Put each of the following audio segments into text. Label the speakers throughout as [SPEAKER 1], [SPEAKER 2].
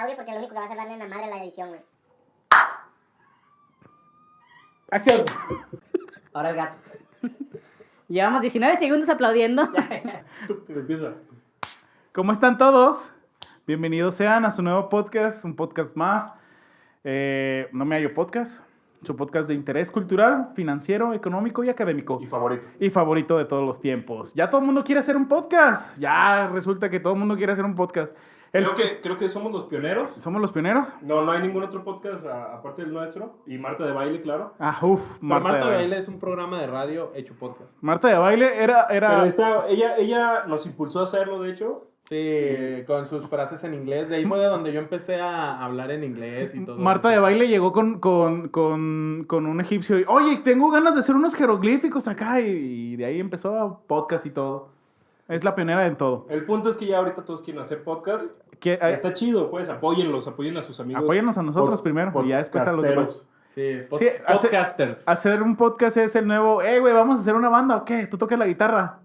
[SPEAKER 1] audio porque lo único que va a hacer darle en la madre a la edición, güey.
[SPEAKER 2] Acción.
[SPEAKER 3] Ahora el gato.
[SPEAKER 4] Llevamos 19 segundos aplaudiendo.
[SPEAKER 2] Estúpido, empieza.
[SPEAKER 5] ¿Cómo están todos? Bienvenidos sean a su nuevo podcast, un podcast más. Eh, no me hallo podcast. Su podcast de interés cultural, financiero, económico y académico.
[SPEAKER 2] Y favorito.
[SPEAKER 5] Y favorito de todos los tiempos. Ya todo el mundo quiere hacer un podcast. Ya resulta que todo el mundo quiere hacer un podcast. El-
[SPEAKER 2] Creo, que, creo que somos los pioneros.
[SPEAKER 5] ¿Somos los pioneros?
[SPEAKER 2] No, no hay ningún otro podcast a- aparte del nuestro. Y Marta de Baile, claro.
[SPEAKER 5] Ah, uff,
[SPEAKER 6] Pero
[SPEAKER 5] Marta, de Baile.
[SPEAKER 6] es un programa de radio hecho podcast.
[SPEAKER 5] Marta de Baile era...
[SPEAKER 2] Pero
[SPEAKER 5] era...
[SPEAKER 2] esta, ella, ella nos impulsó a hacerlo, de hecho.
[SPEAKER 5] Mm.
[SPEAKER 6] Sí, con sus frases en inglés. De ahí fue de donde yo empecé a hablar en inglés y todo.
[SPEAKER 5] Marta de Baile llegó con, con, con, con un egipcio y, oye, tengo ganas de hacer unos jeroglíficos acá. Y, y de ahí empezó a podcast y todo. Es la pionera en todo.
[SPEAKER 2] El punto es que ya ahorita todos quieren hacer podcast.
[SPEAKER 5] Que, eh,
[SPEAKER 2] Está chido, pues. Apóyenlos, apoyen a sus amigos.
[SPEAKER 5] apóyanos a nosotros
[SPEAKER 2] pod-
[SPEAKER 5] primero y ya después a los demás.
[SPEAKER 2] podcasteros.
[SPEAKER 6] Sí, pod-
[SPEAKER 5] Sí, hace-
[SPEAKER 6] podcasters.
[SPEAKER 5] Hacer un podcast es el nuevo, eh, güey, vamos a hacer una banda o qué, tú tocas la guitarra.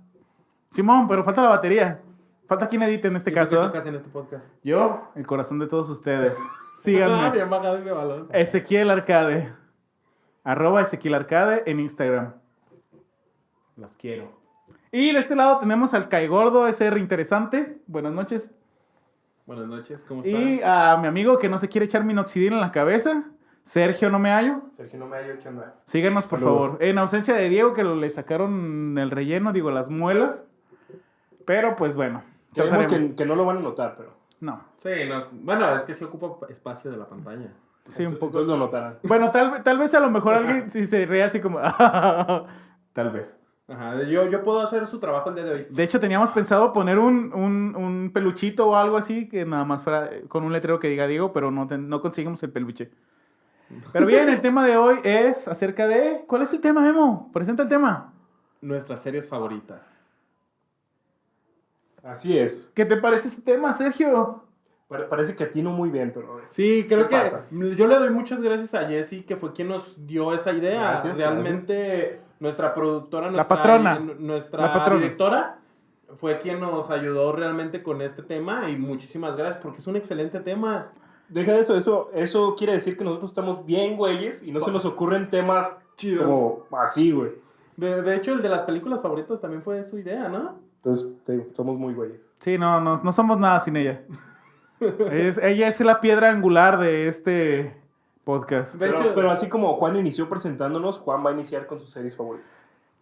[SPEAKER 5] Simón, pero falta la batería. Falta quien edite en este
[SPEAKER 6] ¿Y tú
[SPEAKER 5] caso.
[SPEAKER 6] qué
[SPEAKER 5] ¿eh?
[SPEAKER 6] tocas en este podcast?
[SPEAKER 5] Yo, el corazón de todos ustedes.
[SPEAKER 6] Ah,
[SPEAKER 5] Síganme.
[SPEAKER 6] bien bajado ese balón.
[SPEAKER 5] Eh. Ezequiel Arcade. Arroba Ezequiel Arcade en Instagram. Los quiero. Y de este lado tenemos al Caigordo SR Interesante. Buenas noches.
[SPEAKER 6] Buenas noches, ¿cómo están?
[SPEAKER 5] Y a mi amigo que no se quiere echar minoxidil en la cabeza. Sergio No Me Hallo.
[SPEAKER 2] Sergio, no me hallo, ¿qué onda?
[SPEAKER 5] Síganos, por
[SPEAKER 2] Saludos.
[SPEAKER 5] favor. En ausencia de Diego, que lo- le sacaron el relleno, digo, las muelas. Pero pues bueno.
[SPEAKER 2] Creemos
[SPEAKER 5] trataremos.
[SPEAKER 2] que, que no lo van a notar, pero.
[SPEAKER 5] No,
[SPEAKER 6] Sí, no- bueno, es que sí ocupa espacio de la pantalla.
[SPEAKER 5] sí, un
[SPEAKER 2] Ento-
[SPEAKER 5] poco.
[SPEAKER 2] Entonces lo notarán.
[SPEAKER 5] Bueno, tal, ve- tal vez a lo mejor alguien si se ríe así como... tal vez.
[SPEAKER 6] Ajá, yo, yo puedo hacer su trabajo el día de hoy.
[SPEAKER 5] De hecho, teníamos pensado poner un, un- un peluchito o algo así, que nada más fuera eh, con un letrero que diga Diego, pero no, ten- no conseguimos el peluche. Pero bien, el tema de hoy es acerca de... ¿Cuál es el tema, Emo? Presenta el tema.
[SPEAKER 6] Nuestras series favoritas.
[SPEAKER 2] Así es.
[SPEAKER 5] ¿Qué te parece este tema, Sergio?
[SPEAKER 2] Pa- Parece que atino muy bien, pero.
[SPEAKER 6] Sí, creo
[SPEAKER 2] ¿Qué
[SPEAKER 6] que
[SPEAKER 2] pasa?
[SPEAKER 6] yo le doy muchas gracias a Jessy, que fue quien nos dio esa idea.
[SPEAKER 2] Gracias,
[SPEAKER 6] Realmente nuestra productora, nuestra,
[SPEAKER 5] patrona.
[SPEAKER 6] n- nuestra
[SPEAKER 5] La patrona.
[SPEAKER 6] directora, fue quien nos ayudó realmente con este tema. Y muchísimas gracias, porque es un excelente tema.
[SPEAKER 2] Deja de eso, eso, eso quiere decir que nosotros estamos bien güeyes y no se nos ocurren temas
[SPEAKER 6] Chido.
[SPEAKER 2] como así, güey.
[SPEAKER 6] De, de hecho, el de las películas favoritas también fue su idea, ¿no?
[SPEAKER 2] Entonces, te digo, somos muy güeyes.
[SPEAKER 5] Sí, no, no, no somos nada sin ella. Es- ella es la piedra angular de este podcast.
[SPEAKER 6] De
[SPEAKER 2] Pero,
[SPEAKER 6] hecho,
[SPEAKER 2] pero así como Juan inició presentándonos, Juan va a iniciar con sus series favoritas.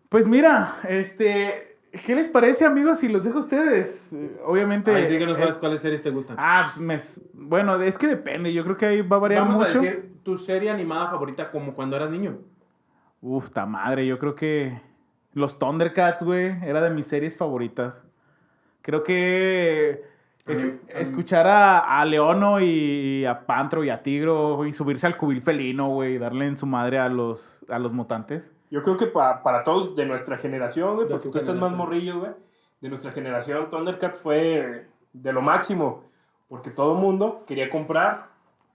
[SPEAKER 5] Pues mira, este, ¿qué les parece, amigos, si los dejo a ustedes? Eh, Obviamente...
[SPEAKER 6] Ay, díganos
[SPEAKER 5] eh,
[SPEAKER 6] ¿sabes cuáles series te gustan.
[SPEAKER 5] Ah, pues, me s- bueno, es que depende. Yo creo que ahí va a variar
[SPEAKER 6] Vamos
[SPEAKER 5] mucho.
[SPEAKER 6] a decir tu serie animada favorita como cuando eras niño.
[SPEAKER 5] Uf, ta madre. Yo creo que los Thundercats, güey, era de mis series favoritas. Creo que es-
[SPEAKER 6] A mí- a mí-
[SPEAKER 5] escuchar a, a Leono y a Pantro y a Tigro y subirse al cubil felino, güey, y darle en su madre a los, a los mutantes.
[SPEAKER 2] Yo creo que pa- para todos de nuestra generación, güey,
[SPEAKER 6] De
[SPEAKER 2] porque
[SPEAKER 6] tu
[SPEAKER 2] tú estás más
[SPEAKER 6] generación.
[SPEAKER 2] morrillo, güey, de nuestra generación, Thundercat fue de lo máximo, porque todo el mundo quería comprar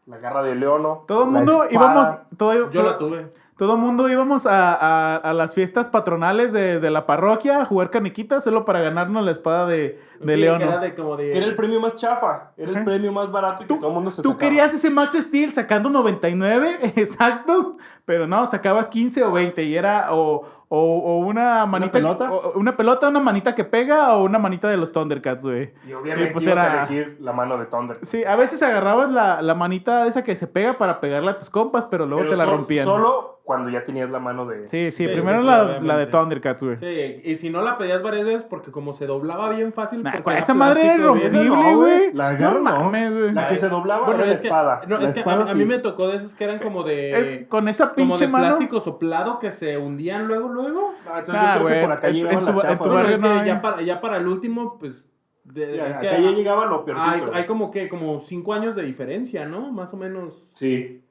[SPEAKER 2] la garra de Leono.
[SPEAKER 5] Todo el
[SPEAKER 2] la
[SPEAKER 5] mundo
[SPEAKER 2] espada.
[SPEAKER 5] íbamos, todo,
[SPEAKER 6] Yo
[SPEAKER 5] todo-
[SPEAKER 6] la tuve.
[SPEAKER 5] todo mundo íbamos a, a- a las fiestas patronales de, de la parroquia a jugar caniquitas solo para ganarnos la espada de, de
[SPEAKER 6] Sí,
[SPEAKER 5] Leono.
[SPEAKER 6] que era de como de...
[SPEAKER 2] Que era el premio más chafa, era
[SPEAKER 5] Ajá.
[SPEAKER 2] el premio más barato y que
[SPEAKER 5] Tú-
[SPEAKER 2] todo el mundo se
[SPEAKER 5] Tú
[SPEAKER 2] sacaba.
[SPEAKER 5] querías ese Max Steel sacando 99 exactos, pero no, sacabas 15 o 20 y era o, o- o una manita.
[SPEAKER 2] pelota?
[SPEAKER 5] o- o una pelota, una manita que pega o una manita de los Thundercats, güey.
[SPEAKER 2] Y obviamente
[SPEAKER 5] Y pues
[SPEAKER 2] ibas
[SPEAKER 5] era-
[SPEAKER 2] a elegir la mano de Thundercat.
[SPEAKER 5] Sí, a veces agarrabas la, la manita esa que se pega para pegarla a tus compas, pero luego
[SPEAKER 2] Pero
[SPEAKER 5] te la
[SPEAKER 2] sol-
[SPEAKER 5] rompían.
[SPEAKER 2] Solo cuando ya tenías la mano de.
[SPEAKER 5] Sí, sí,
[SPEAKER 6] Sí,
[SPEAKER 5] primero
[SPEAKER 6] sí, sí,
[SPEAKER 5] la,
[SPEAKER 6] obviamente.
[SPEAKER 5] la de Thundercats, güey.
[SPEAKER 6] Sí, y si no la pedías varias veces, porque como se doblaba bien fácil.
[SPEAKER 5] Nah,
[SPEAKER 6] porque
[SPEAKER 5] con
[SPEAKER 6] era
[SPEAKER 5] esa madre era
[SPEAKER 6] plástico,
[SPEAKER 2] Esa
[SPEAKER 5] irrompible,
[SPEAKER 2] no,
[SPEAKER 5] güey.
[SPEAKER 2] güey. La
[SPEAKER 5] no
[SPEAKER 2] agarro, no.
[SPEAKER 5] mames, güey.
[SPEAKER 2] La que se doblaba
[SPEAKER 6] Bueno,
[SPEAKER 2] era la
[SPEAKER 6] es que,
[SPEAKER 2] espada.
[SPEAKER 6] no,
[SPEAKER 2] La
[SPEAKER 6] es que a,
[SPEAKER 2] espada
[SPEAKER 6] a mí
[SPEAKER 2] sí.
[SPEAKER 6] me tocó de esas que eran como de.
[SPEAKER 5] Es- con esa
[SPEAKER 6] como
[SPEAKER 5] pinche
[SPEAKER 6] de
[SPEAKER 5] mano.
[SPEAKER 6] plástico soplado que se hundían luego, luego.
[SPEAKER 2] Ah, entonces
[SPEAKER 5] Nah,
[SPEAKER 2] yo creo
[SPEAKER 5] güey,
[SPEAKER 2] que por acá
[SPEAKER 5] en-
[SPEAKER 2] llegaban
[SPEAKER 5] en
[SPEAKER 2] las
[SPEAKER 5] tu- en
[SPEAKER 2] chafas.
[SPEAKER 5] tu
[SPEAKER 2] güey.
[SPEAKER 6] Bueno,
[SPEAKER 5] barrio
[SPEAKER 6] es
[SPEAKER 5] no ¿eh?
[SPEAKER 6] que
[SPEAKER 5] hay.
[SPEAKER 6] ya para, ya para el último, pues. de-
[SPEAKER 2] Ya,
[SPEAKER 6] es que
[SPEAKER 2] acá ya llegaba lo peorcito.
[SPEAKER 6] hay,
[SPEAKER 2] güey.
[SPEAKER 6] hay como que, como cinco años de diferencia, ¿no? Más o menos.
[SPEAKER 2] Sí.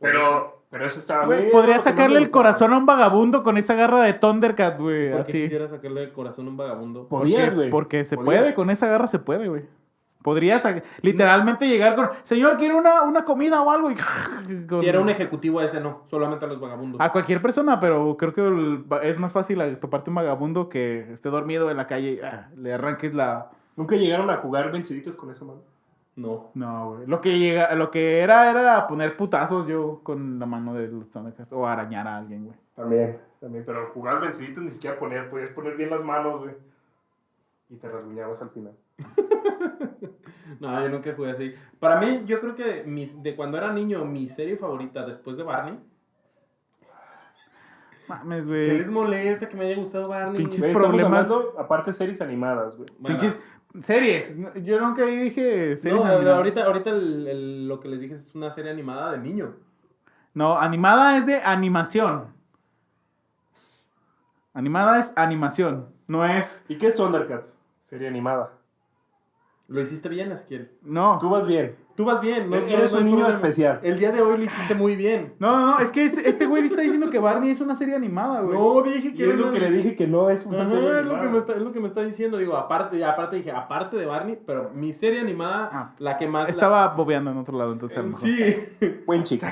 [SPEAKER 2] Pero, pero eso estaba
[SPEAKER 5] Güey,
[SPEAKER 2] bien.
[SPEAKER 5] Podría
[SPEAKER 2] porque no me
[SPEAKER 5] sacarle el
[SPEAKER 2] gustaba.
[SPEAKER 5] corazón a un vagabundo con esa garra de Thundercat, güey.
[SPEAKER 6] Porque
[SPEAKER 5] Así.
[SPEAKER 6] quisiera sacarle el corazón a un vagabundo.
[SPEAKER 2] Podías,
[SPEAKER 5] Porque-
[SPEAKER 2] güey.
[SPEAKER 5] Porque se
[SPEAKER 2] Podías.
[SPEAKER 5] puede, con esa garra se puede, güey. Podrías sac- literalmente llegar con, señor, quiero una, una comida o algo. Y, con- Ah.
[SPEAKER 6] Si era un ejecutivo ese, no. Solamente a los vagabundos.
[SPEAKER 5] a cualquier persona, pero creo que el- es más fácil a- toparte un vagabundo que esté dormido en la calle y ah, le arranques la...
[SPEAKER 2] Nunca llegaron a jugar venciditos con esa mano.
[SPEAKER 6] No.
[SPEAKER 5] No, güey. Lo que, llega, lo que era era poner putazos yo con la mano de los Thundercats o arañar a alguien, güey.
[SPEAKER 2] También, también. Pero jugabas venciditos ni siquiera ponías, podías poner bien las manos, güey. Y te rasguñabas al final.
[SPEAKER 6] No, yo nunca jugué así. Para mí, yo creo que mis- de cuando era niño, mi serie favorita después de Barney.
[SPEAKER 5] Mames,
[SPEAKER 6] ¿Qué
[SPEAKER 5] güey.
[SPEAKER 6] les molesta que me haya gustado Barney?
[SPEAKER 5] Pinches
[SPEAKER 2] Güey, estamos
[SPEAKER 5] problemas.
[SPEAKER 2] hablando, aparte, series animadas, güey.
[SPEAKER 6] Bueno,
[SPEAKER 5] Pinches series. No, Yo nunca ahí dije series
[SPEAKER 6] no,
[SPEAKER 5] animadas.
[SPEAKER 6] ahorita, ahorita el- el- lo que les dije es una serie animada de niño.
[SPEAKER 5] No, animada es de animación. Animada es animación. No es.
[SPEAKER 2] ¿Y qué es Thundercats? Serie animada.
[SPEAKER 6] Lo hiciste bien, Ezequiel.
[SPEAKER 5] No.
[SPEAKER 2] Tú vas bien.
[SPEAKER 6] Tú vas bien. no- no-
[SPEAKER 2] Eres
[SPEAKER 6] no
[SPEAKER 2] un
[SPEAKER 6] hay
[SPEAKER 2] niño
[SPEAKER 6] problema.
[SPEAKER 2] especial.
[SPEAKER 6] El día de hoy lo hiciste muy bien.
[SPEAKER 5] No, no, no, es que este este güey está diciendo que Barney es una serie animada, güey.
[SPEAKER 6] No, dije que
[SPEAKER 2] Y es
[SPEAKER 6] era
[SPEAKER 2] lo que
[SPEAKER 6] una-
[SPEAKER 2] le dije que no es una
[SPEAKER 6] Ajá,
[SPEAKER 2] serie
[SPEAKER 6] es, lo
[SPEAKER 2] animada.
[SPEAKER 6] que me está, es lo que me está diciendo. Digo, aparte, aparte dije, aparte de Barney, pero mi serie animada,
[SPEAKER 5] Ah,
[SPEAKER 6] la que más... la-
[SPEAKER 5] Estaba bobeando en otro lado, entonces a lo
[SPEAKER 6] Eh,
[SPEAKER 5] mejor.
[SPEAKER 6] Sí,
[SPEAKER 2] Buen chico.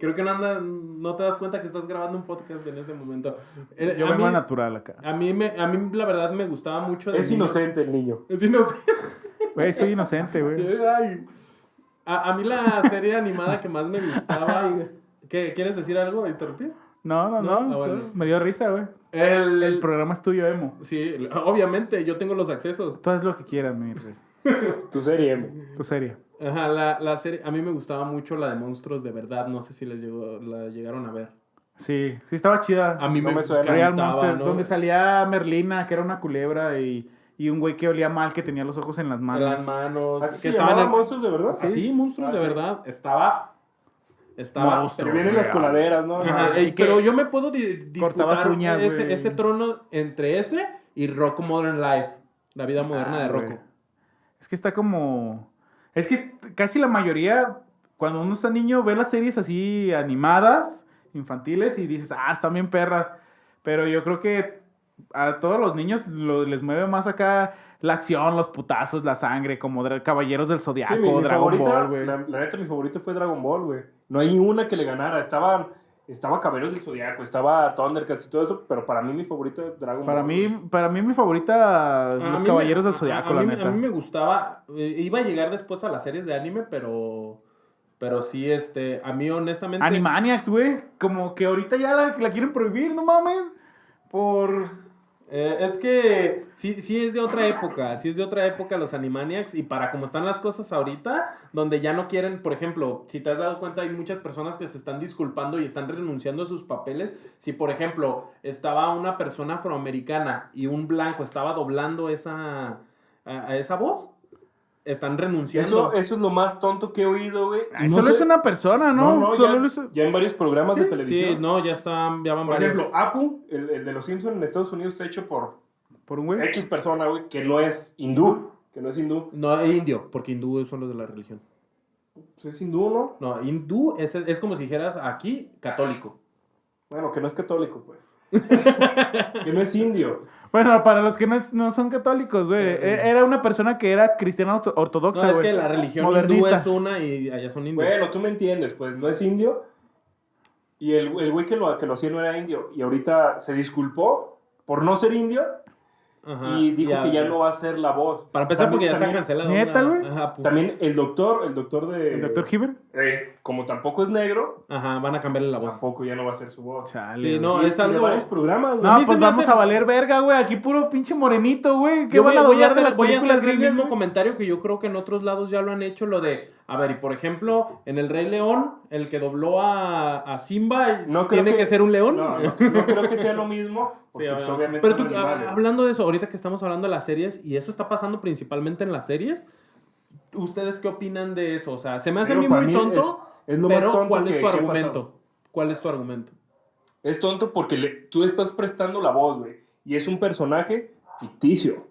[SPEAKER 6] creo que no, anda, no te das cuenta que estás grabando un podcast en este momento. Eh,
[SPEAKER 5] Yo
[SPEAKER 6] a, mí,
[SPEAKER 5] vengo natural acá.
[SPEAKER 6] a, mí me, a mí la verdad me gustaba mucho. de
[SPEAKER 2] Es
[SPEAKER 6] niño.
[SPEAKER 2] inocente el niño.
[SPEAKER 6] Es inocente.
[SPEAKER 5] Güey, soy inocente, güey.
[SPEAKER 6] Ay. A, a mí la serie animada que más me gustaba... ¿Qué, ¿Quieres decir algo? ¿Interrumpir?
[SPEAKER 5] No, no, no.
[SPEAKER 6] No, ah,
[SPEAKER 5] o sea,
[SPEAKER 6] bueno.
[SPEAKER 5] Me dio risa, güey.
[SPEAKER 6] El,
[SPEAKER 5] El programa es tuyo, Emo.
[SPEAKER 6] Sí, obviamente, yo tengo los accesos.
[SPEAKER 5] Tú haz lo que quieras, mi rey.
[SPEAKER 2] Tu serie, Emo.
[SPEAKER 5] Tu serie.
[SPEAKER 6] Ajá, la, la serie, a mí me gustaba mucho la de Monstruos de Verdad, no sé si les llegó, la llegaron a ver.
[SPEAKER 5] Sí, sí, estaba chida.
[SPEAKER 6] A mí
[SPEAKER 2] No
[SPEAKER 6] me,
[SPEAKER 2] me suena.
[SPEAKER 5] Real
[SPEAKER 6] encantaba,
[SPEAKER 5] Monster,
[SPEAKER 6] ¿no?
[SPEAKER 5] donde salía Merlina, que era una culebra, y, y un güey que olía mal, que tenía los ojos en las manos.
[SPEAKER 6] Las manos,
[SPEAKER 2] ¿Así
[SPEAKER 6] que
[SPEAKER 2] Ah, se llamaban
[SPEAKER 6] estaban-
[SPEAKER 2] monstruos de verdad?
[SPEAKER 6] Así, Monstruos
[SPEAKER 2] Ah,
[SPEAKER 6] de
[SPEAKER 2] sí. Ah,
[SPEAKER 6] Verdad, estaba, estaba...
[SPEAKER 5] Monstruos.
[SPEAKER 2] Que vienen las
[SPEAKER 5] Real.
[SPEAKER 2] coladeras, ¿no?
[SPEAKER 6] Ajá,
[SPEAKER 5] Así
[SPEAKER 6] ey,
[SPEAKER 5] que
[SPEAKER 6] pero yo me puedo di-
[SPEAKER 5] cortabas
[SPEAKER 6] disputar
[SPEAKER 5] uñas,
[SPEAKER 6] ese,
[SPEAKER 5] güey.
[SPEAKER 6] ese trono entre ese y Rock Modern Life, la vida moderna
[SPEAKER 5] Ah,
[SPEAKER 6] de
[SPEAKER 5] güey.
[SPEAKER 6] Rocco.
[SPEAKER 5] Es que está como. Es que casi la mayoría, cuando uno está niño, ve las series así animadas, infantiles, y dices, ah, están bien perras. Pero yo creo que a todos los niños lo- les mueve más acá la acción, los putazos, la sangre, como dra- Caballeros del Zodiaco,
[SPEAKER 2] Sí, mi, mi
[SPEAKER 5] Dragon
[SPEAKER 2] favorita,
[SPEAKER 5] Ball, güey.
[SPEAKER 2] la, la neta, mi favorito fue Dragon Ball, güey. No hay una que le ganara. Estaban, estaba Caballeros del Zodiaco, estaba Thundercats y todo eso, pero para mí mi favorito es Dragon
[SPEAKER 5] Para
[SPEAKER 2] Ball.
[SPEAKER 5] mí, para mí mi favorita,
[SPEAKER 6] A
[SPEAKER 5] los
[SPEAKER 6] mí
[SPEAKER 5] Caballeros
[SPEAKER 6] me-
[SPEAKER 5] del Zodiaco,
[SPEAKER 6] a- a
[SPEAKER 5] la
[SPEAKER 6] mí-
[SPEAKER 5] neta.
[SPEAKER 6] A mí me gustaba, eh, iba a llegar después a las series de anime, pero, pero sí, este, a mí honestamente...
[SPEAKER 5] Animaniacs, güey. Como que ahorita ya la, la quieren prohibir, no mames. Por.
[SPEAKER 6] Eh, es que sí, sí es de otra época, sí es de otra época los Animaniacs y para como están las cosas ahorita, donde ya no quieren, por ejemplo, si te has dado cuenta hay muchas personas que se están disculpando y están renunciando a sus papeles, si por ejemplo estaba una persona afroamericana y un blanco estaba doblando esa, a, a esa voz, están renunciando.
[SPEAKER 2] Eso, eso es lo más tonto que he oído, güey. Y no
[SPEAKER 5] solo
[SPEAKER 2] sé-
[SPEAKER 5] es una persona, ¿no?
[SPEAKER 2] no,
[SPEAKER 5] solo
[SPEAKER 2] ya,
[SPEAKER 5] lo hizo-
[SPEAKER 2] ya en varios programas de televisión.
[SPEAKER 6] Sí, no, ya están, ya van
[SPEAKER 2] Por
[SPEAKER 6] varios.
[SPEAKER 2] ejemplo, Apu, el, el de los Simpsons en Estados Unidos, está hecho por
[SPEAKER 5] Por un güey.
[SPEAKER 2] X persona, güey, que no es hindú. Que no es hindú.
[SPEAKER 6] No, e indio, porque hindú son los de la religión.
[SPEAKER 2] Pues es hindú, ¿no?
[SPEAKER 6] No, hindú es, es como si dijeras aquí católico.
[SPEAKER 2] Bueno, que no es católico, pues. que no es indio.
[SPEAKER 5] Bueno, para los que no, es- no son católicos, güey. e- Era una persona que era cristiana orto-
[SPEAKER 6] No,
[SPEAKER 5] ortodoxa,
[SPEAKER 6] es
[SPEAKER 5] güey.
[SPEAKER 6] que la religión hindú
[SPEAKER 5] modernista.
[SPEAKER 6] es una y allá son indios.
[SPEAKER 2] Bueno, tú me entiendes, pues no es indio. Y el, el güey que lo, que lo hacía no era indio. Y ahorita se disculpó por no ser indio
[SPEAKER 6] Ajá,
[SPEAKER 2] y dijo que ya
[SPEAKER 6] güey.
[SPEAKER 2] no va a ser la voz.
[SPEAKER 6] Para empezar,
[SPEAKER 2] También-
[SPEAKER 6] porque ya está
[SPEAKER 2] también-
[SPEAKER 6] cancelado.
[SPEAKER 5] ¿Neta,
[SPEAKER 6] una-
[SPEAKER 5] güey?
[SPEAKER 6] Ajá, pu-
[SPEAKER 2] También el doctor, el doctor de.
[SPEAKER 5] ¿El doctor Hibbert?
[SPEAKER 2] eh, como tampoco es negro,
[SPEAKER 6] Ajá, van a cambiarle la voz.
[SPEAKER 2] tampoco ya no va a ser su voz.
[SPEAKER 5] Chale.
[SPEAKER 6] Sí,
[SPEAKER 5] no.
[SPEAKER 6] no,
[SPEAKER 2] Y-
[SPEAKER 6] es
[SPEAKER 2] y de
[SPEAKER 6] algo.
[SPEAKER 2] varios programas, güey.
[SPEAKER 5] No,
[SPEAKER 6] a mí se
[SPEAKER 5] pues
[SPEAKER 6] me
[SPEAKER 5] vamos
[SPEAKER 6] hace-
[SPEAKER 5] a valer verga, güey. Aquí puro pinche morenito, güey. ¿Qué
[SPEAKER 6] Yo
[SPEAKER 5] van a
[SPEAKER 6] voy- voy
[SPEAKER 5] hablar
[SPEAKER 6] hacer-
[SPEAKER 5] de las
[SPEAKER 6] voy a
[SPEAKER 5] películas
[SPEAKER 6] hacer el
[SPEAKER 5] gringas?
[SPEAKER 6] mismo
[SPEAKER 5] güey?
[SPEAKER 6] comentario que yo creo que en otros lados ya lo han hecho, lo de. A ver, y por ejemplo, en El Rey León, el que dobló a, a Simba,
[SPEAKER 2] No creo
[SPEAKER 6] ¿tiene que,
[SPEAKER 2] que-
[SPEAKER 6] ser un león?
[SPEAKER 2] No, no, no creo que sea lo mismo.
[SPEAKER 6] Sí,
[SPEAKER 2] Porque pues,
[SPEAKER 6] obviamente.
[SPEAKER 2] obviamente
[SPEAKER 6] Pero
[SPEAKER 2] son
[SPEAKER 6] tú, ah,
[SPEAKER 2] animales.
[SPEAKER 6] hab- hablando de eso, ahorita que estamos hablando de las series, y eso está pasando principalmente en las series, ¿ustedes qué opinan de eso? O sea, se me hace
[SPEAKER 2] Pero
[SPEAKER 6] a mí
[SPEAKER 2] para
[SPEAKER 6] muy
[SPEAKER 2] mí
[SPEAKER 6] tonto,
[SPEAKER 2] es- es lo más
[SPEAKER 6] pero
[SPEAKER 2] tonto
[SPEAKER 6] ¿cuál es
[SPEAKER 2] que-
[SPEAKER 6] tu
[SPEAKER 2] que ha
[SPEAKER 6] argumento? ¿Cuál es tu argumento?
[SPEAKER 2] Es tonto porque le- tú estás prestando la voz, güey. Y es un personaje ficticio.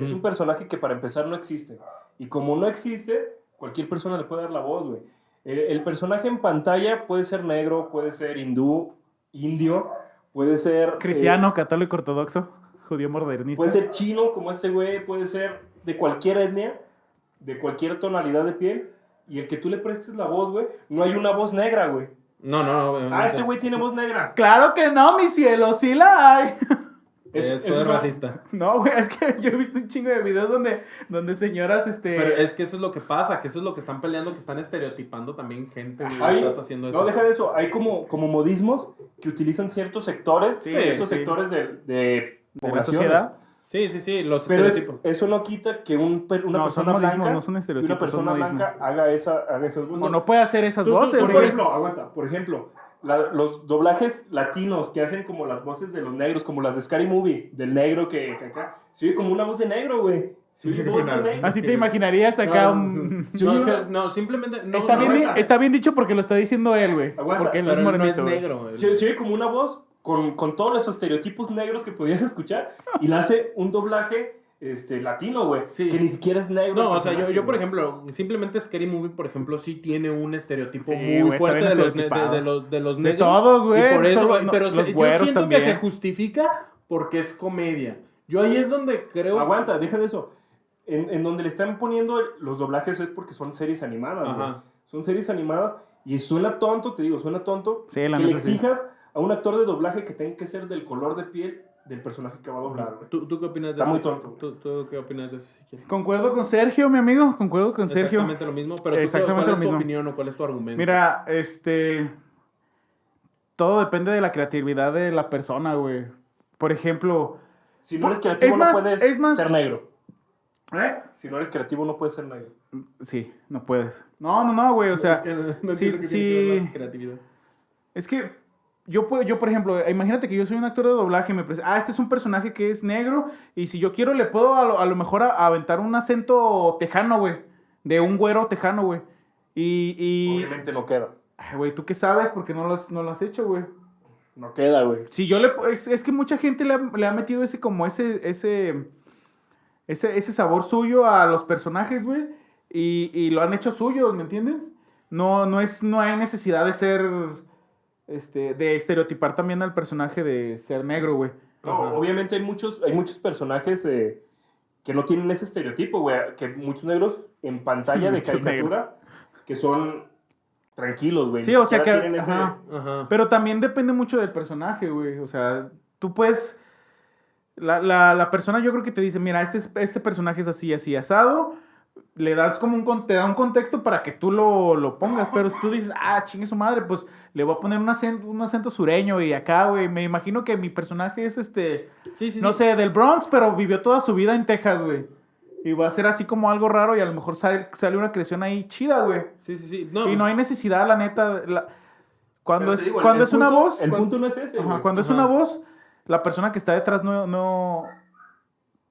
[SPEAKER 2] Es un personaje que para empezar no existe. Y como no existe, cualquier persona le puede dar la voz, güey. El, el personaje en pantalla puede ser negro, puede ser hindú, indio, puede ser... eh,
[SPEAKER 5] Cristiano, católico, ortodoxo, judío modernista.
[SPEAKER 2] puede ser chino, como ese güey, puede ser de cualquier etnia, de cualquier tonalidad de piel. Y el que tú le prestes la voz, güey, no hay una voz negra, güey.
[SPEAKER 6] No, no, no.
[SPEAKER 2] Ah,
[SPEAKER 6] obviamente.
[SPEAKER 2] ese güey tiene voz negra.
[SPEAKER 5] Claro que no, mi cielo, sí la hay.
[SPEAKER 2] Es-
[SPEAKER 6] Eso
[SPEAKER 2] eso
[SPEAKER 6] es
[SPEAKER 2] no-
[SPEAKER 6] racista.
[SPEAKER 5] No, güey, es que yo he visto un chingo de videos donde, donde señoras, este...
[SPEAKER 6] Pero es que eso es lo que pasa, que eso es lo que están peleando, que están estereotipando también gente. güey,
[SPEAKER 2] Hay-
[SPEAKER 6] estás haciendo eso.
[SPEAKER 2] No, deja de eso. Hay como, como modismos que utilizan ciertos sectores,
[SPEAKER 5] Sí,
[SPEAKER 2] ciertos
[SPEAKER 5] sí.
[SPEAKER 2] sectores de, de
[SPEAKER 5] de la
[SPEAKER 2] poblaciones.
[SPEAKER 5] sociedad.
[SPEAKER 6] Sí, sí, sí, los
[SPEAKER 2] Pero es-
[SPEAKER 6] estereotipos.
[SPEAKER 2] eso no quita que un per- una
[SPEAKER 5] No, son
[SPEAKER 2] persona
[SPEAKER 5] modismos,
[SPEAKER 2] blanca,
[SPEAKER 5] no son
[SPEAKER 2] que
[SPEAKER 5] estereotipos,
[SPEAKER 2] una
[SPEAKER 5] son
[SPEAKER 2] persona
[SPEAKER 5] modismos.
[SPEAKER 2] blanca haga, esa, haga esas voces.
[SPEAKER 5] O no puede hacer esas
[SPEAKER 6] Tú- tú,
[SPEAKER 5] voces,
[SPEAKER 2] por
[SPEAKER 5] güey.
[SPEAKER 2] ejemplo, aguanta, por ejemplo, la- los doblajes latinos que hacen como las voces de los negros, como las de Scary Movie, del negro que, que acá, se oye como una voz de negro, güey. Se oye voz de
[SPEAKER 6] Nada.
[SPEAKER 2] negro.
[SPEAKER 5] Así te imaginarías acá
[SPEAKER 6] No,
[SPEAKER 5] un...
[SPEAKER 6] no, o sea, no, simplemente. No,
[SPEAKER 5] está,
[SPEAKER 6] no,
[SPEAKER 5] bien, di-
[SPEAKER 6] no,
[SPEAKER 5] está bien dicho porque lo está diciendo él, güey.
[SPEAKER 2] Aguanta,
[SPEAKER 5] Porque él
[SPEAKER 6] pero
[SPEAKER 5] es
[SPEAKER 6] él no es
[SPEAKER 5] morenito, güey.
[SPEAKER 6] negro. güey.
[SPEAKER 2] Se, se oye como una voz con, con todos esos estereotipos negros que podías escuchar y la hace un doblaje este, latino, güey.
[SPEAKER 6] Sí.
[SPEAKER 2] Que ni siquiera es negro.
[SPEAKER 6] No,
[SPEAKER 2] el
[SPEAKER 6] o sea, yo,
[SPEAKER 2] personaje,
[SPEAKER 6] yo por
[SPEAKER 2] güey.
[SPEAKER 6] ejemplo, simplemente Scary Movie, por ejemplo, sí tiene un estereotipo
[SPEAKER 5] Sí,
[SPEAKER 6] muy
[SPEAKER 5] güey, está
[SPEAKER 6] fuerte
[SPEAKER 5] bien
[SPEAKER 6] de los, ne- de,
[SPEAKER 5] estereotipado.
[SPEAKER 6] de los, de los
[SPEAKER 5] De
[SPEAKER 6] negros.
[SPEAKER 5] todos, güey,
[SPEAKER 6] Y por eso,
[SPEAKER 5] solo-
[SPEAKER 6] güey,
[SPEAKER 5] no,
[SPEAKER 6] pero
[SPEAKER 5] los
[SPEAKER 6] se- yo
[SPEAKER 5] güeros
[SPEAKER 6] siento
[SPEAKER 5] también.
[SPEAKER 6] que se justifica porque es comedia. Yo ahí es donde creo...
[SPEAKER 2] Aguanta, deja de eso. En, en donde le están poniendo el- los doblajes es porque son series animadas, güey.
[SPEAKER 6] Ajá.
[SPEAKER 2] Son series animadas y suena tonto, te digo, suena tonto
[SPEAKER 5] Sí, la
[SPEAKER 2] que le
[SPEAKER 5] neta sí.
[SPEAKER 2] exijas a un actor de doblaje que tenga que ser del color de piel del personaje que va a doblar, güey.
[SPEAKER 6] ¿Tú, tú qué opinas de
[SPEAKER 2] Está
[SPEAKER 6] eso?
[SPEAKER 2] muy tonto.
[SPEAKER 6] ¿Tú, tú qué opinas de eso, si quieres?
[SPEAKER 5] Concuerdo con Sergio, mi amigo. Concuerdo con Sergio.
[SPEAKER 6] Exactamente lo mismo, pero tú,
[SPEAKER 5] Exactamente
[SPEAKER 6] ¿cuál
[SPEAKER 5] lo
[SPEAKER 6] es
[SPEAKER 5] mismo.
[SPEAKER 6] tu opinión o cuál es tu argumento?
[SPEAKER 5] Mira, este. Todo depende de la creatividad de la persona, güey. Por ejemplo.
[SPEAKER 2] Si no eres
[SPEAKER 5] Es
[SPEAKER 2] creativo
[SPEAKER 5] más,
[SPEAKER 2] no puedes
[SPEAKER 5] es más-
[SPEAKER 2] ser negro.
[SPEAKER 6] ¿Eh?
[SPEAKER 2] Si no eres creativo no puedes ser negro.
[SPEAKER 5] Sí, no puedes. No, no, no, güey. O sea,
[SPEAKER 6] Es que no- no
[SPEAKER 5] sí,
[SPEAKER 6] entiendo qué
[SPEAKER 5] sí.
[SPEAKER 6] tiene que ver la creatividad.
[SPEAKER 5] es que yo puedo, yo por ejemplo, eh, imagínate que yo soy un actor de doblaje y me presento, ah, este es un personaje que es negro y si yo quiero le puedo a lo, a lo mejor a- aventar un acento tejano, güey, de un güero tejano, güey. Y, y,
[SPEAKER 2] Obviamente no queda.
[SPEAKER 5] Ay, güey, ¿tú qué sabes? Porque no lo has, no lo has hecho, güey.
[SPEAKER 2] No queda, güey.
[SPEAKER 5] Si yo le. Es, es que mucha gente le ha, le ha metido ese, como ese, ese. Ese, ese sabor suyo a los personajes, güey. Y, y lo han hecho suyos, ¿me entiendes? No, no es. No hay necesidad de ser. Este. De estereotipar también al personaje de ser negro, güey.
[SPEAKER 2] No,
[SPEAKER 6] Ajá.
[SPEAKER 2] obviamente hay muchos, hay muchos personajes eh, que no tienen ese estereotipo, güey. Que muchos negros en pantalla de
[SPEAKER 5] Muchos
[SPEAKER 2] caricatura que son tranquilos, güey.
[SPEAKER 5] Sí,
[SPEAKER 2] ni
[SPEAKER 5] o sea
[SPEAKER 2] siquiera
[SPEAKER 5] que-
[SPEAKER 2] tienen ese-
[SPEAKER 5] ajá.
[SPEAKER 6] Ajá.
[SPEAKER 5] Pero también depende mucho del personaje, güey. O sea, tú puedes. La, la- la persona yo creo que te dice, mira, este, es- este personaje es así, así, asado. Le das como un, con- te da un contexto para que tú lo, lo pongas, pero tú dices, ah, chingue su madre, pues le voy a poner un acento, un acento sureño y acá, güey. Me imagino que mi personaje es este,
[SPEAKER 6] Sí, sí,
[SPEAKER 5] no
[SPEAKER 6] sí.
[SPEAKER 5] sé, del Bronx, pero vivió toda su vida en Texas, güey. Y va a ser así como algo raro y a lo mejor sale, sale una creación ahí chida, güey.
[SPEAKER 6] Sí, sí, sí. No,
[SPEAKER 5] Y no
[SPEAKER 6] pues-
[SPEAKER 5] hay necesidad, la neta. la- Cuando
[SPEAKER 2] Pero
[SPEAKER 5] es,
[SPEAKER 2] te digo, el-
[SPEAKER 5] cuando
[SPEAKER 2] el
[SPEAKER 5] es una
[SPEAKER 2] punto-
[SPEAKER 5] voz.
[SPEAKER 2] El
[SPEAKER 5] cuando-
[SPEAKER 2] punto no es ese,
[SPEAKER 5] Ajá,
[SPEAKER 2] güey.
[SPEAKER 5] cuando es
[SPEAKER 6] Ajá.
[SPEAKER 5] una voz, la persona que está detrás no, no,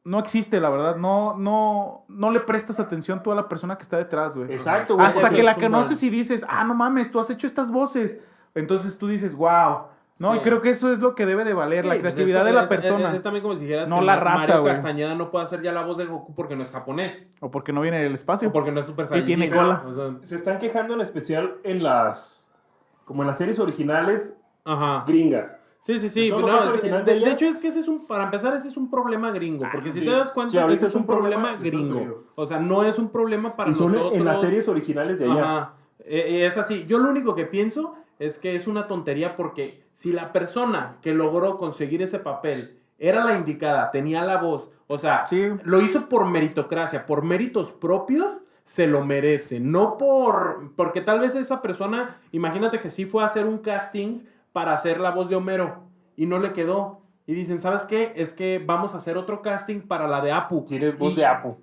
[SPEAKER 5] no existe, la verdad. No, no, no le prestas atención tú a la persona que está detrás, güey.
[SPEAKER 2] Exacto, güey.
[SPEAKER 5] Hasta
[SPEAKER 6] porque
[SPEAKER 5] que la
[SPEAKER 6] es un
[SPEAKER 5] conoces y dices, ah, no mames, tú has hecho estas voces. Entonces tú dices, wow. No,
[SPEAKER 6] Sí.
[SPEAKER 5] y creo que eso es lo que debe de valer, la
[SPEAKER 6] Sí, pues,
[SPEAKER 5] creatividad
[SPEAKER 6] es
[SPEAKER 5] de
[SPEAKER 6] como-
[SPEAKER 5] la
[SPEAKER 6] es-
[SPEAKER 5] persona.
[SPEAKER 6] Es, es también como si dijeras
[SPEAKER 5] No
[SPEAKER 6] que
[SPEAKER 5] la
[SPEAKER 6] Ma-
[SPEAKER 5] raza,
[SPEAKER 6] Mario
[SPEAKER 5] güey.
[SPEAKER 6] Castañeda no puede hacer ya la voz de Goku porque no es japonés.
[SPEAKER 5] O porque no viene del espacio.
[SPEAKER 6] O porque no es Super Saiyan.
[SPEAKER 5] tiene cola.
[SPEAKER 2] Se están quejando en especial en las... Como en las series originales
[SPEAKER 6] ajá.
[SPEAKER 2] gringas.
[SPEAKER 6] Sí, sí, sí.
[SPEAKER 2] ¿No
[SPEAKER 6] No,
[SPEAKER 2] lo ves
[SPEAKER 6] es-
[SPEAKER 2] original
[SPEAKER 6] de,
[SPEAKER 2] de ella? Ah,
[SPEAKER 6] de hecho, es que ese es un. Para empezar, ese es un problema gringo. Porque si
[SPEAKER 2] sí.
[SPEAKER 6] te das cuenta,
[SPEAKER 2] Sí, ahorita
[SPEAKER 6] ese es un problema,
[SPEAKER 2] de Estados Unidos.
[SPEAKER 6] gringo. O sea, no es un problema para
[SPEAKER 2] Y son en-
[SPEAKER 6] nosotros.
[SPEAKER 2] en las series originales de allá.
[SPEAKER 6] Ajá. Eh, eh, es así. Yo lo único que pienso es que es una tontería porque si la persona que logró conseguir ese papel era la indicada, tenía la voz, o sea,
[SPEAKER 5] Sí.
[SPEAKER 6] lo hizo por meritocracia, por méritos propios, se lo merece. No por. Porque tal vez esa persona, imagínate que sí fue a hacer un casting para hacer la voz de Homero y no le quedó. Y dicen, ¿sabes qué? Es que vamos a hacer otro casting para la de Apu.
[SPEAKER 2] Tienes voz
[SPEAKER 6] Y-
[SPEAKER 2] de Apu.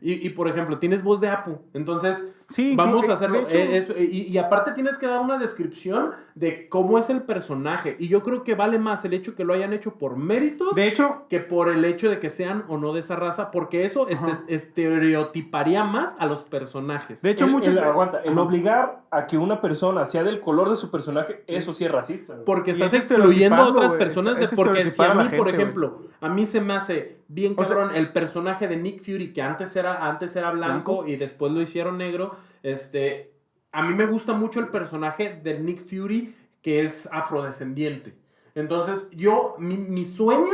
[SPEAKER 6] Y, y, por ejemplo, tienes voz de Apu. Entonces,
[SPEAKER 5] Sí,
[SPEAKER 6] Vamos
[SPEAKER 5] incluso-
[SPEAKER 6] a hacerlo.
[SPEAKER 5] de hecho-
[SPEAKER 6] eh, eso, eh, y, y aparte tienes que dar una descripción de cómo es el personaje. Y yo creo que vale más el hecho que lo hayan hecho por méritos
[SPEAKER 5] de hecho,
[SPEAKER 6] que por el hecho de que sean o no de esa raza. Porque eso este-
[SPEAKER 5] Ajá.
[SPEAKER 6] estereotiparía más a los personajes.
[SPEAKER 5] de hecho
[SPEAKER 2] El-
[SPEAKER 5] muchas...
[SPEAKER 2] el- aguanta, el
[SPEAKER 5] Ajá.
[SPEAKER 2] obligar a que una persona sea del color de su personaje, eso sí es racista. güey.
[SPEAKER 6] porque
[SPEAKER 5] y
[SPEAKER 6] estás
[SPEAKER 5] es
[SPEAKER 6] excluyendo a
[SPEAKER 5] estereotiparlo,
[SPEAKER 6] otras
[SPEAKER 5] güey,
[SPEAKER 6] personas de
[SPEAKER 5] es
[SPEAKER 6] porque si
[SPEAKER 5] estereotipar
[SPEAKER 6] a
[SPEAKER 5] a la
[SPEAKER 6] mí, por
[SPEAKER 5] gente,
[SPEAKER 6] ejemplo, a mí se me hace bien
[SPEAKER 5] O sea-
[SPEAKER 6] cabrón el personaje de Nick Fury que antes era antes era blanco, y después lo hicieron negro, este a mí me gusta mucho el personaje de Nick Fury que es afrodescendiente. Entonces, yo mi, mi sueño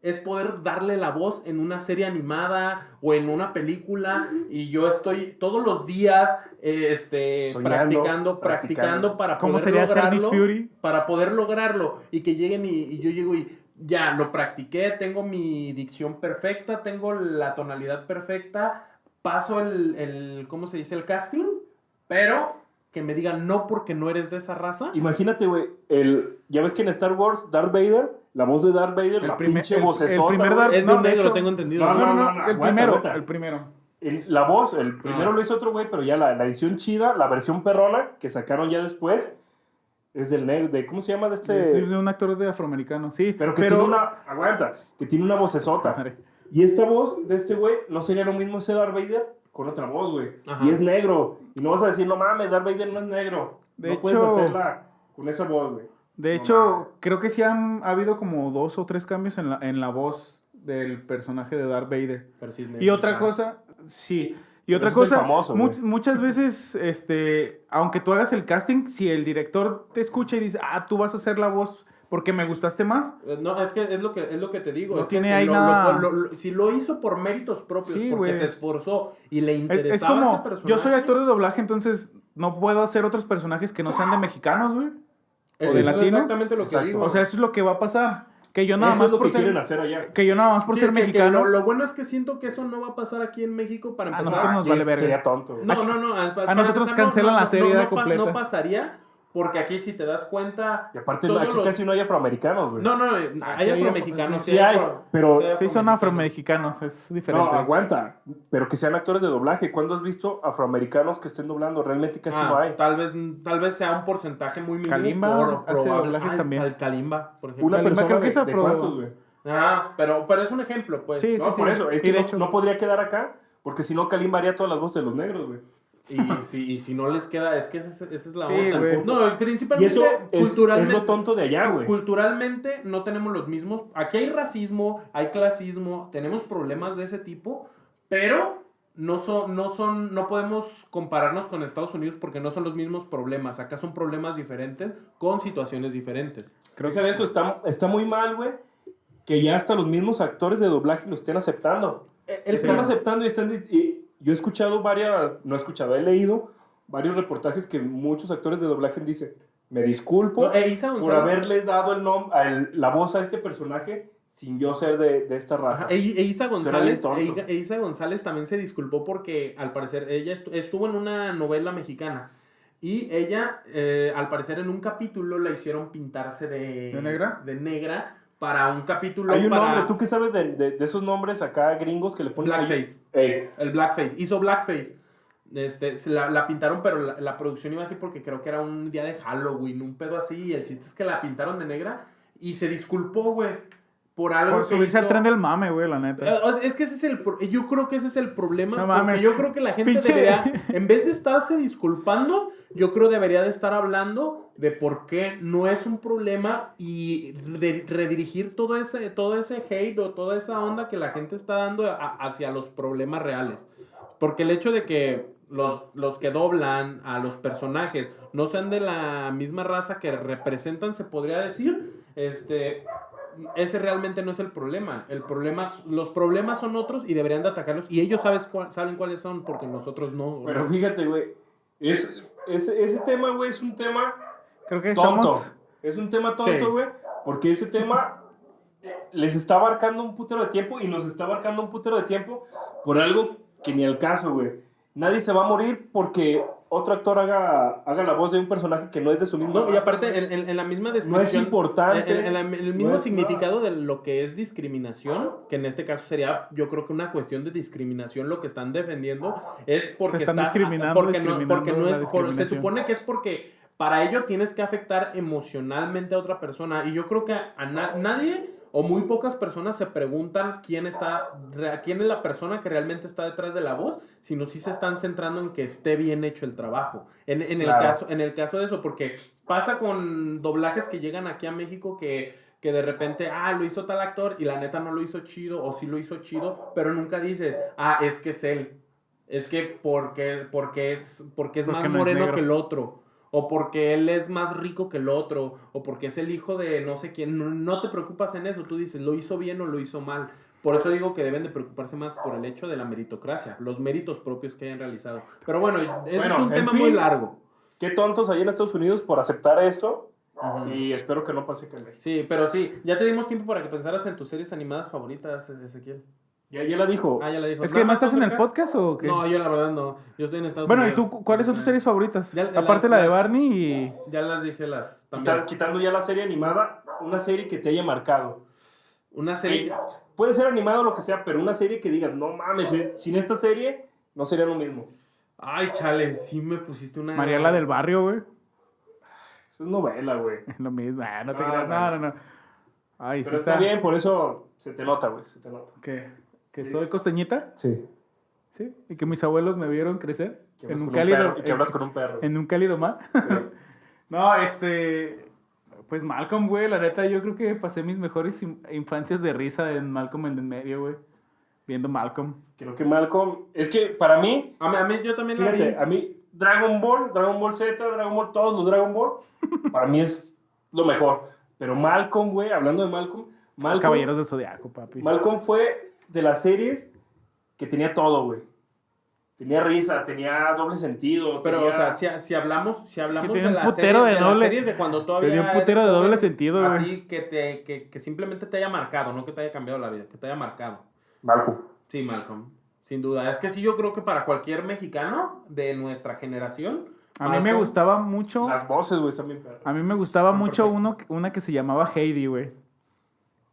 [SPEAKER 6] es poder darle la voz en una serie animada o en una película y yo estoy todos los días eh, este
[SPEAKER 2] Soñando,
[SPEAKER 6] practicando, practicando
[SPEAKER 2] practicando.
[SPEAKER 6] para
[SPEAKER 5] ¿Cómo
[SPEAKER 6] poder
[SPEAKER 5] sería ser Nick
[SPEAKER 6] lograrlo
[SPEAKER 5] Fury?
[SPEAKER 6] para poder lograrlo y que lleguen y, y yo llego y ya lo practiqué, tengo mi dicción perfecta, tengo la tonalidad perfecta, paso el, el ¿cómo se dice? El casting, pero que me digan no porque no eres de esa raza.
[SPEAKER 2] Imagínate, güey, el, ya ves que en Star Wars, Darth Vader, la voz de Darth Vader,
[SPEAKER 5] El
[SPEAKER 2] la
[SPEAKER 5] primer-
[SPEAKER 2] pinche
[SPEAKER 5] el- el
[SPEAKER 2] vocesota,
[SPEAKER 5] primer
[SPEAKER 2] güey.
[SPEAKER 5] Darth-
[SPEAKER 6] Es de
[SPEAKER 5] No,
[SPEAKER 6] un
[SPEAKER 5] de
[SPEAKER 6] negro,
[SPEAKER 5] hecho-
[SPEAKER 6] tengo entendido.
[SPEAKER 5] No, no,
[SPEAKER 6] ¿no?
[SPEAKER 5] no,
[SPEAKER 2] no,
[SPEAKER 5] el
[SPEAKER 2] aguanta,
[SPEAKER 5] primero,
[SPEAKER 2] aguanta.
[SPEAKER 5] el primero.
[SPEAKER 2] El- la voz,
[SPEAKER 5] Ah.
[SPEAKER 2] el primero lo hizo otro güey, pero ya la, la edición chida, la versión perrona que sacaron ya después, es del negro, de, ¿cómo se llama? De
[SPEAKER 5] Es
[SPEAKER 2] este...
[SPEAKER 5] de un actor de afroamericano, sí.
[SPEAKER 2] Pero que tiene una, aguanta, que tiene una vocesota.
[SPEAKER 5] Madre.
[SPEAKER 2] Y esta voz de este güey no sería lo mismo ese Darth Vader con otra voz, güey.
[SPEAKER 6] Ajá.
[SPEAKER 2] Y es negro. Y no vas a decir, no mames, Darth Vader no es negro.
[SPEAKER 5] De
[SPEAKER 2] no puedes
[SPEAKER 5] hecho-
[SPEAKER 2] hacerla con esa voz, güey.
[SPEAKER 5] De
[SPEAKER 2] No mames.
[SPEAKER 5] hecho, creo que sí han ha habido como dos o tres cambios en la, en la voz del personaje de Darth Vader.
[SPEAKER 6] Pero sí es
[SPEAKER 5] Y
[SPEAKER 6] negro,
[SPEAKER 5] otra
[SPEAKER 6] ajá.
[SPEAKER 5] cosa, sí. Y
[SPEAKER 2] Pero
[SPEAKER 5] otra
[SPEAKER 2] ese es el
[SPEAKER 5] cosa,
[SPEAKER 2] famoso,
[SPEAKER 5] mu-
[SPEAKER 2] güey.
[SPEAKER 5] muchas veces, este, aunque tú hagas el casting, si el director te escucha y dice, ah, tú vas a hacer la voz porque me gustaste más,
[SPEAKER 6] Eh, No, es que es lo que es lo que te digo.
[SPEAKER 5] No
[SPEAKER 6] es que
[SPEAKER 5] tiene
[SPEAKER 6] si
[SPEAKER 5] ahí
[SPEAKER 6] lo,
[SPEAKER 5] nada.
[SPEAKER 6] lo- lo- si lo hizo por méritos propios,
[SPEAKER 5] Sí,
[SPEAKER 6] porque
[SPEAKER 5] güey.
[SPEAKER 6] se esforzó y le
[SPEAKER 5] es, es
[SPEAKER 6] interesaba ese
[SPEAKER 5] como,
[SPEAKER 6] personaje.
[SPEAKER 5] yo soy actor de doblaje, entonces no puedo hacer otros personajes que no sean de mexicanos, güey.
[SPEAKER 6] Es-
[SPEAKER 5] o de
[SPEAKER 6] es
[SPEAKER 5] latino.
[SPEAKER 6] Exactamente lo que
[SPEAKER 2] Exacto.
[SPEAKER 6] digo.
[SPEAKER 5] O sea, eso es lo que va a pasar. Que yo nada
[SPEAKER 2] Eso
[SPEAKER 5] más
[SPEAKER 2] es lo
[SPEAKER 5] por
[SPEAKER 2] que
[SPEAKER 5] ser-
[SPEAKER 2] quieren hacer allá.
[SPEAKER 5] que yo nada más por
[SPEAKER 6] Sí,
[SPEAKER 5] ser
[SPEAKER 6] que- que
[SPEAKER 5] mexicano.
[SPEAKER 6] lo, lo bueno es que siento que eso no va a pasar aquí en México para
[SPEAKER 5] A
[SPEAKER 6] empezar.
[SPEAKER 5] nosotros nos
[SPEAKER 2] Ah, Aquí
[SPEAKER 5] vale verga.
[SPEAKER 2] Sería tonto, güey.
[SPEAKER 6] No, no, no. A, para
[SPEAKER 5] nosotros
[SPEAKER 6] empezar,
[SPEAKER 5] cancelan la serie
[SPEAKER 6] no, no, pa-
[SPEAKER 5] completa.
[SPEAKER 6] no pasaría porque aquí si te das cuenta...
[SPEAKER 2] Y aparte,
[SPEAKER 6] todos
[SPEAKER 2] aquí
[SPEAKER 6] los-
[SPEAKER 2] casi no hay afroamericanos, güey.
[SPEAKER 6] No, no, no, hay
[SPEAKER 5] sí hay
[SPEAKER 6] afromexicanos.
[SPEAKER 2] Sí hay,
[SPEAKER 6] afro-
[SPEAKER 2] pero-
[SPEAKER 6] hay
[SPEAKER 5] Sí, son afromexicanos, es
[SPEAKER 2] No,
[SPEAKER 5] diferente.
[SPEAKER 2] aguanta. Pero que sean actores de doblaje. ¿Cuándo has visto afroamericanos que estén doblando? Realmente casi
[SPEAKER 6] Ah,
[SPEAKER 2] no hay.
[SPEAKER 6] Tal vez, tal vez sea un porcentaje muy mínimo.
[SPEAKER 5] Kalimba
[SPEAKER 6] por-
[SPEAKER 5] hace
[SPEAKER 6] probable.
[SPEAKER 5] doblajes
[SPEAKER 6] Ah,
[SPEAKER 5] también.
[SPEAKER 6] Cal- Kalimba, por ejemplo.
[SPEAKER 2] Una
[SPEAKER 5] Kalimba,
[SPEAKER 2] persona
[SPEAKER 5] creo que
[SPEAKER 2] de,
[SPEAKER 5] es
[SPEAKER 2] de
[SPEAKER 5] afro-
[SPEAKER 2] cuántos, güey.
[SPEAKER 6] Ah, pero, pero es un ejemplo, pues.
[SPEAKER 5] Sí,
[SPEAKER 2] No,
[SPEAKER 5] sí,
[SPEAKER 2] por
[SPEAKER 5] sí.
[SPEAKER 2] eso. Es
[SPEAKER 5] Y
[SPEAKER 2] que
[SPEAKER 5] de
[SPEAKER 2] no,
[SPEAKER 5] hecho-
[SPEAKER 2] no podría quedar acá. Porque si no, Kalimba haría todas las voces de los negros, güey.
[SPEAKER 6] Y, si, y si no les queda, es que esa, es- esa es la
[SPEAKER 5] Sí,
[SPEAKER 6] onda.
[SPEAKER 5] güey.
[SPEAKER 6] No,
[SPEAKER 2] Y
[SPEAKER 6] principalmente
[SPEAKER 2] eso es, es
[SPEAKER 6] culturalmente.
[SPEAKER 2] lo tonto de allá, güey.
[SPEAKER 6] Culturalmente no tenemos los mismos. Aquí hay racismo, hay clasismo, tenemos problemas de ese tipo, pero no son, no son, no podemos compararnos con Estados Unidos porque no son los mismos problemas. Acá son problemas diferentes con situaciones diferentes.
[SPEAKER 2] Creo que de eso está, está muy mal, güey. Que ya hasta los mismos actores de doblaje lo estén aceptando.
[SPEAKER 6] Eh, El
[SPEAKER 2] Están
[SPEAKER 6] problema
[SPEAKER 2] aceptando y están. di- y yo he escuchado varias. No he escuchado, he leído varios reportajes que muchos actores de doblaje dicen: Me disculpo
[SPEAKER 6] No, eh, Isa
[SPEAKER 2] por
[SPEAKER 6] González-
[SPEAKER 2] haberles dado el nom- a el- la voz a este personaje sin yo ser de, de esta raza.
[SPEAKER 6] Ajá, e, e
[SPEAKER 2] Suena
[SPEAKER 6] Isa
[SPEAKER 2] bien
[SPEAKER 6] González,
[SPEAKER 2] tonto.
[SPEAKER 6] e Iga- e Isa González también se disculpó porque al parecer ella estu- estuvo en una novela mexicana y ella eh, al parecer en un capítulo la hicieron pintarse de,
[SPEAKER 5] ¿De negra?
[SPEAKER 6] de negra para un capítulo
[SPEAKER 2] Hay un
[SPEAKER 6] para
[SPEAKER 2] nombre, tú que sabes de, de- de esos nombres acá gringos que le ponen.
[SPEAKER 6] blackface,
[SPEAKER 2] Ey,
[SPEAKER 6] el blackface, hizo blackface. Este, se la, la pintaron, pero la, la producción iba así porque creo que era un día de Halloween, un pedo así. Y el chiste es que la pintaron de negra y se disculpó, güey, por algo
[SPEAKER 5] Por
[SPEAKER 6] que
[SPEAKER 5] subirse al
[SPEAKER 6] hizo-
[SPEAKER 5] tren del mame, güey, la
[SPEAKER 6] Eh,
[SPEAKER 5] neta.
[SPEAKER 6] o sea, es que ese es el pro- yo creo que ese es el problema
[SPEAKER 5] No
[SPEAKER 6] porque
[SPEAKER 5] mames.
[SPEAKER 6] yo creo que la gente
[SPEAKER 5] Pinche-
[SPEAKER 6] debería en vez de estarse disculpando yo creo debería de estar hablando de por qué no es un problema y de redirigir todo ese todo ese hate o toda esa onda que la gente está dando a- hacia los problemas reales porque el hecho de que los, los que doblan a los personajes no sean de la misma raza que representan, se podría decir, este, ese realmente no es el problema. El problema es- los problemas son otros y deberían de atacarlos. Y ellos sabes cua- saben cuáles son, porque nosotros no.
[SPEAKER 2] pero fíjate, güey. Es, es- ese tema, güey, es un tema
[SPEAKER 5] Creo que
[SPEAKER 2] tonto.
[SPEAKER 5] estamos.
[SPEAKER 2] Es un tema
[SPEAKER 6] Sí.
[SPEAKER 2] tonto, güey. Porque ese tema eh, les está abarcando un putero de tiempo y nos está abarcando un putero de tiempo por algo que ni al caso, güey. Nadie se va a morir porque otro actor haga, haga la voz de un personaje que no es de su mismo.
[SPEAKER 6] No, y aparte, en, en- en la misma
[SPEAKER 2] no es
[SPEAKER 6] descripción...
[SPEAKER 2] importante.
[SPEAKER 6] En, en la- en el mismo
[SPEAKER 2] No es
[SPEAKER 6] significado de lo que es discriminación, que en este caso sería, yo creo que una cuestión de discriminación, lo que están defendiendo es porque
[SPEAKER 5] Se están
[SPEAKER 6] está-
[SPEAKER 5] discriminando,
[SPEAKER 6] porque
[SPEAKER 5] discriminando
[SPEAKER 6] no, porque
[SPEAKER 5] la
[SPEAKER 6] no es, por- se
[SPEAKER 5] discriminación.
[SPEAKER 6] supone que es porque para ello tienes que afectar emocionalmente a otra persona y yo creo que a na- nadie o muy pocas personas se preguntan quién está, re- quién es la persona que realmente está detrás de la voz, sino si se están centrando en que esté bien hecho el trabajo. En, en el
[SPEAKER 2] Claro.
[SPEAKER 6] caso, en el caso de eso, porque pasa con doblajes que llegan aquí a México que, que de repente, ah, lo hizo tal actor y la neta no lo hizo chido o sí lo hizo chido, pero nunca dices, ah, es que es él. Es que porque, porque es, porque es
[SPEAKER 5] Porque
[SPEAKER 6] más
[SPEAKER 5] no es
[SPEAKER 6] moreno
[SPEAKER 5] negro.
[SPEAKER 6] que el otro. O porque él es más rico que el otro. O porque es el hijo de no sé quién. No, no te preocupas en eso. Tú dices, lo hizo bien o lo hizo mal. Por eso digo que deben de preocuparse más por el hecho de la meritocracia. Los méritos propios que hayan realizado. Pero bueno, eso
[SPEAKER 2] Bueno,
[SPEAKER 6] es un
[SPEAKER 2] en
[SPEAKER 6] tema
[SPEAKER 2] fin.
[SPEAKER 6] muy largo.
[SPEAKER 2] Qué tontos ahí en Estados Unidos por aceptar esto
[SPEAKER 6] Ujú.
[SPEAKER 2] Y espero que no pase que en México.
[SPEAKER 6] Sí, pero sí, ya te dimos tiempo para que pensaras en tus series animadas favoritas, Ezequiel.
[SPEAKER 2] Ya, ya la dijo.
[SPEAKER 6] Ah, ya la dijo.
[SPEAKER 5] Es que no
[SPEAKER 6] más
[SPEAKER 5] estás en el
[SPEAKER 6] acá.
[SPEAKER 5] podcast o qué?
[SPEAKER 6] No, yo la verdad no. Yo estoy en Estados
[SPEAKER 5] bueno, ¿y
[SPEAKER 6] Unidos.
[SPEAKER 5] tú cu- cuáles son tus series favoritas?
[SPEAKER 6] Ya- ya
[SPEAKER 5] Aparte
[SPEAKER 6] las-
[SPEAKER 5] la de
[SPEAKER 6] las-
[SPEAKER 5] Barney y...
[SPEAKER 6] Ya las dije las.
[SPEAKER 2] Quitar-
[SPEAKER 6] También.
[SPEAKER 2] quitando ya la serie animada, una serie que te haya marcado.
[SPEAKER 6] Una
[SPEAKER 2] Sí,
[SPEAKER 6] serie.
[SPEAKER 2] puede ser animado o lo que sea, pero una serie que digas, no mames, eh, sin esta serie no sería lo mismo.
[SPEAKER 6] Ay, chale, sí me pusiste una.
[SPEAKER 2] Ah.
[SPEAKER 5] Mariela del Barrio, güey.
[SPEAKER 2] Eso es novela, güey.
[SPEAKER 5] Es lo mismo. Ah, no te
[SPEAKER 2] No,
[SPEAKER 5] creas.
[SPEAKER 2] no.
[SPEAKER 5] No, no, no. Ay, sí
[SPEAKER 2] Pero está
[SPEAKER 5] está.
[SPEAKER 2] bien, por eso se te nota, güey, se te nota.
[SPEAKER 5] ¿Qué? ¿Que soy costeñita?
[SPEAKER 2] Sí.
[SPEAKER 5] ¿Sí? ¿Y que mis abuelos me vieron crecer?
[SPEAKER 2] Que hablas
[SPEAKER 5] En un
[SPEAKER 2] con un
[SPEAKER 5] cálido...
[SPEAKER 2] perro, y que hablas con un perro.
[SPEAKER 5] En un cálido mar. No, este. Pues Malcolm, güey, la neta, yo creo que pasé mis mejores in- infancias de risa en Malcolm en el medio, güey. Viendo Malcolm.
[SPEAKER 2] Creo que Malcolm, es que para mí,
[SPEAKER 6] A mí, a mí yo también la
[SPEAKER 2] fíjate,
[SPEAKER 6] vi.
[SPEAKER 2] a mí Dragon Ball, Dragon Ball Z, Dragon Ball, todos los Dragon Ball, para mí es lo mejor. Pero Malcolm, güey, hablando de Malcolm, Malcolm,
[SPEAKER 5] Caballeros del Zodiaco, papi.
[SPEAKER 2] Malcolm fue de las series que tenía todo, güey. Tenía risa, tenía doble sentido.
[SPEAKER 6] Pero,
[SPEAKER 2] tenía-
[SPEAKER 6] o sea, si, si hablamos, si hablamos
[SPEAKER 5] tenía
[SPEAKER 6] de,
[SPEAKER 5] un
[SPEAKER 6] las
[SPEAKER 5] putero
[SPEAKER 6] series,
[SPEAKER 5] de
[SPEAKER 6] de las
[SPEAKER 5] doble-
[SPEAKER 6] series de cuando todavía.
[SPEAKER 5] tenía un putero
[SPEAKER 6] eres
[SPEAKER 5] de doble
[SPEAKER 6] joven,
[SPEAKER 5] sentido, güey.
[SPEAKER 6] Así que, te, que, que simplemente te haya marcado, no que te haya cambiado la vida, que te haya marcado.
[SPEAKER 2] Malcolm.
[SPEAKER 6] Sí, Malcolm. Sin duda. Es que sí, yo creo que para cualquier mexicano de nuestra generación.
[SPEAKER 5] A mí me
[SPEAKER 6] Malcolm-
[SPEAKER 5] gustaba mucho.
[SPEAKER 2] Las voces, güey, están bien perras.
[SPEAKER 5] A mí me gustaba
[SPEAKER 6] Son
[SPEAKER 5] mucho
[SPEAKER 6] perfectas.
[SPEAKER 5] uno, una que se llamaba Heidi, güey.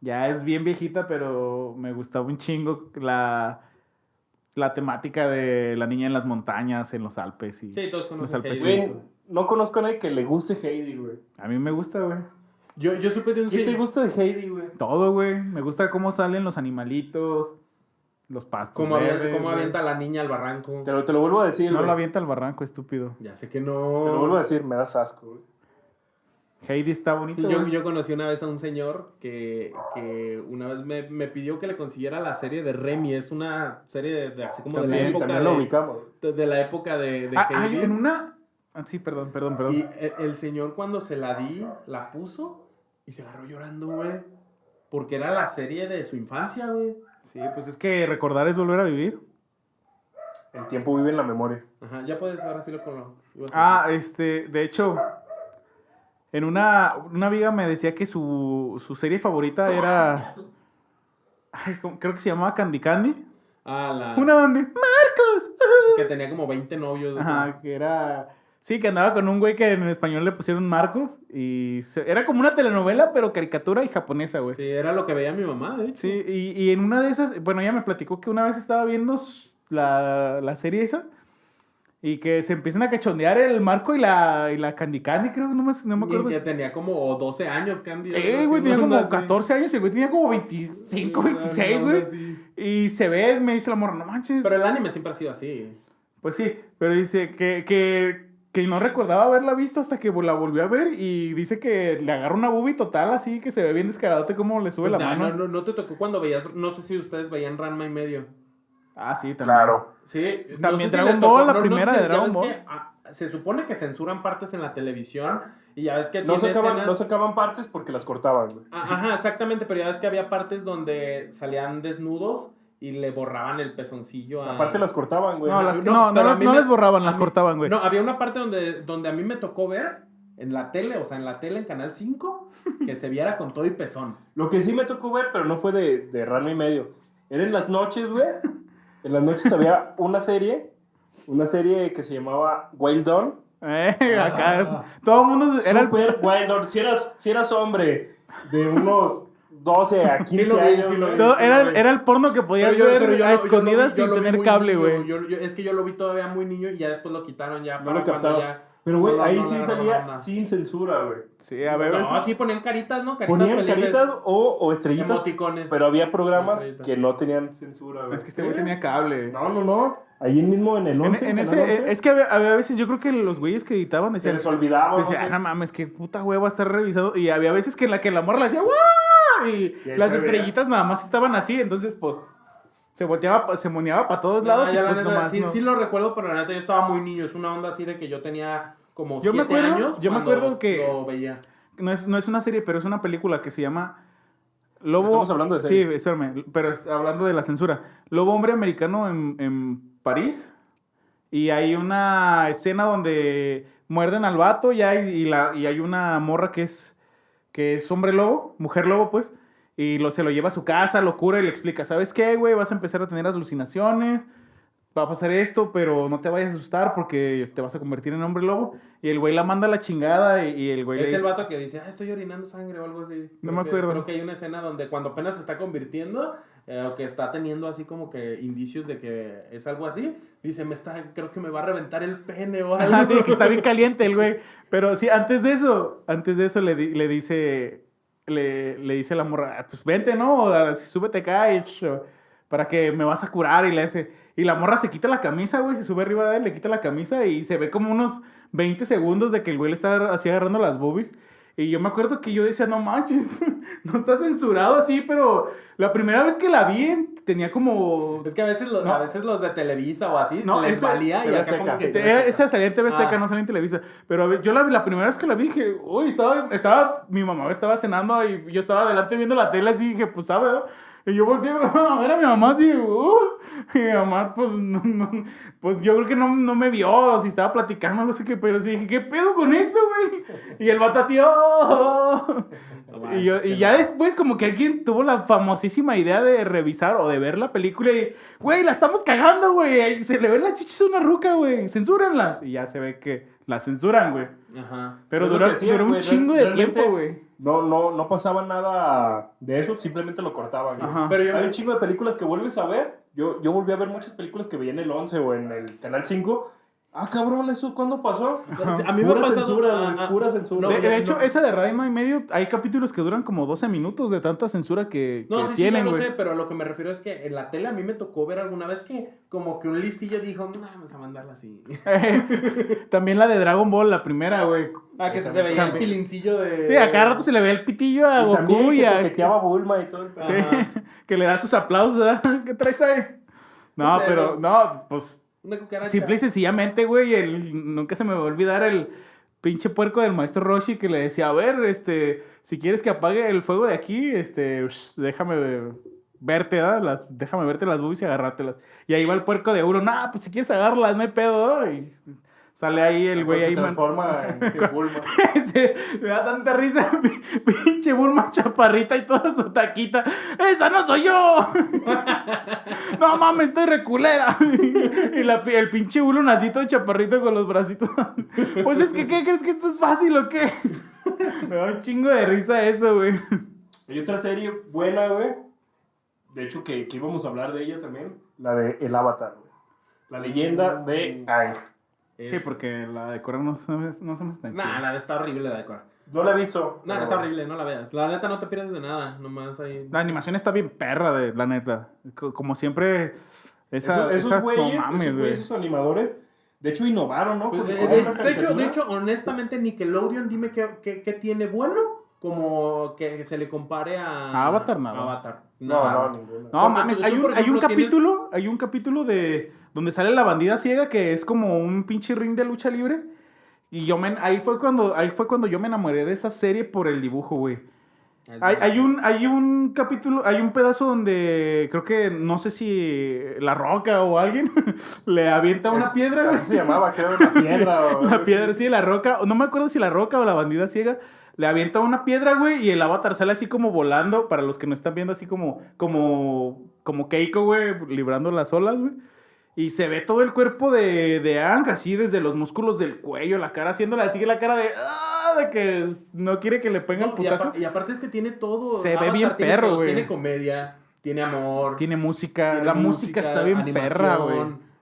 [SPEAKER 5] Ya es bien viejita, pero me gustaba un chingo la, la temática de la niña en las montañas, en los Alpes. Y...
[SPEAKER 6] Sí, todos
[SPEAKER 5] Los
[SPEAKER 6] conocen.
[SPEAKER 5] Alpes
[SPEAKER 6] Heidi.
[SPEAKER 2] Güey, no conozco a nadie que le guste Heidi, güey.
[SPEAKER 5] A mí me gusta, güey.
[SPEAKER 6] Yo, yo supe de un
[SPEAKER 2] ¿Qué
[SPEAKER 6] señor-
[SPEAKER 2] te gusta de Heidi, güey?
[SPEAKER 5] Todo, güey. Me gusta cómo salen los animalitos, los pastos.
[SPEAKER 6] ¿Cómo, avien-
[SPEAKER 5] verdes,
[SPEAKER 6] cómo
[SPEAKER 5] güey.
[SPEAKER 6] avienta la niña al barranco?
[SPEAKER 2] Te lo, te lo vuelvo a decir,
[SPEAKER 5] No
[SPEAKER 2] güey.
[SPEAKER 5] lo avienta al barranco, estúpido.
[SPEAKER 6] Ya sé que
[SPEAKER 2] Te lo vuelvo a
[SPEAKER 6] no.
[SPEAKER 2] decir, me das asco, güey.
[SPEAKER 5] Heidi está bonito.
[SPEAKER 6] Yo,
[SPEAKER 5] güey.
[SPEAKER 6] yo conocí una vez a un señor que, que una vez me, me pidió que le consiguiera la serie de Remy. Es una serie de, de- así como de la
[SPEAKER 2] También,
[SPEAKER 6] época
[SPEAKER 2] también lo
[SPEAKER 6] de,
[SPEAKER 2] ubicamos. güey.
[SPEAKER 6] de- de la época de, de
[SPEAKER 5] Ah,
[SPEAKER 6] Heidi.
[SPEAKER 5] hay en una. Ah, sí, perdón, perdón, perdón.
[SPEAKER 6] Y el, el señor cuando se la di, la puso y se agarró llorando, güey. Porque era la serie de su infancia, güey.
[SPEAKER 5] Sí, pues es que recordar es volver a vivir.
[SPEAKER 2] El tiempo vive en la memoria.
[SPEAKER 6] Ajá, ya puedes, ahora sí lo conozco.
[SPEAKER 5] Ah, este, de hecho, en una, una amiga me decía que su, su serie favorita era, ay, ¿cómo- creo que se llamaba Candy Candy,
[SPEAKER 6] Ah, la
[SPEAKER 5] una donde Marcos,
[SPEAKER 6] que tenía como 20 novios.
[SPEAKER 5] ajá, que era, sí, que andaba con un güey que en español le pusieron Marcos y se- era como una telenovela pero caricatura y japonesa, güey.
[SPEAKER 6] Sí, era lo que veía mi mamá, de hecho.
[SPEAKER 5] Sí, y, y en una de esas, bueno, ella me platicó que una vez estaba viendo s- la, la serie esa y que se empiezan a cachondear el Marco y la, y la Candy Candy, creo, no me, no me
[SPEAKER 6] Y
[SPEAKER 5] acuerdo.
[SPEAKER 6] que tenía como 12 años, Candy. algo
[SPEAKER 5] Eh,
[SPEAKER 6] así,
[SPEAKER 5] güey, tenía
[SPEAKER 6] una
[SPEAKER 5] como
[SPEAKER 6] onda así.
[SPEAKER 5] 14 años y el güey tenía como
[SPEAKER 6] Sí,
[SPEAKER 5] 25,
[SPEAKER 6] una
[SPEAKER 5] 26,
[SPEAKER 6] onda
[SPEAKER 5] güey.
[SPEAKER 6] así.
[SPEAKER 5] Y se ve, me dice la morra, no manches.
[SPEAKER 6] Pero el anime siempre ha sido así.
[SPEAKER 5] Pues sí, pero dice que, que, que no recordaba haberla visto hasta que la volvió a ver y dice que le agarra una boobie total así que se ve bien descaradote como le sube
[SPEAKER 6] Pues
[SPEAKER 5] la
[SPEAKER 6] no,
[SPEAKER 5] mano.
[SPEAKER 6] no, no, no te tocó cuando veías, no sé si ustedes veían Ranma y medio.
[SPEAKER 5] Ah, sí, también.
[SPEAKER 2] Claro.
[SPEAKER 6] Sí,
[SPEAKER 5] También
[SPEAKER 6] no sé si
[SPEAKER 5] Dragon
[SPEAKER 6] les tocó,
[SPEAKER 5] Ball, la
[SPEAKER 6] no- no sé
[SPEAKER 5] primera
[SPEAKER 6] si-
[SPEAKER 5] de
[SPEAKER 6] ya
[SPEAKER 5] Dragon
[SPEAKER 6] ves
[SPEAKER 5] Ball.
[SPEAKER 6] que, ah, se supone que censuran partes en la televisión y ya ves que
[SPEAKER 2] No
[SPEAKER 6] tiene
[SPEAKER 2] sacaban,
[SPEAKER 6] escenas-
[SPEAKER 2] no sacaban partes porque las cortaban, güey.
[SPEAKER 6] Ah, Ajá, exactamente, pero ya ves que había partes donde salían desnudos y le borraban el pezoncillo a...
[SPEAKER 2] Aparte las cortaban, güey.
[SPEAKER 5] No, las,
[SPEAKER 6] Ah. No,
[SPEAKER 5] no, no
[SPEAKER 6] pero a
[SPEAKER 5] las-
[SPEAKER 6] mí
[SPEAKER 5] no
[SPEAKER 6] me-
[SPEAKER 5] las borraban,
[SPEAKER 6] a
[SPEAKER 5] las
[SPEAKER 6] mí-
[SPEAKER 5] cortaban, güey.
[SPEAKER 6] No, había una parte donde, donde a mí me tocó ver en la tele, o sea, en la tele en Canal 5, que se viera con todo y pezón.
[SPEAKER 2] Lo que sí me tocó ver, pero no fue de, de rano y medio. Era en las noches, güey. En las noches había una serie, una serie que se llamaba Wild Dawn.
[SPEAKER 5] Eh,
[SPEAKER 6] Ah,
[SPEAKER 5] acá todo el mundo era
[SPEAKER 6] pues,
[SPEAKER 5] el
[SPEAKER 2] Super Wild Dawn. Si eras, si eras hombre de unos 12 a 15
[SPEAKER 6] Sí lo vi,
[SPEAKER 2] años,
[SPEAKER 6] sí lo
[SPEAKER 2] güey,
[SPEAKER 6] vi.
[SPEAKER 5] todo- era, el-
[SPEAKER 6] güey.
[SPEAKER 5] era el porno que podías
[SPEAKER 6] Pero yo-
[SPEAKER 5] ver
[SPEAKER 6] pero yo
[SPEAKER 5] a
[SPEAKER 6] lo- yo lo
[SPEAKER 5] escondidas
[SPEAKER 6] vi- yo
[SPEAKER 5] sin
[SPEAKER 6] lo vi
[SPEAKER 5] tener
[SPEAKER 6] muy
[SPEAKER 5] cable,
[SPEAKER 6] niño,
[SPEAKER 5] güey.
[SPEAKER 6] yo- yo- Es que yo lo vi todavía muy niño y ya después lo quitaron ya.
[SPEAKER 2] no
[SPEAKER 6] para
[SPEAKER 2] lo
[SPEAKER 6] cuando
[SPEAKER 2] captaban.
[SPEAKER 6] ya-
[SPEAKER 2] Pero, güey,
[SPEAKER 6] No, no,
[SPEAKER 2] ahí
[SPEAKER 6] no,
[SPEAKER 2] sí
[SPEAKER 6] no, no,
[SPEAKER 2] salía
[SPEAKER 6] no, no.
[SPEAKER 2] sin censura, güey.
[SPEAKER 5] Sí, a ver.
[SPEAKER 6] No,
[SPEAKER 5] veces-
[SPEAKER 6] sí ponían caritas, ¿no? Caritas
[SPEAKER 2] Ponían
[SPEAKER 6] felices,
[SPEAKER 2] caritas o, o estrellitas,
[SPEAKER 6] Emoticones.
[SPEAKER 2] pero había programas
[SPEAKER 6] Estrellitas.
[SPEAKER 2] que no tenían censura, güey.
[SPEAKER 5] Es que este güey tenía cable.
[SPEAKER 2] No, no, no. Ahí mismo en el
[SPEAKER 5] En-
[SPEAKER 2] 11,
[SPEAKER 5] en
[SPEAKER 2] Canal
[SPEAKER 5] ese- eh,
[SPEAKER 2] 11,
[SPEAKER 5] es que había, había veces, yo creo que los güeyes que editaban
[SPEAKER 2] se
[SPEAKER 5] decían,
[SPEAKER 2] les olvidaba.
[SPEAKER 5] decían,
[SPEAKER 2] no sé.
[SPEAKER 5] "Ah, no mames, qué puta hueva estar revisado. Y había veces que en la que la morra le hacía, ¡guau! Y
[SPEAKER 2] Y ahí
[SPEAKER 5] las
[SPEAKER 2] se veía.
[SPEAKER 5] estrellitas nada más estaban así, entonces pues se volteaba, pa- se moneaba para todos
[SPEAKER 6] No,
[SPEAKER 5] lados. y
[SPEAKER 6] ya la
[SPEAKER 5] pues
[SPEAKER 6] neta,
[SPEAKER 5] nomás
[SPEAKER 6] sí,
[SPEAKER 5] no.
[SPEAKER 6] sí lo recuerdo, pero la neta yo estaba muy niño. Es una onda así de que yo tenía como
[SPEAKER 5] Yo me
[SPEAKER 6] siete
[SPEAKER 5] acuerdo-
[SPEAKER 6] años.
[SPEAKER 5] yo me
[SPEAKER 6] cuando
[SPEAKER 5] acuerdo que-
[SPEAKER 6] Lo veía.
[SPEAKER 5] No es, no es una serie, pero es una película que se llama Lobo.
[SPEAKER 2] Estamos hablando de
[SPEAKER 5] Sí,
[SPEAKER 2] series.
[SPEAKER 5] espérame, pero es- hablando de la censura. Lobo Hombre Americano en, en París. Y hay una escena donde muerden al vato y hay, y la, y hay una morra que es, que es hombre lobo, mujer lobo, pues. Y lo, se lo lleva a su casa, lo cura y le explica, ¿sabes qué, güey? Vas a empezar a tener alucinaciones, va a pasar esto, pero no te vayas a asustar porque te vas a convertir en hombre lobo. Y el güey la manda a la chingada y, y el güey le
[SPEAKER 6] Es el
[SPEAKER 5] dice...
[SPEAKER 6] vato que dice, ah, estoy orinando sangre o algo así.
[SPEAKER 5] No me
[SPEAKER 6] Creo que-
[SPEAKER 5] acuerdo.
[SPEAKER 6] Creo que hay una escena donde cuando apenas se está convirtiendo, eh, o que está teniendo así como que indicios de que es algo así, dice, me está, creo que me va a reventar el pene o algo.
[SPEAKER 5] Ajá, sí, que está bien caliente el güey. Pero sí, antes de eso, antes de eso le, di- le dice, le, le dice la morra, "Ah, pues vente, ¿no? O, ah, Súbete acá y ch- para que me vas a curar y le hace. Y la morra se quita la camisa, güey, se sube arriba de él, le quita la camisa y se ve como unos 20 segundos de que el güey le está así agarrando las boobies. Y yo me acuerdo que yo decía, no manches, no está censurado así, pero la primera vez que la vi tenía como...
[SPEAKER 6] Es que a veces, los,
[SPEAKER 5] No.
[SPEAKER 6] a veces los de Televisa o así,
[SPEAKER 5] No,
[SPEAKER 6] se les
[SPEAKER 5] eso-
[SPEAKER 6] valía y
[SPEAKER 2] era
[SPEAKER 6] acá como
[SPEAKER 2] seca.
[SPEAKER 6] que...
[SPEAKER 5] Era- eh, esa salía en TV Azteca,
[SPEAKER 6] Ah.
[SPEAKER 5] no salía en Televisa. Pero a ver, yo la, la primera vez que la vi dije, uy, estaba, estaba, mi mamá estaba cenando y yo estaba adelante viendo la tele así dije, pues sabe, ¿no? Y yo volteé a ver a mi mamá así, "Uh". y mi mamá, pues, no, no, pues yo creo que no, no me vio, o si estaba platicando, no sé qué, pero sí dije, ¿qué pedo con esto, güey? Y el vato así, "Oh".
[SPEAKER 6] No
[SPEAKER 5] Y,
[SPEAKER 6] manches,
[SPEAKER 5] yo,
[SPEAKER 6] qué
[SPEAKER 5] y ya
[SPEAKER 6] mal.
[SPEAKER 5] después como que alguien tuvo la famosísima idea de revisar o de ver la película y, güey, la estamos cagando, güey. ahí Se le ven las chichis a una ruca, güey. Censúrenlas. Y ya se ve que la censuran, güey.
[SPEAKER 6] Ajá.
[SPEAKER 5] Pero
[SPEAKER 2] Es lo
[SPEAKER 5] duró,
[SPEAKER 2] que decía,
[SPEAKER 5] duró un
[SPEAKER 2] güey, re-
[SPEAKER 5] chingo de
[SPEAKER 2] realmente-
[SPEAKER 5] tiempo, güey.
[SPEAKER 2] No, no, no pasaba nada de eso, simplemente lo cortaban. güey.
[SPEAKER 5] Ajá.
[SPEAKER 6] Pero yo
[SPEAKER 2] Hay un chingo de películas que vuelves a ver. Yo, yo volví a ver muchas películas que veía en el 11 o en el Canal 5. Ah, cabrón, ¿eso cuándo pasó?
[SPEAKER 6] A mí me
[SPEAKER 2] pura
[SPEAKER 6] pasa...
[SPEAKER 2] censura, güey, pura censura.
[SPEAKER 6] No,
[SPEAKER 5] de,
[SPEAKER 6] yo-
[SPEAKER 5] de hecho,
[SPEAKER 6] no.
[SPEAKER 5] esa de Radima y medio, hay capítulos que duran como 12 minutos de tanta censura que,
[SPEAKER 6] No,
[SPEAKER 5] que
[SPEAKER 6] sí, sí,
[SPEAKER 5] tienen,
[SPEAKER 6] yo lo
[SPEAKER 5] güey.
[SPEAKER 6] sé, pero lo que me refiero es que en la tele a mí me tocó ver alguna vez que como que un listillo dijo, "Nah, vamos a mandarla así.
[SPEAKER 5] También la de Dragon Ball, la primera, güey.
[SPEAKER 6] Ah, que se, se veía el
[SPEAKER 5] También.
[SPEAKER 6] pilincillo de...
[SPEAKER 5] Sí, a cada rato se le ve el pitillo a
[SPEAKER 2] Y
[SPEAKER 5] Goku
[SPEAKER 2] también
[SPEAKER 5] y
[SPEAKER 2] que
[SPEAKER 5] a...
[SPEAKER 2] coqueteaba Bulma y todo el pedo.
[SPEAKER 5] Sí,
[SPEAKER 6] Ajá.
[SPEAKER 5] que le da sus aplausos, ¿verdad? ¿Qué traes ahí? No,
[SPEAKER 6] Sí,
[SPEAKER 5] pero,
[SPEAKER 6] sí.
[SPEAKER 5] no, pues,
[SPEAKER 6] Una cucaracha.
[SPEAKER 5] simple y sencillamente, güey, el, nunca se me va a olvidar el pinche puerco del maestro Roshi que le decía, a ver, este, si quieres que apague el fuego de aquí, este, sh, déjame verte, ¿verdad? Las, déjame verte las boobies y agarrártelas. Y ahí va el puerco de uno, nah, pues si quieres agarrarlas, no hay pedo, ¿no? Y sale ahí el güey
[SPEAKER 2] Entonces
[SPEAKER 5] ahí,
[SPEAKER 2] se
[SPEAKER 5] man-
[SPEAKER 2] transforma en, en Bulma.
[SPEAKER 5] se- me da tanta risa, pi- pinche Bulma chaparrita y toda su taquita. ¡Esa no soy yo! ¡No mames, estoy reculera! y la pi- el pinche Bulma nacito chaparrito con los bracitos. pues es que, ¿qué crees que esto es fácil o qué? me da un chingo de risa eso, güey.
[SPEAKER 2] Hay otra serie buena, güey. De hecho, que, que íbamos a hablar de ella también. La de El Avatar, güey. La leyenda de Aang.
[SPEAKER 6] Es-
[SPEAKER 5] porque la de Corea no, se me está
[SPEAKER 6] Nah, la de está horrible la de Cora.
[SPEAKER 2] No la he visto.
[SPEAKER 6] Nah,
[SPEAKER 2] pero-
[SPEAKER 6] está horrible, no la veas. La neta no te pierdes de nada, nomás ahí...
[SPEAKER 5] La animación está bien perra, de, la neta. Co- Como siempre, esa,
[SPEAKER 2] Esos-
[SPEAKER 5] esas-
[SPEAKER 2] esos
[SPEAKER 5] no
[SPEAKER 2] güeyes,
[SPEAKER 5] mames,
[SPEAKER 2] esos,
[SPEAKER 5] güey.
[SPEAKER 2] güeyes, esos animadores, de hecho innovaron, ¿no?
[SPEAKER 6] Pues,
[SPEAKER 2] Con-
[SPEAKER 6] eh,
[SPEAKER 2] con
[SPEAKER 6] de,
[SPEAKER 2] esa
[SPEAKER 6] de hecho, de
[SPEAKER 2] caricatura.
[SPEAKER 6] hecho, honestamente, Nickelodeon, dime qué, qué, qué tiene bueno como que se le compare a...
[SPEAKER 5] Avatar, nada.
[SPEAKER 6] Avatar.
[SPEAKER 2] No, no, ninguna.
[SPEAKER 5] No,
[SPEAKER 6] Porque
[SPEAKER 5] mames,
[SPEAKER 6] tú-
[SPEAKER 5] hay
[SPEAKER 6] tú,
[SPEAKER 5] un,
[SPEAKER 6] por
[SPEAKER 5] hay un
[SPEAKER 6] ejemplo, tienes-
[SPEAKER 5] capítulo, hay un capítulo de donde sale la bandida ciega que es como un pinche ring de lucha libre. Y yo me, ahí fue cuando, ahí fue cuando yo me enamoré de esa serie por el dibujo, güey. Hay, hay un, hay un capítulo, hay un pedazo donde creo que no sé si La Roca o alguien le avienta una
[SPEAKER 2] Es-
[SPEAKER 5] piedra. güey.
[SPEAKER 2] Así se llamaba, creo, la piedra. o algo
[SPEAKER 5] La
[SPEAKER 2] así.
[SPEAKER 5] piedra, sí, la roca. No me acuerdo si la roca o la bandida ciega le avienta una piedra, güey, y el avatar sale así como volando. Para los que no están viendo, así como, como, como Keiko, güey, librando las olas, güey. Y se ve todo el cuerpo de, de Ang, así desde los músculos del cuello, la cara, haciéndole así la cara de. "Ah", de que no quiere que le
[SPEAKER 6] No,
[SPEAKER 5] peguen
[SPEAKER 6] y,
[SPEAKER 5] putazo.
[SPEAKER 6] apar- y aparte es que tiene todo.
[SPEAKER 5] Se ve bien
[SPEAKER 6] tiene
[SPEAKER 5] perro,
[SPEAKER 6] todo,
[SPEAKER 5] güey.
[SPEAKER 6] Tiene comedia, tiene amor.
[SPEAKER 5] Tiene música,
[SPEAKER 6] tiene
[SPEAKER 5] la música, está bien
[SPEAKER 6] animación,
[SPEAKER 5] perra, güey.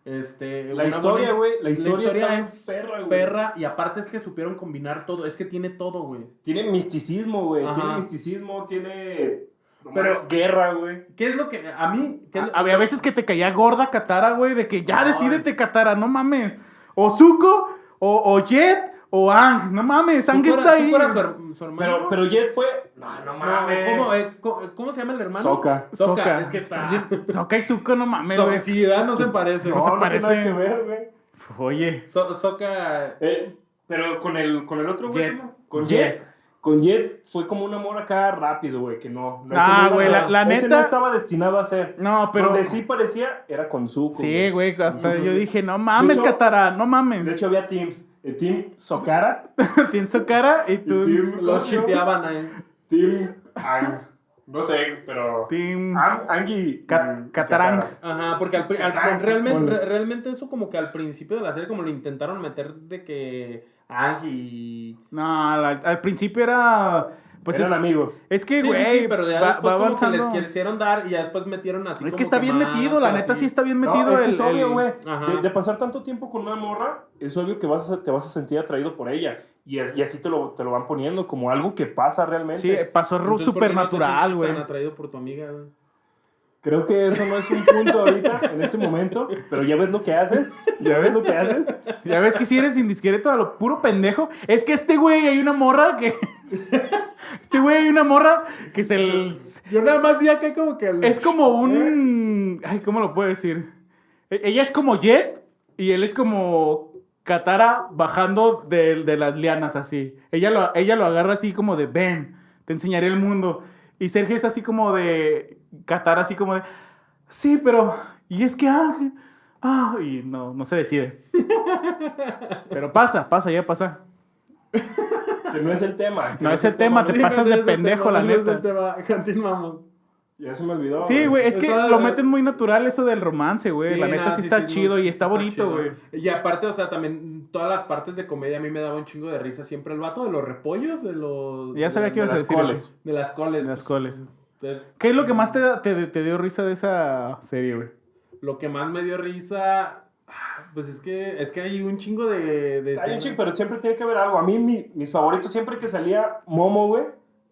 [SPEAKER 6] Este,
[SPEAKER 2] La
[SPEAKER 6] una
[SPEAKER 2] historia,
[SPEAKER 6] buena-
[SPEAKER 2] güey, la historia está
[SPEAKER 6] es
[SPEAKER 2] bien perra,
[SPEAKER 6] perra,
[SPEAKER 2] güey.
[SPEAKER 6] Y aparte es que supieron combinar todo. Es que tiene todo, güey.
[SPEAKER 2] Tiene misticismo, güey.
[SPEAKER 6] Ajá.
[SPEAKER 2] Tiene misticismo, tiene. no
[SPEAKER 6] Pero-
[SPEAKER 2] mames, guerra, güey.
[SPEAKER 6] ¿Qué es lo que a mí? qué es lo-
[SPEAKER 5] A- Había veces que te caía gorda Katara, güey, de que ya
[SPEAKER 6] Ah, Ay.
[SPEAKER 5] decídete, Katara, no mames. O Zuko, o, o Jet, o Ang, no mames, Ang
[SPEAKER 6] Zuko era-
[SPEAKER 5] está ahí.
[SPEAKER 6] Zuko era su her- su hermano.
[SPEAKER 2] Pero, pero Jet fue. No, no
[SPEAKER 6] No,
[SPEAKER 2] mames.
[SPEAKER 6] ¿cómo, eh, co- cómo se llama el hermano?
[SPEAKER 2] Soca.
[SPEAKER 6] Soca,
[SPEAKER 5] Sokka.
[SPEAKER 6] es que está.
[SPEAKER 5] Sokka y Zuko, no mames,
[SPEAKER 6] Soca,
[SPEAKER 5] güey.
[SPEAKER 6] sí, ah, no se parece.
[SPEAKER 5] No,
[SPEAKER 2] No, no tiene
[SPEAKER 5] parece.
[SPEAKER 2] nada que ver, güey.
[SPEAKER 5] Oye,
[SPEAKER 6] So- Soca.
[SPEAKER 2] Eh, pero con el, con el otro, güey.
[SPEAKER 5] Jet.
[SPEAKER 2] ¿no? Con
[SPEAKER 5] Jet.
[SPEAKER 2] Jet. Con Jet fue como un amor acá rápido, güey, que no. no,
[SPEAKER 5] Ah,
[SPEAKER 2] ese no
[SPEAKER 5] güey,
[SPEAKER 2] iba a
[SPEAKER 5] la-
[SPEAKER 2] ser.
[SPEAKER 5] la
[SPEAKER 2] Ese
[SPEAKER 5] neta-
[SPEAKER 2] no estaba destinado a ser.
[SPEAKER 5] No, pero.
[SPEAKER 2] Donde sí parecía era con Zuko.
[SPEAKER 5] Sí, güey, hasta
[SPEAKER 2] Ujú,
[SPEAKER 5] yo
[SPEAKER 2] sí.
[SPEAKER 5] dije, no mames,
[SPEAKER 2] De hecho-
[SPEAKER 5] Katara, no
[SPEAKER 2] De
[SPEAKER 5] mames.
[SPEAKER 2] hecho, había teams. El team Sokara
[SPEAKER 5] Tienes su cara y
[SPEAKER 2] y
[SPEAKER 5] tú.
[SPEAKER 2] team.
[SPEAKER 6] Los
[SPEAKER 2] ¿cómo se llama?
[SPEAKER 6] chipeaban ahí.
[SPEAKER 2] Team Ang. No sé, pero.
[SPEAKER 5] Team.
[SPEAKER 2] Ang, Ang y.
[SPEAKER 5] Cat-
[SPEAKER 2] y
[SPEAKER 5] Catarang.
[SPEAKER 2] Katara.
[SPEAKER 6] Ajá, porque al pri- al-
[SPEAKER 2] Catán,
[SPEAKER 6] realmente,
[SPEAKER 2] con-
[SPEAKER 6] re- realmente eso como que al principio de la serie como lo intentaron meter de que Ang y...
[SPEAKER 5] No, al, al principio era. Pues
[SPEAKER 2] Eran
[SPEAKER 5] es,
[SPEAKER 2] amigos.
[SPEAKER 5] es que,
[SPEAKER 6] Sí, sí,
[SPEAKER 5] güey,
[SPEAKER 6] sí, pero ya
[SPEAKER 5] va,
[SPEAKER 6] después
[SPEAKER 5] va
[SPEAKER 6] como que
[SPEAKER 5] avanzando.
[SPEAKER 6] les quisieron dar y ya después metieron así
[SPEAKER 5] es
[SPEAKER 6] como
[SPEAKER 5] que está bien
[SPEAKER 6] más,
[SPEAKER 5] metido, la neta
[SPEAKER 6] así.
[SPEAKER 5] sí está bien
[SPEAKER 2] No,
[SPEAKER 5] metido.
[SPEAKER 2] es que
[SPEAKER 5] el-
[SPEAKER 2] es obvio,
[SPEAKER 5] el-
[SPEAKER 2] güey.
[SPEAKER 6] Ajá.
[SPEAKER 2] De, de pasar tanto tiempo con una morra, es obvio que vas a, te vas a sentir atraído por ella. Y, as- y así te lo, te lo van poniendo como algo que pasa realmente.
[SPEAKER 5] Sí, pasó ru-
[SPEAKER 6] Entonces, ¿por qué no te
[SPEAKER 5] supernatural,
[SPEAKER 6] sientes
[SPEAKER 5] güey.
[SPEAKER 6] tan atraído por tu amiga, güey?
[SPEAKER 2] Creo que eso no es un punto ahorita, en este momento, pero ya ves lo que haces. Ya ves lo que haces.
[SPEAKER 5] Ya ves que si eres indiscreto a lo puro pendejo. Es que este güey hay una morra que. este güey hay una morra que se. l-
[SPEAKER 6] Yo nada más ya que como que... el-
[SPEAKER 5] Es como un. Ay, ¿cómo lo puedo decir? E- Ella es como Jet y él es como Katara bajando de, de las lianas así. Ella lo, ella lo agarra así como de ven, te enseñaré el mundo. Y Sergio es así como de. Katara así como de. Sí, pero. Y es que. Ah, ah", y no, no se decide. Pero pasa, pasa, ya pasa.
[SPEAKER 2] Que no es el tema. que
[SPEAKER 5] No es el tema, te
[SPEAKER 6] Sí,
[SPEAKER 5] pasas
[SPEAKER 6] no
[SPEAKER 5] de
[SPEAKER 6] es del
[SPEAKER 5] pendejo,
[SPEAKER 6] tema,
[SPEAKER 5] la
[SPEAKER 6] no es del
[SPEAKER 5] neta.
[SPEAKER 6] tema. Continuamos.
[SPEAKER 2] Ya se me olvidó.
[SPEAKER 5] Sí, güey, es que
[SPEAKER 6] Está-
[SPEAKER 5] lo meten muy natural eso del romance, güey.
[SPEAKER 6] Sí,
[SPEAKER 5] la neta
[SPEAKER 6] nada,
[SPEAKER 5] sí está
[SPEAKER 6] es
[SPEAKER 5] chido
[SPEAKER 6] muy-
[SPEAKER 5] y está, bonito,
[SPEAKER 6] chido.
[SPEAKER 5] güey.
[SPEAKER 6] Y aparte, o sea, también todas las partes de comedia a mí me daba un chingo de risa siempre el vato de los repollos, de los...
[SPEAKER 5] Ya
[SPEAKER 6] de-
[SPEAKER 5] sabía que
[SPEAKER 2] De
[SPEAKER 5] ibas a
[SPEAKER 2] las
[SPEAKER 5] decir
[SPEAKER 2] coles.
[SPEAKER 5] eso.
[SPEAKER 6] De las coles.
[SPEAKER 5] De las
[SPEAKER 6] pues,
[SPEAKER 5] coles.
[SPEAKER 6] de-
[SPEAKER 5] ¿Qué es lo que más te, da- te, te dio risa de esa serie, güey?
[SPEAKER 6] Lo que más me dio risa, ah, pues es que es que hay un chingo de... de
[SPEAKER 2] Hay un
[SPEAKER 6] escenas.
[SPEAKER 2] chico, pero siempre tiene que haber algo. A mí, mi- mis favoritos, siempre que salía Momo, güey.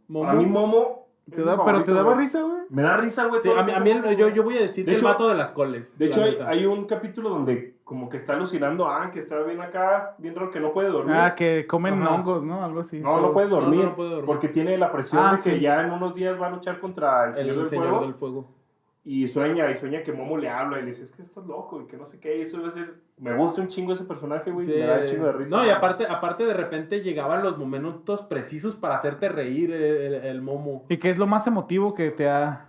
[SPEAKER 6] Momo.
[SPEAKER 2] A mí, Momo.
[SPEAKER 5] Te
[SPEAKER 2] es
[SPEAKER 5] da-
[SPEAKER 2] mi
[SPEAKER 5] pero te
[SPEAKER 2] favorito,
[SPEAKER 5] daba
[SPEAKER 2] güey.
[SPEAKER 5] risa, güey.
[SPEAKER 2] Me da risa, güey.
[SPEAKER 6] Sí,
[SPEAKER 2] todo
[SPEAKER 6] a
[SPEAKER 2] lo
[SPEAKER 6] mí,
[SPEAKER 2] que
[SPEAKER 6] a mí
[SPEAKER 2] hace
[SPEAKER 6] el-
[SPEAKER 2] Momo,
[SPEAKER 6] yo,
[SPEAKER 2] güey.
[SPEAKER 6] yo voy a decir
[SPEAKER 2] De
[SPEAKER 6] que
[SPEAKER 2] hecho,
[SPEAKER 6] el vato de las coles.
[SPEAKER 2] De
[SPEAKER 6] la
[SPEAKER 2] hecho, hay,
[SPEAKER 6] neta.
[SPEAKER 2] hay un capítulo donde como que está alucinando a Aang, que está bien acá, bien raro, que no puede dormir.
[SPEAKER 5] Ah, que comen
[SPEAKER 6] Ajá.
[SPEAKER 5] hongos, ¿no? Algo así.
[SPEAKER 2] No, no puede
[SPEAKER 6] No, no, no
[SPEAKER 2] dormir,
[SPEAKER 6] puede dormir.
[SPEAKER 2] porque tiene la presión
[SPEAKER 5] Ah,
[SPEAKER 2] de que
[SPEAKER 5] sí.
[SPEAKER 2] ya en unos días va a luchar contra el,
[SPEAKER 6] El
[SPEAKER 2] Señor del
[SPEAKER 6] Señor
[SPEAKER 2] Fuego.
[SPEAKER 6] del Fuego.
[SPEAKER 2] Y sueña, y sueña que Momo le habla y le dice, es que estás loco y que no sé qué. Y eso debe ser... Me gusta un chingo ese personaje, güey.
[SPEAKER 6] Sí.
[SPEAKER 2] Me da un chingo de risa.
[SPEAKER 6] No, y aparte, aparte de repente llegaban los momentos precisos para hacerte reír el, el- el momo.
[SPEAKER 5] ¿Y qué es lo más emotivo que te ha...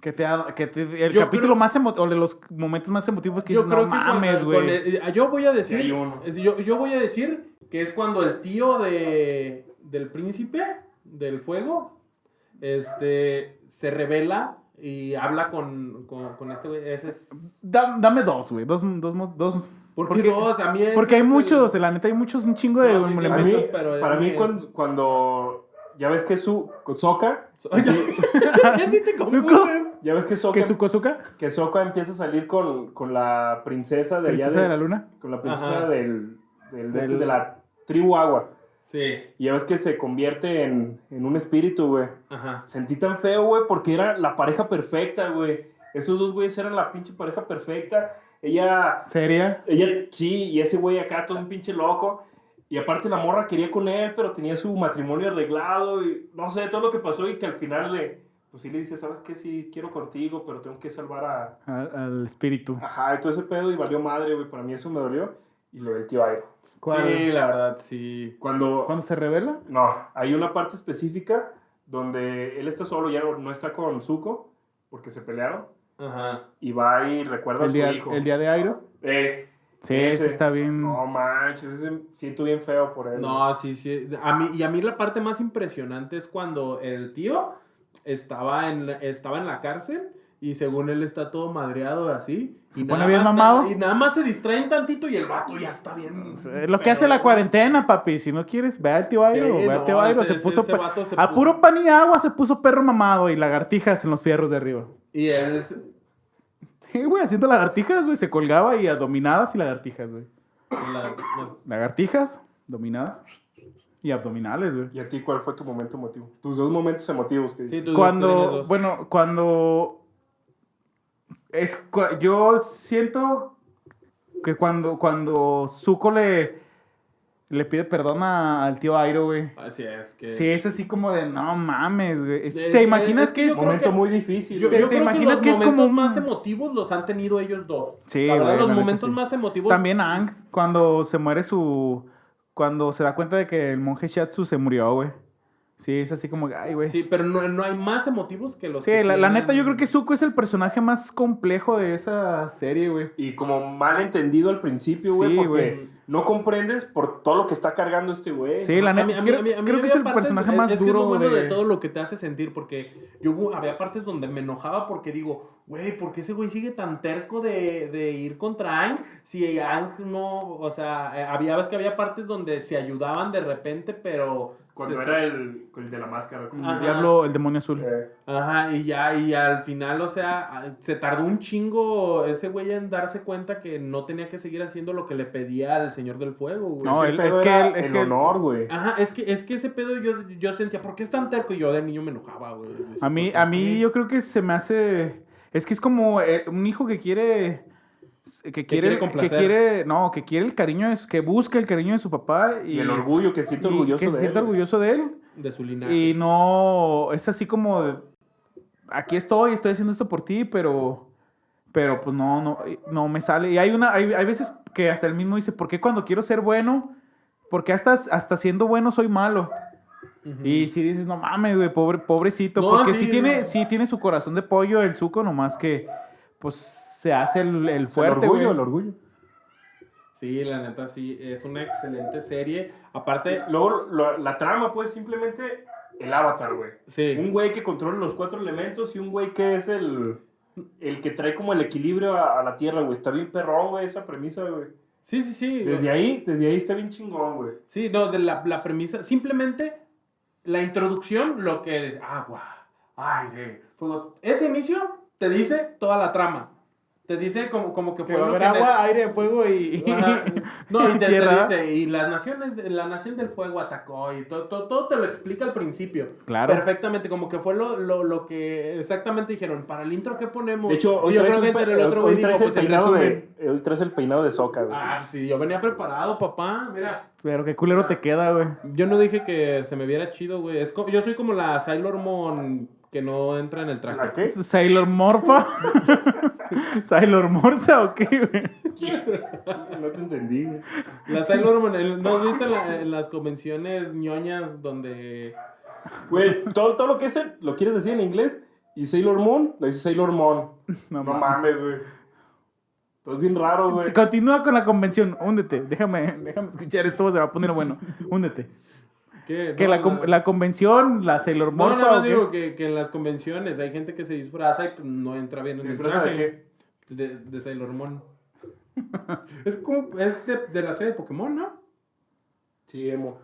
[SPEAKER 5] Que te ha... Que te- el
[SPEAKER 6] Yo
[SPEAKER 5] capítulo
[SPEAKER 6] creo-
[SPEAKER 5] más emotivo... O de los momentos más emotivos que dices, no
[SPEAKER 6] cuando-
[SPEAKER 5] mames,
[SPEAKER 6] con
[SPEAKER 5] güey.
[SPEAKER 6] el- eh, yo voy a decir.
[SPEAKER 2] Sí, hay uno.
[SPEAKER 6] es- yo, yo voy a decir que es cuando el tío de, del príncipe del fuego este, se revela y habla con, con, con este güey. Ese es.
[SPEAKER 5] Da- dame dos, güey. Dos, dos, mo- dos...
[SPEAKER 6] ¿Por qué
[SPEAKER 5] Porque-
[SPEAKER 6] dos? A mí ese
[SPEAKER 5] Porque hay
[SPEAKER 6] es el-
[SPEAKER 5] muchos, la neta, hay muchos, un chingo de
[SPEAKER 6] No, sí, sí,
[SPEAKER 2] A
[SPEAKER 5] elementos.
[SPEAKER 2] mí,
[SPEAKER 6] Lamento, pero
[SPEAKER 2] para
[SPEAKER 6] es-
[SPEAKER 2] mí, cuando, cuando- Ya ves que su... con Sokka...
[SPEAKER 6] es que sí te confundes.
[SPEAKER 2] Ya ves que Sokka...
[SPEAKER 5] ¿Qué su Kosuka?
[SPEAKER 2] Que Sokka empieza a salir con, con la princesa de allá
[SPEAKER 5] ¿Princesa
[SPEAKER 2] de-
[SPEAKER 5] de la luna?
[SPEAKER 2] con la princesa
[SPEAKER 6] Ajá.
[SPEAKER 2] del, del- de
[SPEAKER 5] Del-
[SPEAKER 2] ese- de la tribu agua.
[SPEAKER 6] Sí,
[SPEAKER 2] Y ya ves que se convierte en, en un espíritu, güey.
[SPEAKER 6] ajá.
[SPEAKER 2] Sentí tan feo, güey, porque era la pareja perfecta, güey. Esos dos güeyes eran la pinche pareja perfecta. Ella,
[SPEAKER 5] ¿Seria?
[SPEAKER 2] ella, sí, y ese güey acá todo un pinche loco. Y aparte la morra quería con él, pero tenía su matrimonio arreglado y no sé, todo lo que pasó y que al final le, pues sí le dice, ¿sabes qué? Sí, quiero contigo, pero tengo que salvar a,
[SPEAKER 5] Al, al espíritu.
[SPEAKER 2] Ajá, y todo ese pedo y valió madre, güey. Para mí eso me dolió. Y lo del tío Airo.
[SPEAKER 5] ¿Cuál?
[SPEAKER 6] Sí, la verdad, sí.
[SPEAKER 2] Cuando.
[SPEAKER 5] ¿Cuándo se revela?
[SPEAKER 2] No, hay una parte específica donde él está solo, ya no no está con Zuko, porque se pelearon.
[SPEAKER 6] Ajá.
[SPEAKER 2] Y va y recuerda
[SPEAKER 5] El
[SPEAKER 2] a su
[SPEAKER 5] día,
[SPEAKER 2] hijo.
[SPEAKER 5] el día Mm. de Airo.
[SPEAKER 2] Eh,
[SPEAKER 5] Sí,
[SPEAKER 2] Ese.
[SPEAKER 5] ese está bien.
[SPEAKER 2] no manches, ese siento bien feo por él.
[SPEAKER 6] No, sí, sí. A mí, y a mí la parte más impresionante es cuando el tío estaba en, la- estaba en la cárcel y según él está todo madreado así.
[SPEAKER 5] Se
[SPEAKER 6] y
[SPEAKER 5] pone
[SPEAKER 6] nada
[SPEAKER 5] bien
[SPEAKER 6] más-
[SPEAKER 5] mamado.
[SPEAKER 6] Y nada más se distraen tantito y el vato ya está bien.
[SPEAKER 5] Eh, Lo que hace la cuarentena, papi. Si no quieres, ve al tío
[SPEAKER 6] Sí,
[SPEAKER 5] Airo. ve al
[SPEAKER 6] no,
[SPEAKER 5] tío Airo.
[SPEAKER 6] ese-
[SPEAKER 5] se puso
[SPEAKER 6] ese
[SPEAKER 5] pe-
[SPEAKER 6] vato se
[SPEAKER 5] a
[SPEAKER 6] puso-
[SPEAKER 5] puro pan y agua se puso perro mamado y lagartijas en los fierros de arriba.
[SPEAKER 6] Y él... se-
[SPEAKER 5] Sí, güey, haciendo lagartijas, güey. Se colgaba y a dominadas y lagartijas, güey.
[SPEAKER 6] la- no.
[SPEAKER 5] Lagartijas, dominadas y abdominales, güey.
[SPEAKER 2] ¿Y a ti cuál fue tu momento emotivo? Tus dos momentos emotivos que
[SPEAKER 6] Sí, tú- tú tienes
[SPEAKER 5] Cuando,
[SPEAKER 6] dos.
[SPEAKER 5] bueno, cuando es cua- yo siento que cuando cuando Zuko le le pide perdón a- al tío Airo, güey.
[SPEAKER 6] Así es que...
[SPEAKER 5] Sí, es así como de no mames, güey. Es-
[SPEAKER 6] Es-
[SPEAKER 5] ¿Te imaginas
[SPEAKER 6] es
[SPEAKER 5] que
[SPEAKER 6] que
[SPEAKER 5] es
[SPEAKER 6] yo creo
[SPEAKER 2] Momento muy difícil.
[SPEAKER 6] Yo,
[SPEAKER 5] ¿Te-
[SPEAKER 2] güey.
[SPEAKER 6] yo
[SPEAKER 5] te
[SPEAKER 6] creo que
[SPEAKER 5] imaginas
[SPEAKER 6] los
[SPEAKER 5] que es como
[SPEAKER 6] momentos
[SPEAKER 5] un-
[SPEAKER 6] más emotivos los han tenido ellos dos.
[SPEAKER 5] Sí,
[SPEAKER 6] La verdad,
[SPEAKER 5] güey,
[SPEAKER 6] los
[SPEAKER 5] la neta
[SPEAKER 6] momentos
[SPEAKER 5] sí.
[SPEAKER 6] más emotivos...
[SPEAKER 5] también Ang cuando se muere su cuando se da cuenta de que el monje Shatsu se murió, güey? Sí, es así como, que, ay, güey. Sí,
[SPEAKER 6] Sí, pero no, no hay más emotivos que los
[SPEAKER 5] la, la
[SPEAKER 6] tienen-
[SPEAKER 5] neta, yo creo que Zuko es el personaje más complejo de esa serie, güey.
[SPEAKER 2] Y como mal entendido al principio, güey,
[SPEAKER 5] Sí,
[SPEAKER 2] porque
[SPEAKER 5] güey.
[SPEAKER 2] no comprendes por todo lo que está cargando este güey.
[SPEAKER 5] Sí, la
[SPEAKER 6] A
[SPEAKER 5] neta.
[SPEAKER 6] mí- a mí-
[SPEAKER 5] creo
[SPEAKER 6] a mí- a mí
[SPEAKER 5] creo que es
[SPEAKER 6] había
[SPEAKER 5] el
[SPEAKER 6] partes-
[SPEAKER 5] personaje
[SPEAKER 6] es-
[SPEAKER 5] más
[SPEAKER 6] es que
[SPEAKER 5] duro
[SPEAKER 6] es lo bueno
[SPEAKER 5] de-
[SPEAKER 6] de todo lo que te hace sentir, porque yo hubo- había partes donde me enojaba porque digo, güey, ¿por qué ese güey sigue tan terco de, de ir contra Ang? Si Ang no, o sea, eh, había ves que había partes donde se ayudaban de repente, pero...
[SPEAKER 2] Cuando
[SPEAKER 6] se-
[SPEAKER 2] era el, el de la máscara. como-
[SPEAKER 5] El
[SPEAKER 6] Ajá.
[SPEAKER 5] diablo, el demonio azul.
[SPEAKER 2] Eh,
[SPEAKER 6] Ajá, y ya, y al final, o sea, a- se tardó un chingo ese güey en darse cuenta que no tenía que seguir haciendo lo que le pedía al Señor del Fuego, güey.
[SPEAKER 5] No,
[SPEAKER 2] este
[SPEAKER 5] él-
[SPEAKER 2] pedo
[SPEAKER 5] es que
[SPEAKER 2] era
[SPEAKER 5] él- Ah, es
[SPEAKER 2] el
[SPEAKER 5] que-
[SPEAKER 2] honor, güey.
[SPEAKER 6] Ajá, es que, es que ese pedo yo, yo sentía, ¿por qué es tan terco? Y yo de niño me enojaba, güey.
[SPEAKER 5] A mí, a mí yo creo que se me hace. Es que es como eh, un hijo que quiere. Que quiere,
[SPEAKER 6] quiere
[SPEAKER 5] que quiere,
[SPEAKER 6] complacer.
[SPEAKER 5] no, que quiere el cariño, de su- que busca el cariño de su papá y,
[SPEAKER 2] Y el orgullo, que siento
[SPEAKER 5] y
[SPEAKER 2] orgulloso
[SPEAKER 5] que
[SPEAKER 2] de
[SPEAKER 5] se
[SPEAKER 2] él.
[SPEAKER 5] siente
[SPEAKER 2] güey.
[SPEAKER 5] orgulloso de él
[SPEAKER 6] De su linaje.
[SPEAKER 5] y no es así como de, aquí estoy, estoy haciendo esto por ti, pero pero pues no no no me sale y hay una hay, hay veces que hasta él mismo dice, "¿Por qué cuando quiero ser bueno? Porque hasta hasta siendo bueno soy malo."
[SPEAKER 6] Ujú.
[SPEAKER 5] Y si dices, no mames, güey, pobre, pobrecito.
[SPEAKER 6] No,
[SPEAKER 5] porque sí,
[SPEAKER 6] sí,
[SPEAKER 5] tiene,
[SPEAKER 6] no.
[SPEAKER 5] sí tiene su corazón de pollo el suco, nomás que pues se hace el, el
[SPEAKER 2] O sea, el
[SPEAKER 5] fuerte,
[SPEAKER 2] orgullo,
[SPEAKER 5] güey.
[SPEAKER 2] el orgullo.
[SPEAKER 6] Sí, la neta, sí, es una excelente serie. Aparte,
[SPEAKER 2] Luego, lo- la trama, pues, simplemente el avatar, güey.
[SPEAKER 6] sí.
[SPEAKER 2] Un güey que controla los cuatro elementos y un güey que es el, el que trae como el equilibrio a, a la tierra, güey. Está bien perrón, güey, esa premisa, güey.
[SPEAKER 6] Sí, sí, sí.
[SPEAKER 2] Desde ahí, desde ahí está bien chingón, güey.
[SPEAKER 6] Sí, no, de la, la premisa, simplemente la introducción, lo que es agua, aire, fuego. Ese inicio te dice toda la trama. Te dice como, como que fue lo que... en el-
[SPEAKER 5] aire, fuego y...
[SPEAKER 6] Ajá. No, y te, te
[SPEAKER 5] Tierra.
[SPEAKER 6] dice, y las naciones, de- la nación del fuego atacó, y todo, todo, todo te lo explica al principio.
[SPEAKER 5] Claro.
[SPEAKER 6] Perfectamente, como que fue lo, lo, lo que exactamente dijeron, para el intro que ponemos.
[SPEAKER 2] De hecho, hoy
[SPEAKER 6] Y yo
[SPEAKER 2] traes,
[SPEAKER 6] creo que
[SPEAKER 2] un
[SPEAKER 6] entre
[SPEAKER 2] pe-
[SPEAKER 6] el otro
[SPEAKER 2] hoy
[SPEAKER 6] güey
[SPEAKER 2] traes
[SPEAKER 6] dijo,
[SPEAKER 2] el
[SPEAKER 6] pues, en
[SPEAKER 2] peinado de,
[SPEAKER 6] resumen,
[SPEAKER 2] hoy traes el peinado de Soca, güey.
[SPEAKER 6] Ah, sí, yo venía preparado, papá, mira.
[SPEAKER 5] Pero qué culero te queda, güey.
[SPEAKER 6] Yo no dije que se me viera chido, güey. Es co- yo soy como la Sailor Moon que no entra en el traje.
[SPEAKER 2] ¿La qué?
[SPEAKER 5] ¿Sailor Morfa? ¿Sailor Morsa o qué, güey?
[SPEAKER 2] No te entendí, güey.
[SPEAKER 6] La Sailor Moon, el- ¿no has visto en, la- en las convenciones ñoñas donde...
[SPEAKER 2] Güey, todo, todo lo que es el- lo quieres decir en inglés. Y Sailor Moon, le dice Sailor Moon. No,
[SPEAKER 5] mames.
[SPEAKER 2] mames, güey. Todo es bien raro, güey.
[SPEAKER 5] Si Continúa con la convención, húndete, déjame, déjame escuchar esto, se va a poner bueno, húndete.
[SPEAKER 6] ¿Qué?
[SPEAKER 5] Que
[SPEAKER 6] No,
[SPEAKER 5] la, con-
[SPEAKER 6] no.
[SPEAKER 5] la convención, la Sailor
[SPEAKER 6] No,
[SPEAKER 5] Morfa
[SPEAKER 6] nada
[SPEAKER 5] o
[SPEAKER 6] más
[SPEAKER 5] qué?
[SPEAKER 6] digo que, que en las convenciones hay gente que se disfraza y pues, no entra bien en
[SPEAKER 2] ¿Se
[SPEAKER 6] el
[SPEAKER 2] disfraza de
[SPEAKER 6] traje. De, de Sailor Moon. es como, es de, de la serie de Pokémon, ¿no?
[SPEAKER 2] Sí, emo.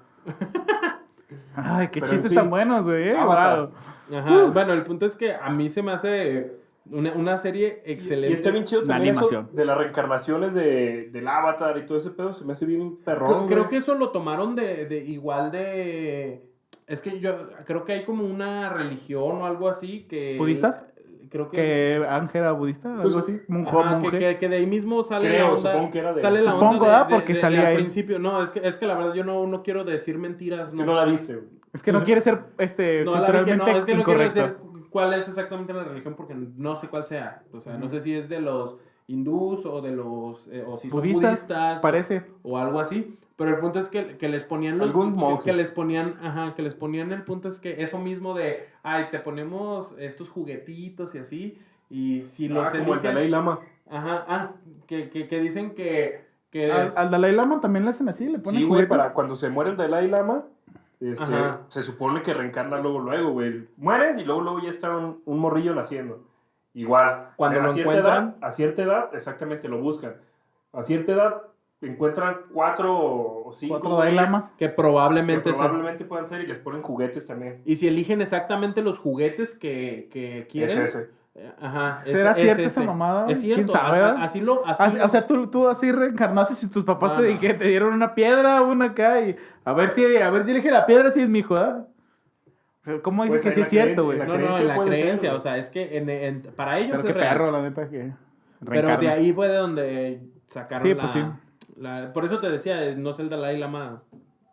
[SPEAKER 5] Ay, qué
[SPEAKER 2] Pero en
[SPEAKER 5] chistes
[SPEAKER 2] sí,
[SPEAKER 5] tan buenos, güey. eh,
[SPEAKER 2] Avatar.
[SPEAKER 5] wow.
[SPEAKER 6] Ajá. Bueno, el punto es que a mí se me hace una, una serie excelente.
[SPEAKER 2] Y está bien chido
[SPEAKER 5] La
[SPEAKER 2] también eso
[SPEAKER 5] animación.
[SPEAKER 2] de las reencarnaciones de, del avatar y todo ese pedo. Se me hace bien perrón.
[SPEAKER 6] Creo, creo
[SPEAKER 2] güey.
[SPEAKER 6] que eso lo tomaron de, de igual de... Es que yo creo que hay como una religión o algo así que...
[SPEAKER 5] ¿Budistas?
[SPEAKER 6] Creo que...
[SPEAKER 5] Que Ángel era budista, algo
[SPEAKER 2] Pues,
[SPEAKER 5] así. Monjo,
[SPEAKER 6] Ajá,
[SPEAKER 5] monje.
[SPEAKER 6] que, que- que de ahí mismo sale
[SPEAKER 2] Creo,
[SPEAKER 6] la onda.
[SPEAKER 2] supongo que era de-
[SPEAKER 6] sale la
[SPEAKER 5] Supongo,
[SPEAKER 6] onda de-
[SPEAKER 5] ¿verdad?
[SPEAKER 6] de-
[SPEAKER 5] Porque
[SPEAKER 6] de- de
[SPEAKER 5] salía
[SPEAKER 6] al
[SPEAKER 5] ahí.
[SPEAKER 6] principio. No, es que, es que la verdad yo no, no quiero decir mentiras.
[SPEAKER 2] Es
[SPEAKER 6] No,
[SPEAKER 2] que no la viste, güey.
[SPEAKER 5] Es que no quiere ser este,
[SPEAKER 6] No, la verdad que
[SPEAKER 5] culturalmente
[SPEAKER 6] no, es que no quiero
[SPEAKER 5] incorrecto.
[SPEAKER 6] decir cuál es exactamente la religión porque no sé cuál sea. O sea, no sé si es de los hindús o de los... eh, o si son
[SPEAKER 5] Budistas,
[SPEAKER 6] budistas.
[SPEAKER 5] Parece.
[SPEAKER 6] o algo así. Pero el punto es que, que les ponían los
[SPEAKER 2] Algún monje.
[SPEAKER 6] que, que les ponían, ajá, que les ponían el punto es que eso mismo de, ay, te ponemos estos juguetitos y así y si los
[SPEAKER 2] Ah, como el
[SPEAKER 6] eliges-
[SPEAKER 2] Dalai Lama.
[SPEAKER 6] ajá, ah, que, que, que dicen que que
[SPEAKER 5] Al,
[SPEAKER 2] Ah,
[SPEAKER 6] es-
[SPEAKER 5] al Dalai Lama también le hacen así, le ponen
[SPEAKER 2] Sí, güey,
[SPEAKER 5] juguete.
[SPEAKER 2] para cuando se muere el Dalai Lama, eh, se,
[SPEAKER 6] Ajá.
[SPEAKER 2] se supone que reencarna luego, luego, güey. Muere y luego, luego ya está un, un morrillo naciendo. Igual.
[SPEAKER 6] Cuando
[SPEAKER 2] a
[SPEAKER 6] lo
[SPEAKER 2] cierta
[SPEAKER 6] encuentran.
[SPEAKER 2] edad- a cierta edad, exactamente, lo buscan. A cierta edad, encuentran cuatro o cinco
[SPEAKER 5] Cuatro Dalai
[SPEAKER 2] güeyes
[SPEAKER 5] Lamas.
[SPEAKER 6] que
[SPEAKER 2] que
[SPEAKER 6] probablemente sea-
[SPEAKER 2] probablemente puedan ser y les ponen juguetes también.
[SPEAKER 6] y si eligen exactamente los juguetes que, que quieren,
[SPEAKER 2] Es ese.
[SPEAKER 6] eh, ajá, es-
[SPEAKER 5] ¿Será
[SPEAKER 6] es
[SPEAKER 5] cierta
[SPEAKER 6] ese.
[SPEAKER 5] esa mamada?
[SPEAKER 6] Es
[SPEAKER 5] ¿Quién
[SPEAKER 6] cierto,
[SPEAKER 5] sabe,
[SPEAKER 6] hasta-
[SPEAKER 5] verdad?
[SPEAKER 6] así lo así
[SPEAKER 5] Así-
[SPEAKER 6] lo-
[SPEAKER 5] o sea, tú, tú así reencarnaste y tus papás
[SPEAKER 6] No,
[SPEAKER 5] te,
[SPEAKER 6] no.
[SPEAKER 5] dije- te dieron una piedra, una acá y a ver si, a ver si elige la piedra si es mi hijo, ¿ah? Pero ¿Cómo dices
[SPEAKER 2] Pues
[SPEAKER 5] que
[SPEAKER 2] ahí
[SPEAKER 5] sí
[SPEAKER 2] la
[SPEAKER 5] es cierto,
[SPEAKER 2] creencia,
[SPEAKER 5] güey?
[SPEAKER 2] la
[SPEAKER 6] no, no,
[SPEAKER 2] creencia
[SPEAKER 6] en la
[SPEAKER 2] puede ser,
[SPEAKER 6] creencia,
[SPEAKER 2] güey.
[SPEAKER 6] o sea, es que en- en- para ellos
[SPEAKER 5] Pero
[SPEAKER 6] es
[SPEAKER 5] qué
[SPEAKER 6] real.
[SPEAKER 5] perro, la neta, que
[SPEAKER 6] Pero de
[SPEAKER 5] reencarnas.
[SPEAKER 6] ahí fue de donde sacaron
[SPEAKER 5] Sí,
[SPEAKER 6] la,
[SPEAKER 5] pues sí.
[SPEAKER 6] la- Por eso te decía, eh, no sé el Dalai Lama.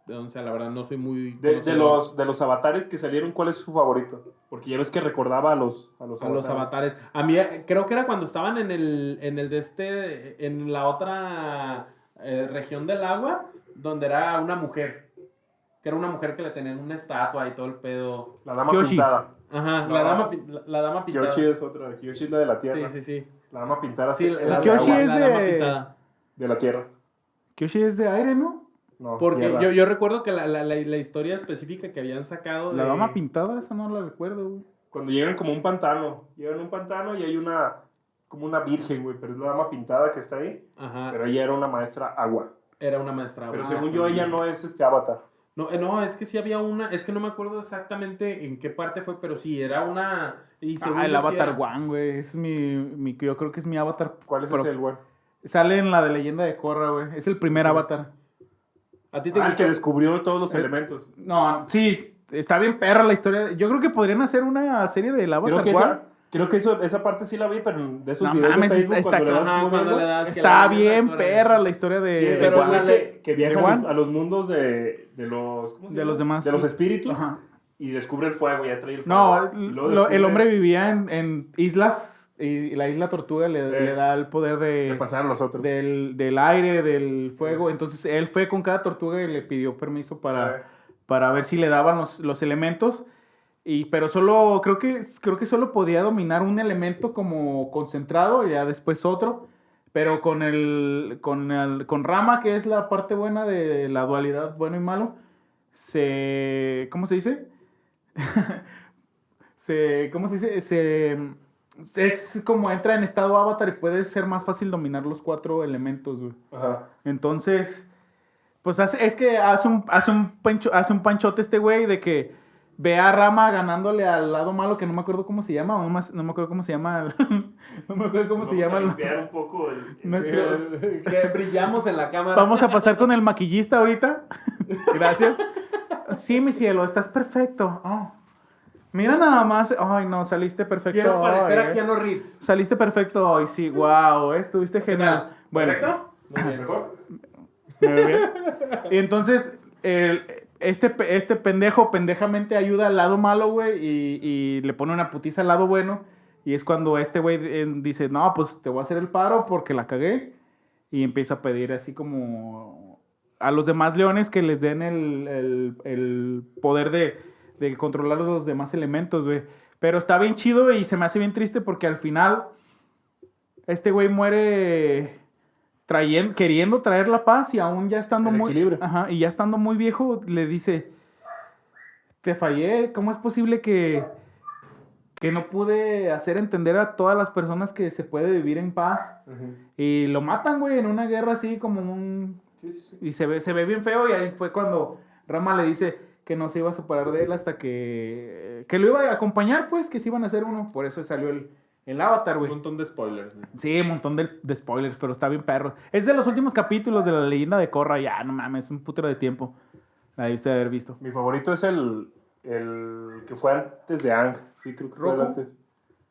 [SPEAKER 6] O sea, la verdad no soy muy...
[SPEAKER 2] De, de
[SPEAKER 6] conocedor
[SPEAKER 2] los, de los avatares que salieron, ¿cuál es su favorito? Porque ya ves que recordaba a los, a los
[SPEAKER 6] A los avatares. A mí eh, creo que era cuando estaban en el, en el de este, en la otra eh, región del agua, donde era una mujer. que era una mujer que le tenían una estatua y todo el pedo.
[SPEAKER 2] La dama
[SPEAKER 5] Kyoshi.
[SPEAKER 2] pintada.
[SPEAKER 6] Ajá,
[SPEAKER 2] No.
[SPEAKER 6] la, dama, pi- la, la dama pintada.
[SPEAKER 2] Kyoshi es otra. Kyoshi es la de la tierra.
[SPEAKER 6] Sí, sí, sí.
[SPEAKER 2] La dama pintada
[SPEAKER 6] Sí,
[SPEAKER 2] es
[SPEAKER 6] la,
[SPEAKER 2] la de
[SPEAKER 5] Kyoshi
[SPEAKER 2] agua,
[SPEAKER 5] es-
[SPEAKER 6] la dama
[SPEAKER 5] de-
[SPEAKER 6] pintada.
[SPEAKER 2] de la tierra.
[SPEAKER 5] Kyoshi es de aire, ¿no?
[SPEAKER 2] No,
[SPEAKER 6] Porque
[SPEAKER 2] tierra.
[SPEAKER 6] yo, yo recuerdo que la, la, la, la historia específica que habían sacado
[SPEAKER 5] La
[SPEAKER 6] de-
[SPEAKER 5] dama pintada, esa no la recuerdo, güey.
[SPEAKER 2] Cuando llegan como a un pantano. Llegan a un pantano y hay una... Como una virgen, güey. Pero es la dama pintada que está ahí.
[SPEAKER 6] Ajá,
[SPEAKER 2] Pero ella era una maestra agua.
[SPEAKER 6] era una maestra.
[SPEAKER 2] Pero
[SPEAKER 6] Ah,
[SPEAKER 2] según yo, ella no es este avatar.
[SPEAKER 6] No, eh, no, es que sí había una, es que no me acuerdo exactamente en qué parte fue, pero sí, era una... Y según
[SPEAKER 5] Ah, el
[SPEAKER 6] yo sí
[SPEAKER 5] Avatar
[SPEAKER 6] era-
[SPEAKER 5] One, güey. Ese Es mi, mi- Yo creo que es mi Avatar.
[SPEAKER 2] ¿Cuál es
[SPEAKER 5] Pero-
[SPEAKER 2] ese, el güey?
[SPEAKER 5] Sale en la de Leyenda de Korra, güey. Es el primer Avatar.
[SPEAKER 6] ¿A ti te
[SPEAKER 2] Ah, el
[SPEAKER 6] gusta?
[SPEAKER 2] que descubrió todos los
[SPEAKER 5] Eh,
[SPEAKER 2] elementos.
[SPEAKER 5] No, sí. Está bien perra la historia. Yo creo que podrían hacer una serie del Avatar
[SPEAKER 2] Creo que,
[SPEAKER 5] One.
[SPEAKER 2] esa, creo que eso, esa parte sí la vi, pero de esos
[SPEAKER 5] No
[SPEAKER 2] videos
[SPEAKER 5] mames,
[SPEAKER 2] de Facebook
[SPEAKER 5] está-
[SPEAKER 2] cuando
[SPEAKER 5] está
[SPEAKER 2] le das
[SPEAKER 6] Ajá, cuando
[SPEAKER 2] moviendo,
[SPEAKER 6] le das que
[SPEAKER 5] Está
[SPEAKER 6] la-
[SPEAKER 5] bien
[SPEAKER 6] la-
[SPEAKER 5] perra la historia de...
[SPEAKER 2] Sí,
[SPEAKER 5] de
[SPEAKER 2] pero
[SPEAKER 5] One.
[SPEAKER 2] güey
[SPEAKER 6] la-
[SPEAKER 2] que, que
[SPEAKER 5] de
[SPEAKER 2] viaja
[SPEAKER 5] Juan.
[SPEAKER 2] a los mundos de, de los ¿cómo se
[SPEAKER 5] De
[SPEAKER 2] llama?
[SPEAKER 5] los demás,
[SPEAKER 2] de los
[SPEAKER 5] sí.
[SPEAKER 2] espíritus
[SPEAKER 5] Ajá.
[SPEAKER 2] y descubre el fuego y atrae el fuego.
[SPEAKER 5] No,
[SPEAKER 2] Y
[SPEAKER 5] lo-
[SPEAKER 2] luego
[SPEAKER 5] el
[SPEAKER 2] descubre
[SPEAKER 5] hombre vivía en, en islas y la isla Tortuga le,
[SPEAKER 2] Eh,
[SPEAKER 5] le da el poder
[SPEAKER 2] que
[SPEAKER 5] de,
[SPEAKER 2] pasaron los otros.
[SPEAKER 5] del, del aire, del fuego. Entonces él fue con cada tortuga y le pidió permiso para, para ver si le daban los, los elementos. Y, pero solo, creo que, creo que solo podía dominar un elemento como concentrado y ya después otro. Pero con, el, con, el- con Rama, que es la parte buena de la dualidad bueno y malo, se... ¿Cómo se dice? se, ¿Cómo se dice? Se, es como entra en estado avatar y puede ser más fácil dominar los cuatro elementos, güey.
[SPEAKER 2] Ajá.
[SPEAKER 5] Entonces, pues hace- es que hace un, hace, un pancho- hace un panchote este güey de que ve a Rama ganándole al lado malo, que no me acuerdo cómo se llama, o no, más- no me acuerdo cómo se llama, el- no me acuerdo cómo se
[SPEAKER 2] Vamos
[SPEAKER 5] llama.
[SPEAKER 2] a
[SPEAKER 5] el-
[SPEAKER 2] limpiar un poco el-
[SPEAKER 5] No es
[SPEAKER 2] sí,
[SPEAKER 5] que-
[SPEAKER 6] Que brillamos en la cámara.
[SPEAKER 5] Vamos a pasar con el maquillista ahorita. Gracias. Sí, mi cielo, estás perfecto. Oh. Mira nada más. Ay, no, saliste perfecto.
[SPEAKER 6] Quiero parecer
[SPEAKER 5] hoy,
[SPEAKER 6] a
[SPEAKER 5] eh.
[SPEAKER 6] Keanu Reeves.
[SPEAKER 5] Saliste perfecto hoy, sí, wow, estuviste genial.
[SPEAKER 6] tal?
[SPEAKER 5] Bueno,
[SPEAKER 6] ¿Perfecto? Muy bien.
[SPEAKER 2] mejor.
[SPEAKER 5] ¿me veo bien? Y entonces, el- este, pe- este pendejo pendejamente ayuda al lado malo, güey, y, y le pone una putiza al lado bueno. Y es cuando este güey eh, dice, no, pues te voy a hacer el paro porque la cagué. Y empieza a pedir así como a los demás leones que les den el, el- el poder de, de controlar los demás elementos, güey. Pero está bien chido y se me hace bien triste porque al final este güey muere trayen- queriendo traer la paz y aún ya estando
[SPEAKER 2] El
[SPEAKER 5] muy
[SPEAKER 2] equilibrio.
[SPEAKER 5] ajá, y ya estando muy viejo le dice te fallé, ¿cómo es posible que que no pude hacer entender a todas las personas que se puede vivir en paz?
[SPEAKER 2] Ujú.
[SPEAKER 5] Y lo matan, güey, en una guerra así como un
[SPEAKER 2] Sí, sí, sí.
[SPEAKER 5] y se ve, se ve bien feo y ahí fue cuando Rama le dice que no se iba a separar de él hasta que... Que lo iba a acompañar, pues, que se iban a hacer uno. Por eso salió el, el avatar,
[SPEAKER 6] Un
[SPEAKER 5] güey.
[SPEAKER 6] montón de spoilers. güey.
[SPEAKER 5] Sí, un montón de, de spoilers, pero está bien perro. Es de los últimos capítulos de la leyenda de Korra. Ya, no mames, un putero de tiempo. La debiste de haber visto.
[SPEAKER 2] Mi favorito es el, el que fue antes de Ang. Sí, creo que fue el
[SPEAKER 5] Roku.
[SPEAKER 2] antes.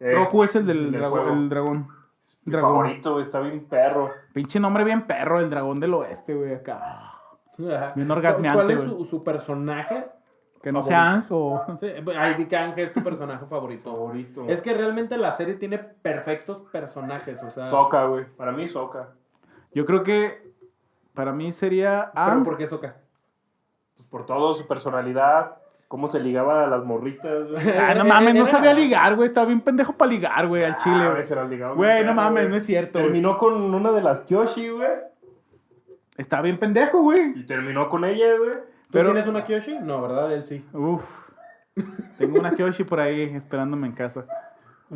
[SPEAKER 2] Eh,
[SPEAKER 5] Roku es el del
[SPEAKER 2] del
[SPEAKER 5] drago-
[SPEAKER 2] fuego.
[SPEAKER 5] el dragón.
[SPEAKER 2] es Mi
[SPEAKER 5] dragón.
[SPEAKER 2] favorito, güey, está bien perro.
[SPEAKER 5] Pinche nombre bien perro, el dragón del oeste, güey, acá.
[SPEAKER 6] Ajá.
[SPEAKER 5] Bien orgasmeante,
[SPEAKER 6] ¿Cuál es
[SPEAKER 5] güey.
[SPEAKER 6] su, su personaje?
[SPEAKER 5] Que no
[SPEAKER 6] Favorito.
[SPEAKER 5] sea Ang o...
[SPEAKER 6] Sí, Ay, di que Ángel es tu personaje favorito.
[SPEAKER 2] Favorito.
[SPEAKER 6] Es que realmente la serie tiene perfectos personajes, o sea...
[SPEAKER 2] Soca, güey. Para mí, Soca.
[SPEAKER 5] Yo creo que para mí sería
[SPEAKER 6] ¿Pero
[SPEAKER 5] Ang.
[SPEAKER 6] por qué Soca?
[SPEAKER 2] Pues por todo su personalidad, cómo se ligaba a las morritas, güey.
[SPEAKER 5] Ah, no mames, no sabía ligar, güey. Estaba bien pendejo para ligar, güey, al chile.
[SPEAKER 2] Ah,
[SPEAKER 5] güey.
[SPEAKER 2] se las ligaba bien
[SPEAKER 5] Güey, no
[SPEAKER 2] perro,
[SPEAKER 5] mames,
[SPEAKER 2] güey.
[SPEAKER 5] no es cierto. güey.
[SPEAKER 2] Terminó con una de las Kyoshi, güey.
[SPEAKER 5] Está bien pendejo, güey.
[SPEAKER 2] Y terminó con ella, güey.
[SPEAKER 6] ¿Tú
[SPEAKER 5] Pero-
[SPEAKER 6] tienes una Kyoshi? No, ¿verdad? Él sí.
[SPEAKER 5] Uf. Tengo una Kyoshi por ahí esperándome en casa.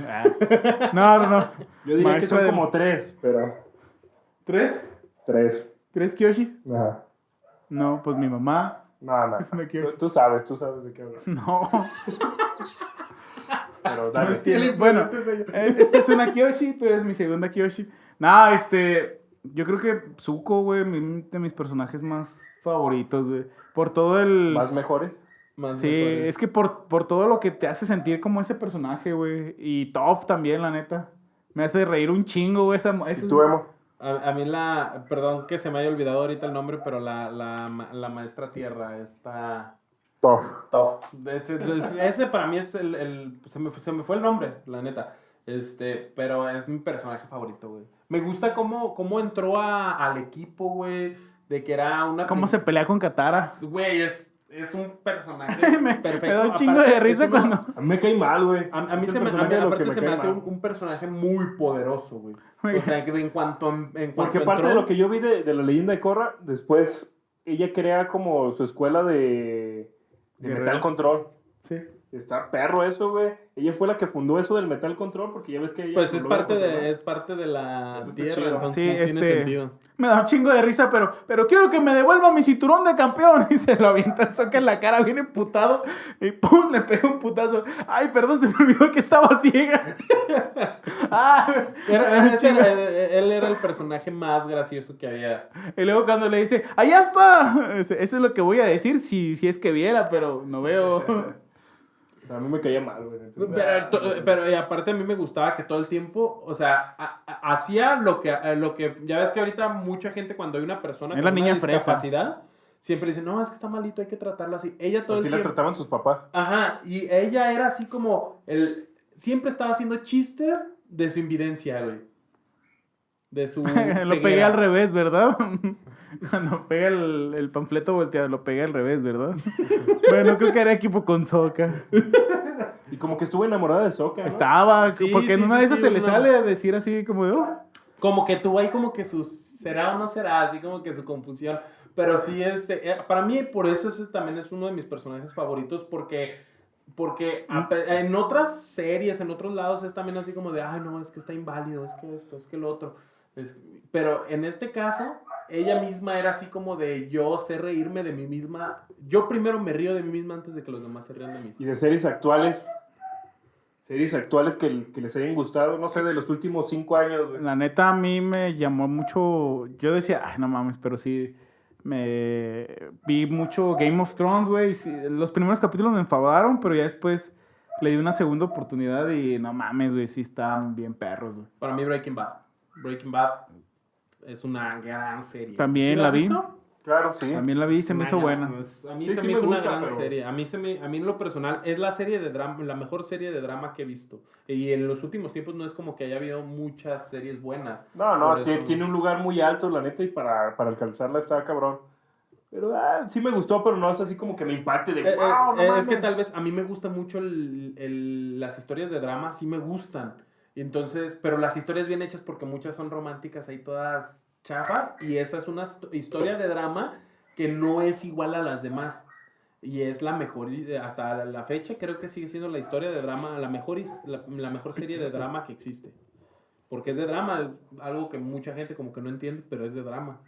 [SPEAKER 5] Ah. No, no, no.
[SPEAKER 2] Yo diría que
[SPEAKER 5] Maestra
[SPEAKER 2] son
[SPEAKER 5] de-
[SPEAKER 2] como tres, pero.
[SPEAKER 5] ¿Tres?
[SPEAKER 2] Tres.
[SPEAKER 5] ¿Tres Kyoshis?
[SPEAKER 2] Ajá.
[SPEAKER 5] No, pues mi mamá.
[SPEAKER 2] No, no.
[SPEAKER 5] Es una
[SPEAKER 2] Tú,
[SPEAKER 5] Kyoshi.
[SPEAKER 2] tú sabes, tú sabes de qué hablo.
[SPEAKER 5] No.
[SPEAKER 2] Pero dale.
[SPEAKER 5] Tiene- bueno, eh, esta es una Kyoshi, tú eres mi segunda Kyoshi. No, este. Yo creo que Zuko, güey, mi- de mis personajes más favoritos, güey. Por todo el.
[SPEAKER 2] ¿Más pues. mejores?
[SPEAKER 6] Más
[SPEAKER 5] Sí,
[SPEAKER 6] mejores.
[SPEAKER 5] es que por, por todo lo que te hace sentir como ese personaje, güey. Y Toph también, la neta. Me hace reír un chingo, güey. Esa,
[SPEAKER 2] ¿Y
[SPEAKER 5] esa-
[SPEAKER 2] tú, Emo?
[SPEAKER 6] A, a mí la, perdón que se me haya olvidado ahorita el nombre, pero la, la, ma- la maestra tierra está...
[SPEAKER 2] Tof.
[SPEAKER 6] Ese, ese- ese para mí es el... el- se, me, fue- se me fue el nombre, la neta. Este, pero es mi personaje favorito, güey. Me gusta cómo, cómo entró a- al equipo, güey. De que era una...
[SPEAKER 5] Cómo se pelea con Katara.
[SPEAKER 6] príncipe- Güey, es... es un personaje
[SPEAKER 5] me,
[SPEAKER 6] perfecto.
[SPEAKER 5] me da un chingo de
[SPEAKER 6] Aparte,
[SPEAKER 5] risa
[SPEAKER 6] es uno-
[SPEAKER 5] cuando
[SPEAKER 2] A mí me cae mal, güey.
[SPEAKER 6] A, a mí
[SPEAKER 2] Es
[SPEAKER 6] se
[SPEAKER 2] el
[SPEAKER 6] me, a mí,
[SPEAKER 2] personaje de los que
[SPEAKER 6] aparte se me
[SPEAKER 2] cae
[SPEAKER 6] hace
[SPEAKER 2] mal.
[SPEAKER 6] un, un personaje muy poderoso, güey. O sea, que en cuanto, en, en cuanto
[SPEAKER 2] Porque aparte de
[SPEAKER 6] entró-
[SPEAKER 2] lo que yo vi de, de la leyenda de Korra, después ella crea como su escuela de, de
[SPEAKER 5] Guerreros.
[SPEAKER 2] metal control.
[SPEAKER 5] Sí.
[SPEAKER 2] Está perro eso, güey. Ella fue la que fundó eso del metal control, porque ya ves que ella.
[SPEAKER 6] Pues es
[SPEAKER 2] fundó el
[SPEAKER 6] parte,
[SPEAKER 2] control.
[SPEAKER 6] de, es parte de la
[SPEAKER 2] Eso está
[SPEAKER 6] tierra,
[SPEAKER 2] chido.
[SPEAKER 6] entonces
[SPEAKER 5] Sí,
[SPEAKER 6] no tiene
[SPEAKER 5] este-
[SPEAKER 6] sentido.
[SPEAKER 5] me da un chingo de risa, pero, pero quiero que me devuelva mi cinturón de campeón. Y se lo avienta el Sokka en la cara, viene putado. Y pum, le pega un putazo. Ay, perdón, se me olvidó que estaba ciega. ah,
[SPEAKER 6] Era- era- ese
[SPEAKER 5] chingo.
[SPEAKER 6] era- eh, él era el personaje más gracioso que había.
[SPEAKER 5] Y luego cuando le dice, allá está. Dice, Eso es lo que voy a decir si, si es que viera, pero no veo.
[SPEAKER 2] A mí me caía mal, Pues, ah, güey. Entonces,
[SPEAKER 6] Pero, to- pero, y aparte a mí me gustaba que todo el tiempo, o sea, ha- ha- hacía lo que, eh, lo que, ya ves que ahorita mucha gente cuando hay una persona
[SPEAKER 5] Es la niña
[SPEAKER 6] una
[SPEAKER 5] fresa.
[SPEAKER 6] discapacidad, siempre dice, no, es que está malito, hay que tratarlo así. Ella todo
[SPEAKER 2] Así
[SPEAKER 6] el
[SPEAKER 2] la
[SPEAKER 6] tiempo...
[SPEAKER 2] trataban sus papás.
[SPEAKER 6] Ajá, y ella era así como el siempre estaba haciendo chistes de su invidencia, güey. De su
[SPEAKER 5] lo pegué
[SPEAKER 6] ceguera.
[SPEAKER 5] al revés, ¿verdad? Cuando pega el, el panfleto volteado, lo pegué al revés, ¿verdad? bueno, creo que era equipo con Soca.
[SPEAKER 2] Y como que estuve enamorada de Soca.
[SPEAKER 5] Estaba,
[SPEAKER 6] Sí,
[SPEAKER 5] porque en
[SPEAKER 6] sí,
[SPEAKER 5] una
[SPEAKER 6] sí,
[SPEAKER 5] de esas
[SPEAKER 6] sí,
[SPEAKER 5] se le
[SPEAKER 6] una-
[SPEAKER 5] sale a decir así como de, "Oh,
[SPEAKER 6] Como que tuvo ahí como que su será o no será, así como que su confusión. Pero sí, este, eh, para mí por eso ese también es uno de mis personajes favoritos porque... Porque a pe- en otras series, en otros lados, es también así como de, ay, no, es que está inválido, es que esto, es que lo otro. Es- pero en este caso, ella misma era así como de, yo sé reírme de mí misma. Yo primero me río de mí misma antes de que los demás se rían de mí.
[SPEAKER 2] Y de series actuales. Series actuales que, que les hayan gustado, no sé, de los últimos cinco años, güey.
[SPEAKER 5] La neta a mí me llamó mucho. Yo decía, ay, no mames, pero sí. Me vi mucho Game of Thrones, güey. sí, los primeros capítulos me enfadaron, pero ya después le di una segunda oportunidad y no mames, güey, sí están bien perros, güey.
[SPEAKER 6] Para mí Breaking Bad. Breaking Bad es una gran serie.
[SPEAKER 5] También la
[SPEAKER 6] has
[SPEAKER 5] vi.
[SPEAKER 6] visto?
[SPEAKER 2] Claro, sí.
[SPEAKER 5] También la vi y se me
[SPEAKER 6] Una
[SPEAKER 5] hizo
[SPEAKER 6] gran-
[SPEAKER 5] buena.
[SPEAKER 6] pues, A mí
[SPEAKER 2] Sí,
[SPEAKER 6] se
[SPEAKER 2] sí
[SPEAKER 6] me
[SPEAKER 2] me
[SPEAKER 6] hizo
[SPEAKER 2] gusta,
[SPEAKER 6] una gran
[SPEAKER 2] pero-
[SPEAKER 6] serie. A mí, se me, a mí en lo personal es la serie de drama, la mejor serie de drama que he visto. Y en los últimos tiempos no es como que haya habido muchas series buenas.
[SPEAKER 2] No, no,
[SPEAKER 6] Por
[SPEAKER 2] tie-
[SPEAKER 6] eso-
[SPEAKER 2] tiene un lugar muy alto, la neta, y para, para alcanzarla está cabrón. Pero ah, sí me gustó, pero no es así como que me impacte de
[SPEAKER 6] Eh, eh,
[SPEAKER 2] wow, no
[SPEAKER 6] eh,
[SPEAKER 2] mames.
[SPEAKER 6] es que tal vez a mí me gusta mucho el- el- las historias de drama, sí me gustan. Y entonces, pero las historias bien hechas porque muchas son románticas, hay todas chafas y esa es una hist- historia de drama que no es igual a las demás. Y es la mejor, eh, hasta la- la fecha creo que sigue siendo la historia de drama, la mejor, his- la, la mejor serie de drama que existe. Porque es de drama, es algo que mucha gente como que no entiende, pero es de drama.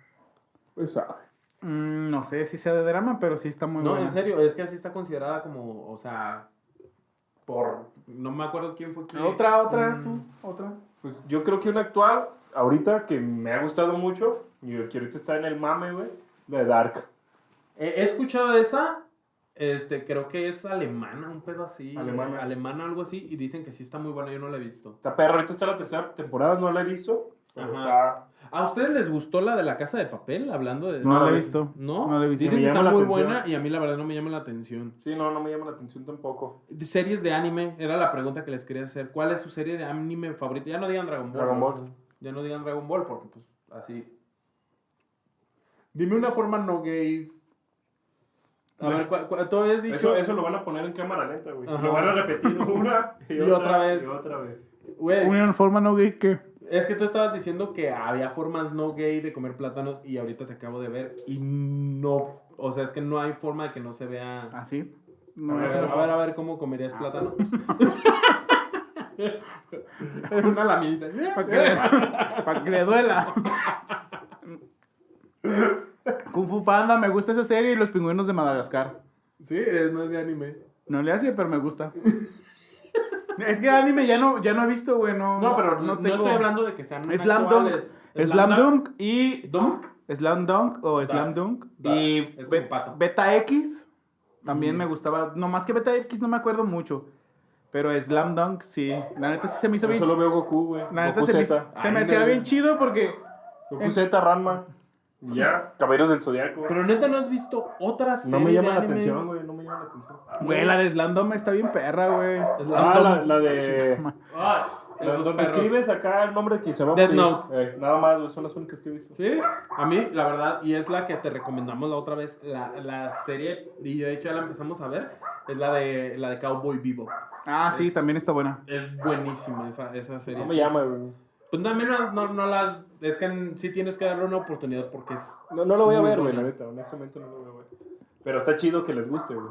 [SPEAKER 2] Pues, ah,
[SPEAKER 5] Mm, no sé si sea de drama, pero sí está muy
[SPEAKER 6] no,
[SPEAKER 5] buena.
[SPEAKER 6] en serio, es que así está considerada como, o sea, por, no me acuerdo quién fue. quién.
[SPEAKER 5] Otra, otra,
[SPEAKER 6] Mm.
[SPEAKER 5] tú, otra.
[SPEAKER 2] pues, yo creo que una actual, ahorita, que me ha gustado mucho, y que ahorita está en el mame, güey, la de Dark.
[SPEAKER 6] He, he escuchado esa, este, creo que es alemana, un pedo así.
[SPEAKER 2] Alemana.
[SPEAKER 6] Alemana, algo así, y dicen que sí está muy buena, yo no la he visto.
[SPEAKER 2] Está perro, ahorita está la tercera temporada, no la he visto. Pero
[SPEAKER 6] Ajá.
[SPEAKER 2] está,
[SPEAKER 6] ¿A ustedes les gustó la de la casa de papel? Hablando de...
[SPEAKER 5] No la he
[SPEAKER 2] no,
[SPEAKER 5] visto.
[SPEAKER 6] ¿No?
[SPEAKER 5] No la he visto.
[SPEAKER 6] Dicen
[SPEAKER 2] Me
[SPEAKER 6] que está
[SPEAKER 2] llama la
[SPEAKER 6] muy
[SPEAKER 2] atención.
[SPEAKER 6] buena y a mí la verdad no me llama la atención.
[SPEAKER 2] sí, no, no me llama la atención tampoco.
[SPEAKER 6] De Series de anime, era la pregunta que les quería hacer. ¿Cuál es su serie de anime favorita? Ya no digan Dragon Ball.
[SPEAKER 2] Dragon
[SPEAKER 6] ¿no?
[SPEAKER 2] Ball.
[SPEAKER 6] Ya no digan Dragon Ball porque pues así. Dime una forma no gay. A
[SPEAKER 2] Bueno.
[SPEAKER 6] ver, ¿cuál- cuál- tú habías dicho.
[SPEAKER 2] Eso, eso lo van a poner en cámara lenta, güey.
[SPEAKER 6] Ajá.
[SPEAKER 2] Lo van a repetir una y,
[SPEAKER 6] Y
[SPEAKER 2] otra,
[SPEAKER 6] otra vez.
[SPEAKER 2] Y otra vez.
[SPEAKER 6] Güey,
[SPEAKER 5] Una forma no gay que.
[SPEAKER 6] es que tú estabas diciendo que había formas no gay de comer plátanos y ahorita te acabo de ver y no. O sea, es que no hay forma de que no se vea.
[SPEAKER 5] Así.
[SPEAKER 6] A
[SPEAKER 5] Ah, No, Ah,
[SPEAKER 6] ver,
[SPEAKER 5] es
[SPEAKER 6] a
[SPEAKER 5] una-
[SPEAKER 6] ver, a ver cómo comerías plátano. una laminita.
[SPEAKER 5] Para que, le, pa' que le duela. Kung Fu Panda, me gusta esa serie y los pingüinos de Madagascar.
[SPEAKER 6] Sí, es- no es de anime.
[SPEAKER 5] No le hace, pero me gusta. Es que anime ya no, ya no he visto, güey. No,
[SPEAKER 6] No, pero no,
[SPEAKER 5] tengo-
[SPEAKER 6] estoy hablando de que sean
[SPEAKER 5] Slam Dunk.
[SPEAKER 6] actuales.
[SPEAKER 5] Slam Dunk y.
[SPEAKER 6] Dunk.
[SPEAKER 5] Slam Dunk o Slam Dunk.
[SPEAKER 6] Dark.
[SPEAKER 5] Y
[SPEAKER 6] Es como
[SPEAKER 5] Bet-
[SPEAKER 6] pato.
[SPEAKER 5] Beta X. También
[SPEAKER 6] Mm.
[SPEAKER 5] me gustaba. No más que Beta X, no me acuerdo mucho. Pero Slam Dunk, sí. La neta sí se me hizo
[SPEAKER 2] Yo
[SPEAKER 5] bien.
[SPEAKER 2] solo veo Goku, güey.
[SPEAKER 5] La neta
[SPEAKER 2] Goku
[SPEAKER 5] se me,
[SPEAKER 2] Z.
[SPEAKER 5] se me
[SPEAKER 6] Ay,
[SPEAKER 5] hacía
[SPEAKER 6] no.
[SPEAKER 5] bien chido porque.
[SPEAKER 2] Goku Z, Ranma. y Ya, Caballeros del Zodiaco.
[SPEAKER 6] Pero neta no has visto otra serie
[SPEAKER 2] No me llama
[SPEAKER 6] de
[SPEAKER 2] la
[SPEAKER 6] anime?
[SPEAKER 2] atención, güey. No me llama la atención.
[SPEAKER 5] Güey, la de Slandoma está bien perra, güey.
[SPEAKER 6] Slam
[SPEAKER 2] Ah, la,
[SPEAKER 6] Dunk.
[SPEAKER 2] la de.
[SPEAKER 6] Ay, Esos
[SPEAKER 2] Donde
[SPEAKER 6] perros.
[SPEAKER 2] escribes acá el nombre que se va a
[SPEAKER 6] Death
[SPEAKER 2] morir.
[SPEAKER 6] Note.
[SPEAKER 2] Eh, nada más, güey, son las únicas que he visto.
[SPEAKER 6] Sí, a mí, la verdad, y es la que te recomendamos la otra vez, la, la serie, y de hecho ya la empezamos a ver, es la de, la de Cowboy Vivo.
[SPEAKER 5] Ah, sí,
[SPEAKER 6] Es-
[SPEAKER 5] también está buena.
[SPEAKER 6] Es buenísima esa, esa serie.
[SPEAKER 2] No me llama, güey.
[SPEAKER 6] Pues también no, no, no las. Es que en- sí tienes que darle una oportunidad porque es.
[SPEAKER 2] No, no lo voy a
[SPEAKER 6] Muy
[SPEAKER 2] ver, güey, la
[SPEAKER 6] buena.
[SPEAKER 2] neta. Honestamente no lo voy a ver. Pero está chido que les guste, güey.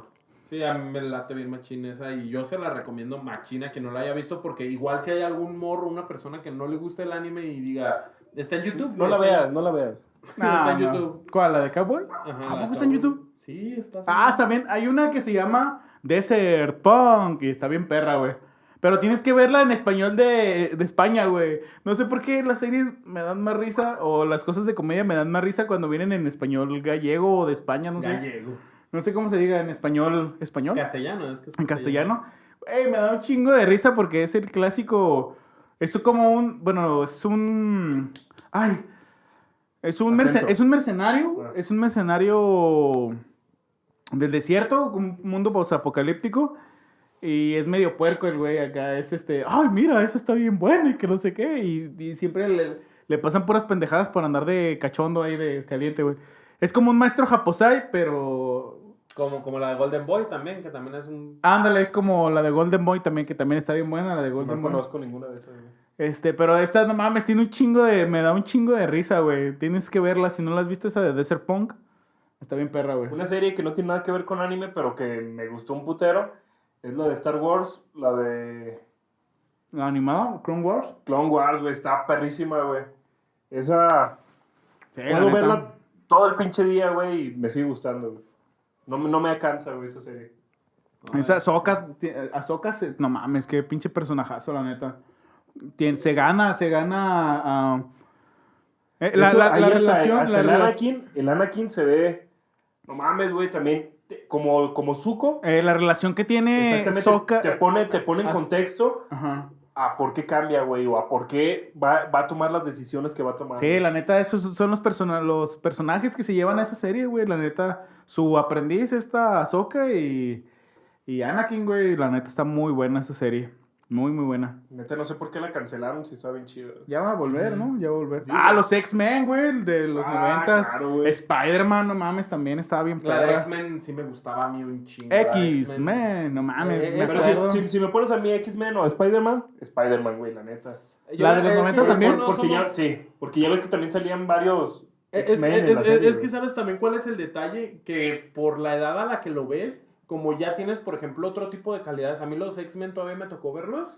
[SPEAKER 6] Sí, a mí me late bien machín esa y yo se la recomiendo machina que no la haya visto porque igual si hay algún morro, una persona que no le gusta el anime y diga, está en YouTube.
[SPEAKER 2] No la
[SPEAKER 6] Está-
[SPEAKER 2] veas, no la veas.
[SPEAKER 6] está
[SPEAKER 5] Ah,
[SPEAKER 6] en
[SPEAKER 5] no.
[SPEAKER 6] YouTube.
[SPEAKER 5] ¿Cuál? ¿La de Cowboy?
[SPEAKER 6] Ajá,
[SPEAKER 5] ¿A
[SPEAKER 6] la
[SPEAKER 5] poco está en
[SPEAKER 6] acabo-
[SPEAKER 5] YouTube?
[SPEAKER 6] Sí, está.
[SPEAKER 5] Ah, también hay una que se llama Desert Punk y está bien perra, güey. Pero tienes que verla en español de, de España, güey. No sé por qué las series me dan más risa o las cosas de comedia me dan más risa cuando vienen en español gallego o de España, no sé.
[SPEAKER 6] Gallego.
[SPEAKER 5] No sé cómo se diga en español, español,
[SPEAKER 6] Castellano, es que es
[SPEAKER 5] en castellano. Güey, me da un chingo de risa porque es el clásico. Es como un. Bueno, es un. Ay. Es un, merce-
[SPEAKER 2] Acento.
[SPEAKER 5] es un mercenario.
[SPEAKER 2] Ah.
[SPEAKER 5] Es un mercenario del desierto, un mundo posapocalíptico. Y es medio puerco el güey acá. Es este. Ay, mira, eso está bien bueno y que no sé qué. Y, y siempre le, le pasan puras pendejadas por andar de cachondo ahí, de caliente, güey. Es como un maestro japosai, pero
[SPEAKER 6] Como, como la de Golden Boy también, que también es un.
[SPEAKER 5] Ándale, es como la de Golden Boy también, que también está bien buena, la de
[SPEAKER 2] No
[SPEAKER 5] Golden Boy.
[SPEAKER 2] conozco ninguna de esas, güey.
[SPEAKER 5] Este, pero esta, no mames, tiene un chingo de, me da un chingo de risa, güey. Tienes que verla, si no la has visto, esa de Desert Punk. Está bien perra, güey.
[SPEAKER 2] Una serie que no tiene nada que ver con anime, pero que me gustó un putero, es la de Star Wars, la de
[SPEAKER 5] ¿La animada? ¿Clone Wars?
[SPEAKER 2] Clone Wars, güey. Está perrísima, güey. Esa...
[SPEAKER 5] Sí,
[SPEAKER 6] Eh,
[SPEAKER 2] Puedo verla todo el pinche día, güey, y me sigue gustando, güey. No, me- no me cansa, güey, esa serie.
[SPEAKER 5] Esa Ahsoka, ti- eh, Ahsoka, se- no mames, qué pinche personajazo, la neta. Tien- se gana, se gana... ah, eh,
[SPEAKER 2] De
[SPEAKER 5] la,
[SPEAKER 2] hecho,
[SPEAKER 5] la- la
[SPEAKER 2] ahí hasta-
[SPEAKER 5] relación...
[SPEAKER 2] hasta
[SPEAKER 5] la
[SPEAKER 2] el
[SPEAKER 5] rela-
[SPEAKER 2] Anakin, el Anakin se ve... No mames, güey, también te- como, como Zuko.
[SPEAKER 5] eh, la relación que tiene
[SPEAKER 2] Exactamente,
[SPEAKER 5] Ahsoka...
[SPEAKER 2] te pone, te pone en
[SPEAKER 5] Haz-
[SPEAKER 2] contexto
[SPEAKER 5] Ajá.
[SPEAKER 2] a por qué cambia, güey, o a por qué va, va a tomar las decisiones que va a tomar.
[SPEAKER 5] Sí, la neta, esos son los, persona- los personajes que se llevan a esa serie, güey. La neta, su aprendiz está Ahsoka y, y Anakin, güey. La neta, está muy buena esa serie. Muy, muy buena.
[SPEAKER 2] Neta, no sé por qué la cancelaron, si está bien chida.
[SPEAKER 5] Ya va a volver, ¿no? Ya va a volver.
[SPEAKER 2] Digo.
[SPEAKER 5] Ah, los X-Men, güey, de los
[SPEAKER 2] Ah,
[SPEAKER 5] noventas.
[SPEAKER 2] claro, güey.
[SPEAKER 5] Spider-Man, no mames, también estaba bien
[SPEAKER 6] La de
[SPEAKER 5] perra.
[SPEAKER 6] X-Men sí me gustaba a mí un chingo. la de
[SPEAKER 5] X-Men, no mames.
[SPEAKER 6] Eh,
[SPEAKER 5] me
[SPEAKER 2] Pero
[SPEAKER 5] acuerdo.
[SPEAKER 2] si, si- si me pones a mí X-Men o Spider-Man, Spider-Man, güey, la neta.
[SPEAKER 6] Yo-
[SPEAKER 5] La de los
[SPEAKER 6] es que
[SPEAKER 5] 90
[SPEAKER 6] yo
[SPEAKER 5] también,
[SPEAKER 6] no
[SPEAKER 2] Porque ya,
[SPEAKER 6] somos-
[SPEAKER 2] sí, porque ya ves que también salían varios
[SPEAKER 6] Es, es-
[SPEAKER 2] X-Men en la
[SPEAKER 6] es-
[SPEAKER 2] serie,
[SPEAKER 6] es que
[SPEAKER 2] güey.
[SPEAKER 6] sabes también cuál es el detalle, que por la edad a la que lo ves, como ya tienes, por ejemplo, otro tipo de calidades, a mí los X-Men todavía me tocó verlos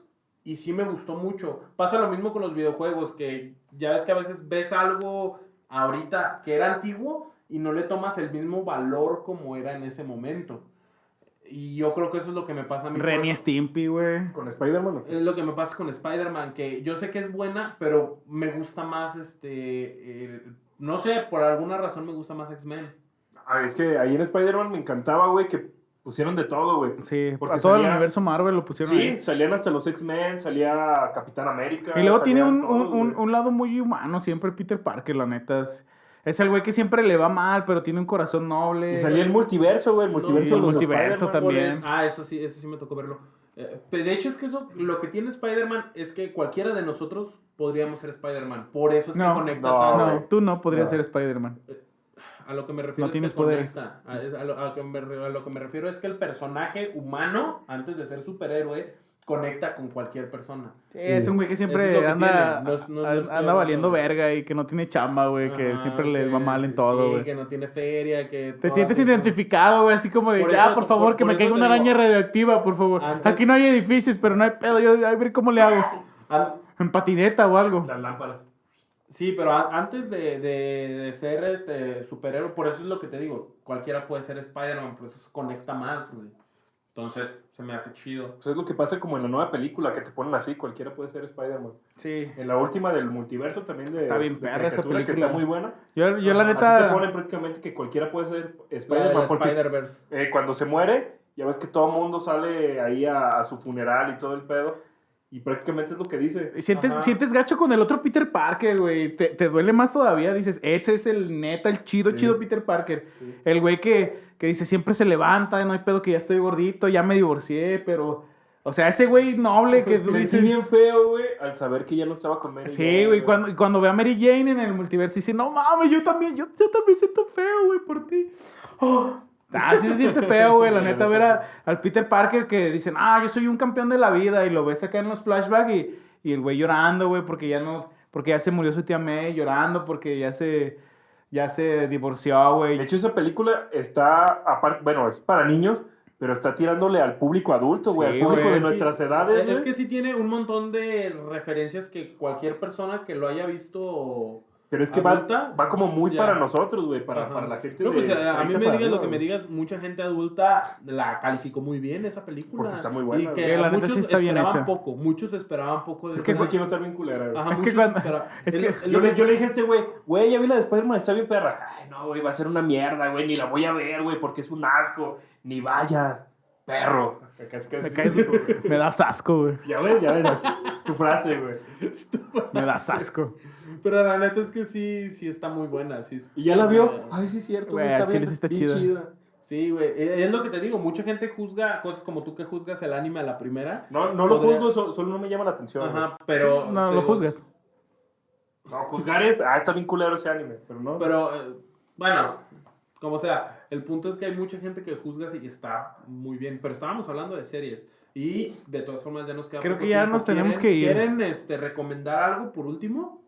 [SPEAKER 6] y sí me gustó mucho. Pasa lo mismo con los videojuegos, que ya ves que a veces ves algo ahorita que era antiguo y no le tomas el mismo valor como era en ese momento. Y yo creo que eso es lo que me pasa a mí. por
[SPEAKER 5] Ren y
[SPEAKER 6] eso.
[SPEAKER 5] Stimpy, güey.
[SPEAKER 2] con Spider-Man. ¿o qué?
[SPEAKER 6] Es lo que me pasa con Spider-Man, que yo sé que es buena, pero me gusta más este. el- no sé, por alguna razón me gusta más X-Men.
[SPEAKER 2] Ah, es que ahí en Spider-Man me encantaba, güey, que pusieron de todo, güey.
[SPEAKER 5] Sí,
[SPEAKER 2] Porque
[SPEAKER 5] a todo el
[SPEAKER 2] salía-
[SPEAKER 5] universo Marvel lo pusieron ahí.
[SPEAKER 2] Sí, salían hasta los X-Men, salía Capitán América.
[SPEAKER 5] Y luego tiene un,
[SPEAKER 2] salían
[SPEAKER 5] un-
[SPEAKER 2] todos,
[SPEAKER 5] un-
[SPEAKER 2] güey.
[SPEAKER 5] un lado muy humano siempre Peter Parker, la neta. Es, es el güey que siempre le va mal, pero tiene un corazón noble.
[SPEAKER 2] Y salía el multiverso, güey, el multiverso.
[SPEAKER 5] y el
[SPEAKER 2] de los
[SPEAKER 5] multiverso
[SPEAKER 2] Spider-Man,
[SPEAKER 5] también.
[SPEAKER 6] Por el- ah, eso sí, eso sí me tocó verlo. Eh, pe- de hecho, es que eso, lo que tiene Spider-Man es que cualquiera de nosotros podríamos ser Spider-Man. Por eso es
[SPEAKER 5] No,
[SPEAKER 6] que conecta
[SPEAKER 2] no,
[SPEAKER 6] tanto.
[SPEAKER 5] No, tú no podrías
[SPEAKER 2] No.
[SPEAKER 5] ser Spider-Man.
[SPEAKER 6] A lo que me refiero
[SPEAKER 5] No
[SPEAKER 6] es
[SPEAKER 5] tienes
[SPEAKER 6] que
[SPEAKER 5] poderes.
[SPEAKER 6] conecta. A, es- a lo, a lo que me, re- a lo que me refiero es que el personaje humano, antes de ser superhéroe, conecta con cualquier persona.
[SPEAKER 5] Es un güey que siempre
[SPEAKER 6] Eso es lo que
[SPEAKER 5] anda,
[SPEAKER 6] tiene. No es- no- no
[SPEAKER 5] a-
[SPEAKER 6] estoy
[SPEAKER 5] anda
[SPEAKER 6] hablando-
[SPEAKER 5] valiendo verga y que no tiene chamba, güey, que
[SPEAKER 6] Ajá,
[SPEAKER 5] siempre
[SPEAKER 6] que
[SPEAKER 5] le va mal en
[SPEAKER 6] Ah, sí,
[SPEAKER 5] todo, güey.
[SPEAKER 6] que no tiene feria, que...
[SPEAKER 5] Te
[SPEAKER 6] todas
[SPEAKER 5] sientes
[SPEAKER 6] esas-
[SPEAKER 5] identificado, güey, así como de,
[SPEAKER 6] Por
[SPEAKER 5] ya,
[SPEAKER 6] eso-
[SPEAKER 5] por favor,
[SPEAKER 6] por-
[SPEAKER 5] que
[SPEAKER 6] por
[SPEAKER 5] me
[SPEAKER 6] eso
[SPEAKER 5] caiga
[SPEAKER 6] te
[SPEAKER 5] una
[SPEAKER 6] digo-
[SPEAKER 5] araña radioactiva, por favor.
[SPEAKER 6] Antes-
[SPEAKER 5] Aquí no hay edificios, pero no hay pedo, yo a ver cómo le hago.
[SPEAKER 6] An-
[SPEAKER 5] En patineta o algo.
[SPEAKER 2] Las lámparas.
[SPEAKER 6] Sí, pero a- antes de, de- de ser este superhéroe, por eso es lo que te digo, cualquiera puede ser Spider-Man, pero eso conecta más, güey. Entonces, se me hace chido.
[SPEAKER 2] Pues es lo que pasa como en la nueva película, que te ponen así, cualquiera puede ser Spider-Man.
[SPEAKER 5] Sí.
[SPEAKER 2] En la última del multiverso también de.
[SPEAKER 5] Está bien
[SPEAKER 2] de
[SPEAKER 5] perra esa
[SPEAKER 2] caricatura, Que
[SPEAKER 5] película.
[SPEAKER 2] está muy buena.
[SPEAKER 5] Yo, yo la
[SPEAKER 2] Así
[SPEAKER 5] neta...
[SPEAKER 2] te ponen prácticamente que cualquiera puede ser
[SPEAKER 6] La del
[SPEAKER 2] Spider-Man. Porque
[SPEAKER 6] Spider-Verse.
[SPEAKER 2] eh, cuando se muere, ya ves que todo mundo sale ahí a, a su funeral y todo el pedo. Y prácticamente es lo que dice.
[SPEAKER 5] Y Sientes,
[SPEAKER 6] Ajá.
[SPEAKER 5] sientes gacho con el otro Peter Parker, güey. Te, te duele más todavía. Dices, ese es el neta, el chido,
[SPEAKER 2] Sí.
[SPEAKER 5] chido Peter Parker.
[SPEAKER 2] Sí.
[SPEAKER 5] El güey que, que dice, siempre se levanta, no hay pedo que ya estoy gordito, ya me divorcié, pero O sea, ese güey noble que tú
[SPEAKER 2] Sentí
[SPEAKER 5] dices.
[SPEAKER 2] bien feo, güey, al saber que ya no estaba con Mary
[SPEAKER 5] Sí,
[SPEAKER 2] Jane,
[SPEAKER 5] güey, cuando, y cuando ve a Mary Jane en el multiverso, dice, no mames, yo también, yo, yo también siento feo, güey, por ti. Oh. Ah, sí se siente feo, güey, la neta, ver a- al Peter Parker que dicen, ah, yo soy un campeón de la vida, y lo ves acá en los flashbacks y, y el güey llorando, güey, porque ya no, porque ya se murió su tía May, llorando, porque ya se, ya se divorció, güey.
[SPEAKER 2] De hecho, esa película está, aparte, bueno, es para niños, pero está tirándole al público adulto, güey,
[SPEAKER 5] Sí,
[SPEAKER 2] al público
[SPEAKER 5] güey.
[SPEAKER 2] de
[SPEAKER 6] Sí,
[SPEAKER 2] nuestras
[SPEAKER 6] sí.
[SPEAKER 2] edades.
[SPEAKER 6] Es
[SPEAKER 2] güey.
[SPEAKER 6] que sí tiene un montón de referencias que cualquier persona que lo haya visto.
[SPEAKER 2] Pero es que va,
[SPEAKER 6] adulta,
[SPEAKER 2] va como muy
[SPEAKER 6] ya.
[SPEAKER 2] para nosotros, güey, para,
[SPEAKER 6] Ajá.
[SPEAKER 2] para la gente
[SPEAKER 6] No,
[SPEAKER 2] de
[SPEAKER 6] pues, a, a mí
[SPEAKER 2] 30
[SPEAKER 6] me
[SPEAKER 2] para
[SPEAKER 6] digas lo
[SPEAKER 2] arriba,
[SPEAKER 6] que me
[SPEAKER 2] güey.
[SPEAKER 6] digas, mucha gente adulta la calificó muy bien esa película.
[SPEAKER 2] Porque está muy buena,
[SPEAKER 6] Y que
[SPEAKER 5] güey. Sí, la
[SPEAKER 6] a
[SPEAKER 5] neta
[SPEAKER 6] muchos
[SPEAKER 5] sí está bien
[SPEAKER 6] esperaban
[SPEAKER 5] hecha.
[SPEAKER 6] poco, muchos esperaban poco de
[SPEAKER 2] Es que
[SPEAKER 6] esa-
[SPEAKER 2] pensé que iba a estar bien culera, güey.
[SPEAKER 6] Ajá,
[SPEAKER 5] Es que
[SPEAKER 6] muchos
[SPEAKER 5] cuando-
[SPEAKER 6] esperaban-
[SPEAKER 5] es
[SPEAKER 6] Es
[SPEAKER 5] que-
[SPEAKER 6] lo-
[SPEAKER 2] Yo le, yo le dije a este güey, güey, ya vi la de Spider-Man, está bien perra. Ay, no, güey, va a ser una mierda, güey, ni la voy a ver, güey, porque es un asco. Ni vaya, perro. Casi, casi
[SPEAKER 5] Me
[SPEAKER 2] sí
[SPEAKER 5] caes-
[SPEAKER 2] dijo, güey.
[SPEAKER 5] me das asco, güey,
[SPEAKER 2] Ya ves, ya ves, así, tu frase, güey.
[SPEAKER 5] me das asco.
[SPEAKER 6] Pero la neta es que sí, sí está muy buena. Sí,
[SPEAKER 2] Y ya la vio. Ay, sí, es cierto, güey,
[SPEAKER 5] Güey,
[SPEAKER 2] está
[SPEAKER 5] al chile
[SPEAKER 2] bien,
[SPEAKER 5] sí está
[SPEAKER 2] bien
[SPEAKER 5] chida.
[SPEAKER 6] Sí, güey. e, Es es lo que te digo. Mucha gente juzga cosas como tú que juzgas el anime a la primera.
[SPEAKER 2] No, no lo
[SPEAKER 6] Podría-
[SPEAKER 2] juzgo, so- solo no me llama la atención. güey.
[SPEAKER 6] Ajá, pero.
[SPEAKER 5] No,
[SPEAKER 6] te
[SPEAKER 5] lo
[SPEAKER 6] digo,
[SPEAKER 5] juzgas.
[SPEAKER 2] No, juzgar es, ah, está bien culero ese anime, pero no.
[SPEAKER 6] Pero, eh, bueno, como sea, el punto es que hay mucha gente que juzga y está muy bien. Pero estábamos hablando de series. Y de todas formas ya nos queda.
[SPEAKER 5] Creo que
[SPEAKER 6] poco
[SPEAKER 5] ya
[SPEAKER 6] tiempo.
[SPEAKER 5] nos tenemos
[SPEAKER 6] ¿Quieren-
[SPEAKER 5] que ir.
[SPEAKER 6] ¿Quieren este, recomendar algo por último?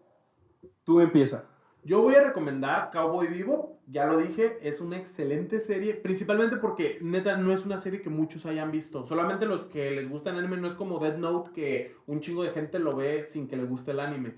[SPEAKER 2] Tú empieza.
[SPEAKER 6] Yo voy a recomendar Cowboy Vivo, ya lo dije, es una excelente serie, principalmente porque neta no es una serie que muchos hayan visto, solamente los que les gusta el anime, no es como Dead Note que un chingo de gente lo ve sin que le guste el anime.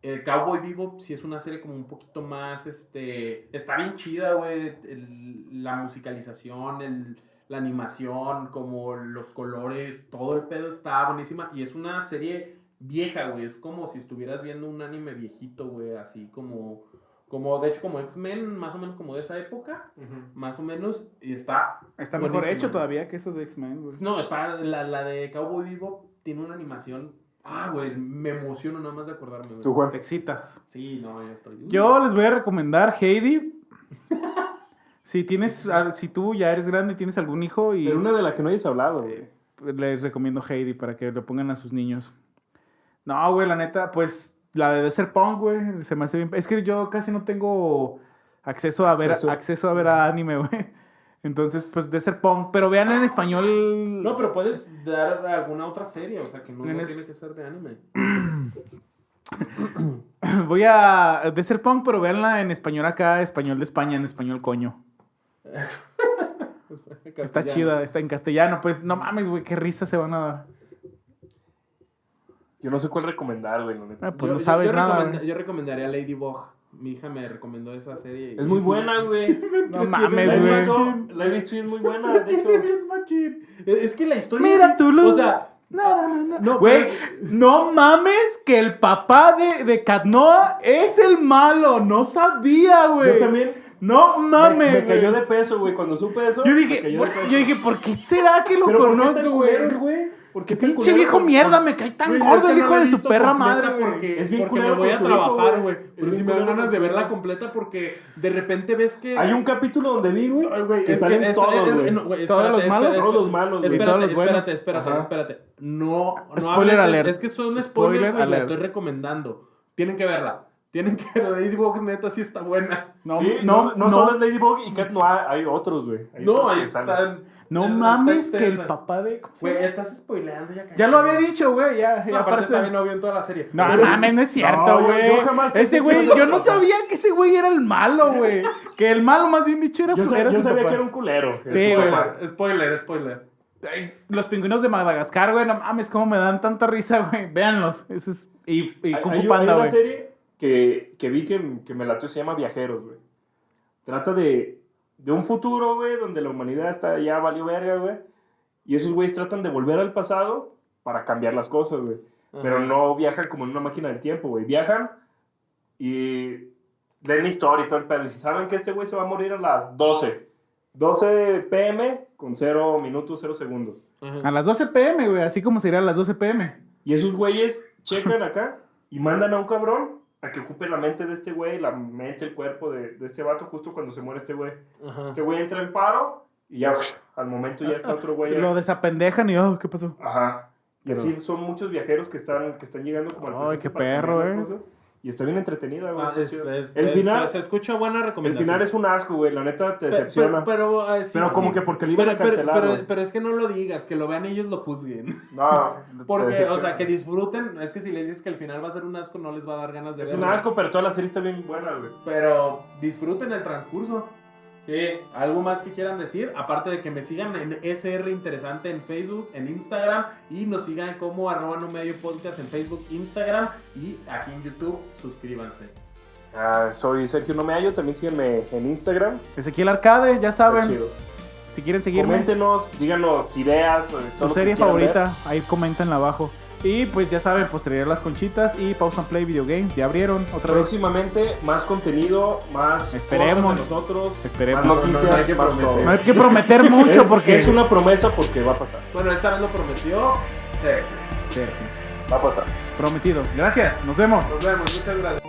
[SPEAKER 6] El Cowboy Vivo sí es una serie como un poquito más, este, está bien chida, güey, el- la musicalización, el- la animación, como los colores, todo el pedo está buenísima y es una serie vieja, güey, es como si estuvieras viendo un anime viejito, güey, así como como de hecho como X-Men, más o menos como de esa época, más o menos, y está...
[SPEAKER 5] Está mejor
[SPEAKER 6] buenísimo.
[SPEAKER 5] hecho todavía que eso de X-Men, güey.
[SPEAKER 6] No, está la, la de Cowboy Vivo, tiene una animación... Ah, güey, me emociono nada más de acordarme. güey.
[SPEAKER 2] Tú, Juan.
[SPEAKER 5] Te excitas.
[SPEAKER 6] Sí, no, ya estoy...
[SPEAKER 5] Yo les voy a recomendar Heidi. si tienes, al- si tú ya eres grande y tienes algún hijo y
[SPEAKER 2] Pero una de las que no hayas hablado, güey.
[SPEAKER 5] eh, les recomiendo Heidi para que lo pongan a sus niños. No, güey, la neta, pues la de ser Punk, güey, se me hace bien. Es que yo casi no tengo acceso a ver
[SPEAKER 2] Acceso.
[SPEAKER 5] acceso, a ver a anime, güey. Entonces, pues de ser Punk, pero vean en español.
[SPEAKER 6] No, pero puedes dar alguna otra serie, o sea, que no,
[SPEAKER 5] En
[SPEAKER 6] no
[SPEAKER 5] es-
[SPEAKER 6] tiene que ser de anime.
[SPEAKER 5] Voy a de ser Punk, pero veanla en español acá, español de España, en español coño. Está
[SPEAKER 6] Castellano.
[SPEAKER 5] chida, está en castellano, pues no mames, güey, qué risa se van a dar.
[SPEAKER 2] Yo no sé cuál recomendar, güey, la neta.
[SPEAKER 5] Ah, pues
[SPEAKER 6] Yo-
[SPEAKER 5] no
[SPEAKER 6] yo-
[SPEAKER 5] sabes
[SPEAKER 6] yo,
[SPEAKER 5] nada.
[SPEAKER 6] recomenda-
[SPEAKER 5] güey.
[SPEAKER 6] yo recomendaría Ladybug. Mi hija me recomendó esa serie. y-
[SPEAKER 2] Es muy
[SPEAKER 6] sí,
[SPEAKER 2] buena, güey.
[SPEAKER 5] No
[SPEAKER 2] La
[SPEAKER 5] mames,
[SPEAKER 2] he
[SPEAKER 5] güey.
[SPEAKER 2] visto- La he visto y es muy buena, de hecho.
[SPEAKER 6] Tiene bien machín. Es es que la historia.
[SPEAKER 5] Mira
[SPEAKER 6] es-
[SPEAKER 5] tu luz.
[SPEAKER 6] O sea,
[SPEAKER 5] No, no, no,
[SPEAKER 6] no,
[SPEAKER 5] Güey,
[SPEAKER 6] pero-
[SPEAKER 5] no mames que el papá de, de Catnoa es el malo. No sabía, güey.
[SPEAKER 2] Yo también
[SPEAKER 5] No
[SPEAKER 2] me,
[SPEAKER 5] mames.
[SPEAKER 2] me cayó
[SPEAKER 5] güey.
[SPEAKER 2] de peso, güey. Cuando supe eso,
[SPEAKER 5] Yo
[SPEAKER 2] me
[SPEAKER 5] dije,
[SPEAKER 2] cayó
[SPEAKER 5] "Por-
[SPEAKER 2] de peso.
[SPEAKER 5] yo dije, ¿por qué será que lo
[SPEAKER 2] Pero ¿por qué
[SPEAKER 5] conozco,
[SPEAKER 2] tan
[SPEAKER 5] güey?
[SPEAKER 2] culero, güey? ¿Por qué tan
[SPEAKER 5] Pinche
[SPEAKER 2] culero
[SPEAKER 5] viejo
[SPEAKER 2] con-
[SPEAKER 5] mierda, me cae tan
[SPEAKER 6] Güey, es
[SPEAKER 5] gordo
[SPEAKER 6] que
[SPEAKER 5] el
[SPEAKER 6] no
[SPEAKER 5] hijo
[SPEAKER 6] la he
[SPEAKER 5] de su
[SPEAKER 6] visto
[SPEAKER 5] perra
[SPEAKER 6] completa
[SPEAKER 5] madre, güey.
[SPEAKER 6] Porque,
[SPEAKER 2] Es bien
[SPEAKER 6] porque me
[SPEAKER 2] culero
[SPEAKER 6] voy
[SPEAKER 2] con
[SPEAKER 6] a
[SPEAKER 2] su hijo, güey.
[SPEAKER 6] trabajar, güey.
[SPEAKER 2] Es
[SPEAKER 6] Pero
[SPEAKER 2] bien
[SPEAKER 6] si me dan
[SPEAKER 2] culero
[SPEAKER 6] ganas
[SPEAKER 2] con
[SPEAKER 6] de
[SPEAKER 2] su
[SPEAKER 6] verla
[SPEAKER 2] hijo.
[SPEAKER 6] completa porque de repente ves que.
[SPEAKER 2] Hay un capítulo donde vi, güey,
[SPEAKER 6] Ay, güey,
[SPEAKER 2] que
[SPEAKER 6] es
[SPEAKER 2] salen
[SPEAKER 6] es-
[SPEAKER 2] todos,
[SPEAKER 6] es-
[SPEAKER 2] güey.
[SPEAKER 6] no, güey,
[SPEAKER 5] Todos los
[SPEAKER 6] espérate,
[SPEAKER 5] malos.
[SPEAKER 6] espérate,
[SPEAKER 2] Todos los malos, güey.
[SPEAKER 6] Espérate,
[SPEAKER 5] Y todos los buenos.
[SPEAKER 6] espérate, espérate,
[SPEAKER 2] Ajá.
[SPEAKER 6] espérate. No, no
[SPEAKER 5] Spoiler
[SPEAKER 6] hables de-
[SPEAKER 5] alert.
[SPEAKER 6] Es que son
[SPEAKER 5] Spoiler
[SPEAKER 6] spoilers, güey, la
[SPEAKER 5] alert.
[SPEAKER 6] estoy recomendando. Tienen que verla. Tienen que verla. Ladybug neta sí está buena.
[SPEAKER 5] No,
[SPEAKER 2] Sí,
[SPEAKER 5] no, no,
[SPEAKER 2] solo es Ladybug y Cat Noir, hay otros, güey. Hay
[SPEAKER 6] No,
[SPEAKER 2] otros
[SPEAKER 6] ahí
[SPEAKER 2] que salen.
[SPEAKER 6] están.
[SPEAKER 5] no
[SPEAKER 6] está
[SPEAKER 5] mames que el
[SPEAKER 6] extensa.
[SPEAKER 5] papá de.
[SPEAKER 6] Güey, estás spoileando ya.
[SPEAKER 5] Ya lo había
[SPEAKER 6] cállate.
[SPEAKER 5] dicho, güey. Ya,
[SPEAKER 6] No,
[SPEAKER 5] ya
[SPEAKER 6] aparte
[SPEAKER 5] parece-
[SPEAKER 6] también no vio en toda la serie.
[SPEAKER 5] No
[SPEAKER 6] Pero-
[SPEAKER 5] mames, no es
[SPEAKER 2] No,
[SPEAKER 5] cierto,
[SPEAKER 2] yo-
[SPEAKER 5] güey.
[SPEAKER 2] yo jamás pensé
[SPEAKER 5] ese
[SPEAKER 2] que
[SPEAKER 5] güey,
[SPEAKER 2] iba a
[SPEAKER 5] yo
[SPEAKER 2] ser
[SPEAKER 5] no
[SPEAKER 2] papá.
[SPEAKER 5] sabía que ese güey era el malo, güey. Que el malo más bien dicho era
[SPEAKER 2] Yo,
[SPEAKER 5] su,
[SPEAKER 2] sab-
[SPEAKER 5] era
[SPEAKER 2] yo
[SPEAKER 5] su
[SPEAKER 2] sabía
[SPEAKER 5] papá.
[SPEAKER 2] que era un culero.
[SPEAKER 5] Sí,
[SPEAKER 2] Es un
[SPEAKER 5] güey.
[SPEAKER 2] papá.
[SPEAKER 6] Spoiler, spoiler, spoiler.
[SPEAKER 5] Ay, Los pingüinos de Madagascar, güey, no mames, cómo me dan tanta risa, güey. Véanlos. Eso es y y
[SPEAKER 2] Hay,
[SPEAKER 5] Kung
[SPEAKER 2] hay-
[SPEAKER 5] Fu
[SPEAKER 2] hay
[SPEAKER 5] Panda,
[SPEAKER 2] una
[SPEAKER 5] güey.
[SPEAKER 2] serie que, que vi que, que me latió, se llama Viajeros, güey. Trata de, de un futuro, güey, donde la humanidad está ya valió verga, güey. Y esos güeyes tratan de volver al pasado para cambiar las cosas, güey. Pero no viajan como en una máquina del tiempo, güey. Viajan y leen la historia y todo el pedo. Y si saben que este güey se va a morir a las 12. 12 pm con 0 minutos, 0 segundos.
[SPEAKER 5] A las 12 pm, güey, así como sería a las 12 pm.
[SPEAKER 2] Y esos güeyes checan acá y mandan a un cabrón a que ocupe la mente de este güey, la mente, el cuerpo de, de este vato justo cuando se muere este güey. Este güey entra en paro Y ya, al momento ya está otro güey.
[SPEAKER 5] Se lo desapendejan y, oh, ¿qué pasó?
[SPEAKER 2] Ajá. Y
[SPEAKER 5] Pero-
[SPEAKER 2] así son muchos viajeros que están, que están llegando como al
[SPEAKER 5] Ay,
[SPEAKER 2] presente
[SPEAKER 5] qué
[SPEAKER 2] para cambiar
[SPEAKER 5] perro,
[SPEAKER 2] las
[SPEAKER 5] eh.
[SPEAKER 2] cosas. Y está bien entretenida, güey.
[SPEAKER 6] Ah,
[SPEAKER 2] está
[SPEAKER 6] es-
[SPEAKER 2] chido.
[SPEAKER 6] es-
[SPEAKER 2] el
[SPEAKER 6] es-
[SPEAKER 2] final,
[SPEAKER 6] se, se escucha buena
[SPEAKER 2] el
[SPEAKER 6] recomendación.
[SPEAKER 2] final es un asco, güey. La neta te
[SPEAKER 6] Pe-
[SPEAKER 2] decepciona.
[SPEAKER 6] Pero, pero, ah, sí,
[SPEAKER 2] Pero como
[SPEAKER 6] sí.
[SPEAKER 2] que porque le iban a
[SPEAKER 6] Pero- pero-
[SPEAKER 2] cancelar,
[SPEAKER 6] Pero,
[SPEAKER 2] güey.
[SPEAKER 6] pero es que no lo digas, que lo vean y ellos lo juzguen.
[SPEAKER 2] no, te
[SPEAKER 6] Porque, o sea,
[SPEAKER 2] decepciona.
[SPEAKER 6] que disfruten. Es que si les dices que el final va a ser un asco, no les va a dar ganas de
[SPEAKER 2] Es un
[SPEAKER 6] verlo.
[SPEAKER 2] asco, pero toda la serie está bien buena, güey.
[SPEAKER 6] Pero disfruten el transcurso. Sí, algo más que quieran decir. Aparte de que me sigan en SR Interesante en Facebook, en Instagram. Y nos sigan como arroba no medio podcast en Facebook, Instagram. Y aquí en YouTube, suscríbanse.
[SPEAKER 2] Ah, soy Sergio No Me Hallo, también síganme en Instagram.
[SPEAKER 5] Ezequiel Arcade, ya
[SPEAKER 6] Ah,
[SPEAKER 2] Está
[SPEAKER 5] saben.
[SPEAKER 2] chido.
[SPEAKER 5] Si quieren seguirme,
[SPEAKER 2] Coméntenos, díganos ideas. sobre todo
[SPEAKER 5] tu
[SPEAKER 2] lo que
[SPEAKER 5] serie
[SPEAKER 2] quieran ver.
[SPEAKER 5] favorita, ahí comentenla abajo. Y pues ya saben, posterior las conchitas y Pause and Play Video Games, ya abrieron otra vez.
[SPEAKER 2] Próximamente, más contenido, más
[SPEAKER 5] Esperemos.
[SPEAKER 2] cosas de nosotros.
[SPEAKER 5] Esperemos.
[SPEAKER 2] Más noticias,
[SPEAKER 6] No, no, no hay que
[SPEAKER 2] más
[SPEAKER 6] prometer.
[SPEAKER 2] todo.
[SPEAKER 5] No hay que prometer mucho
[SPEAKER 2] es,
[SPEAKER 5] porque
[SPEAKER 2] es una promesa porque va a pasar.
[SPEAKER 6] Bueno, esta vez lo prometió. Sergio.
[SPEAKER 5] Sí,
[SPEAKER 2] Va a pasar.
[SPEAKER 5] prometido. Gracias, nos vemos.
[SPEAKER 6] Nos vemos, muchas gracias.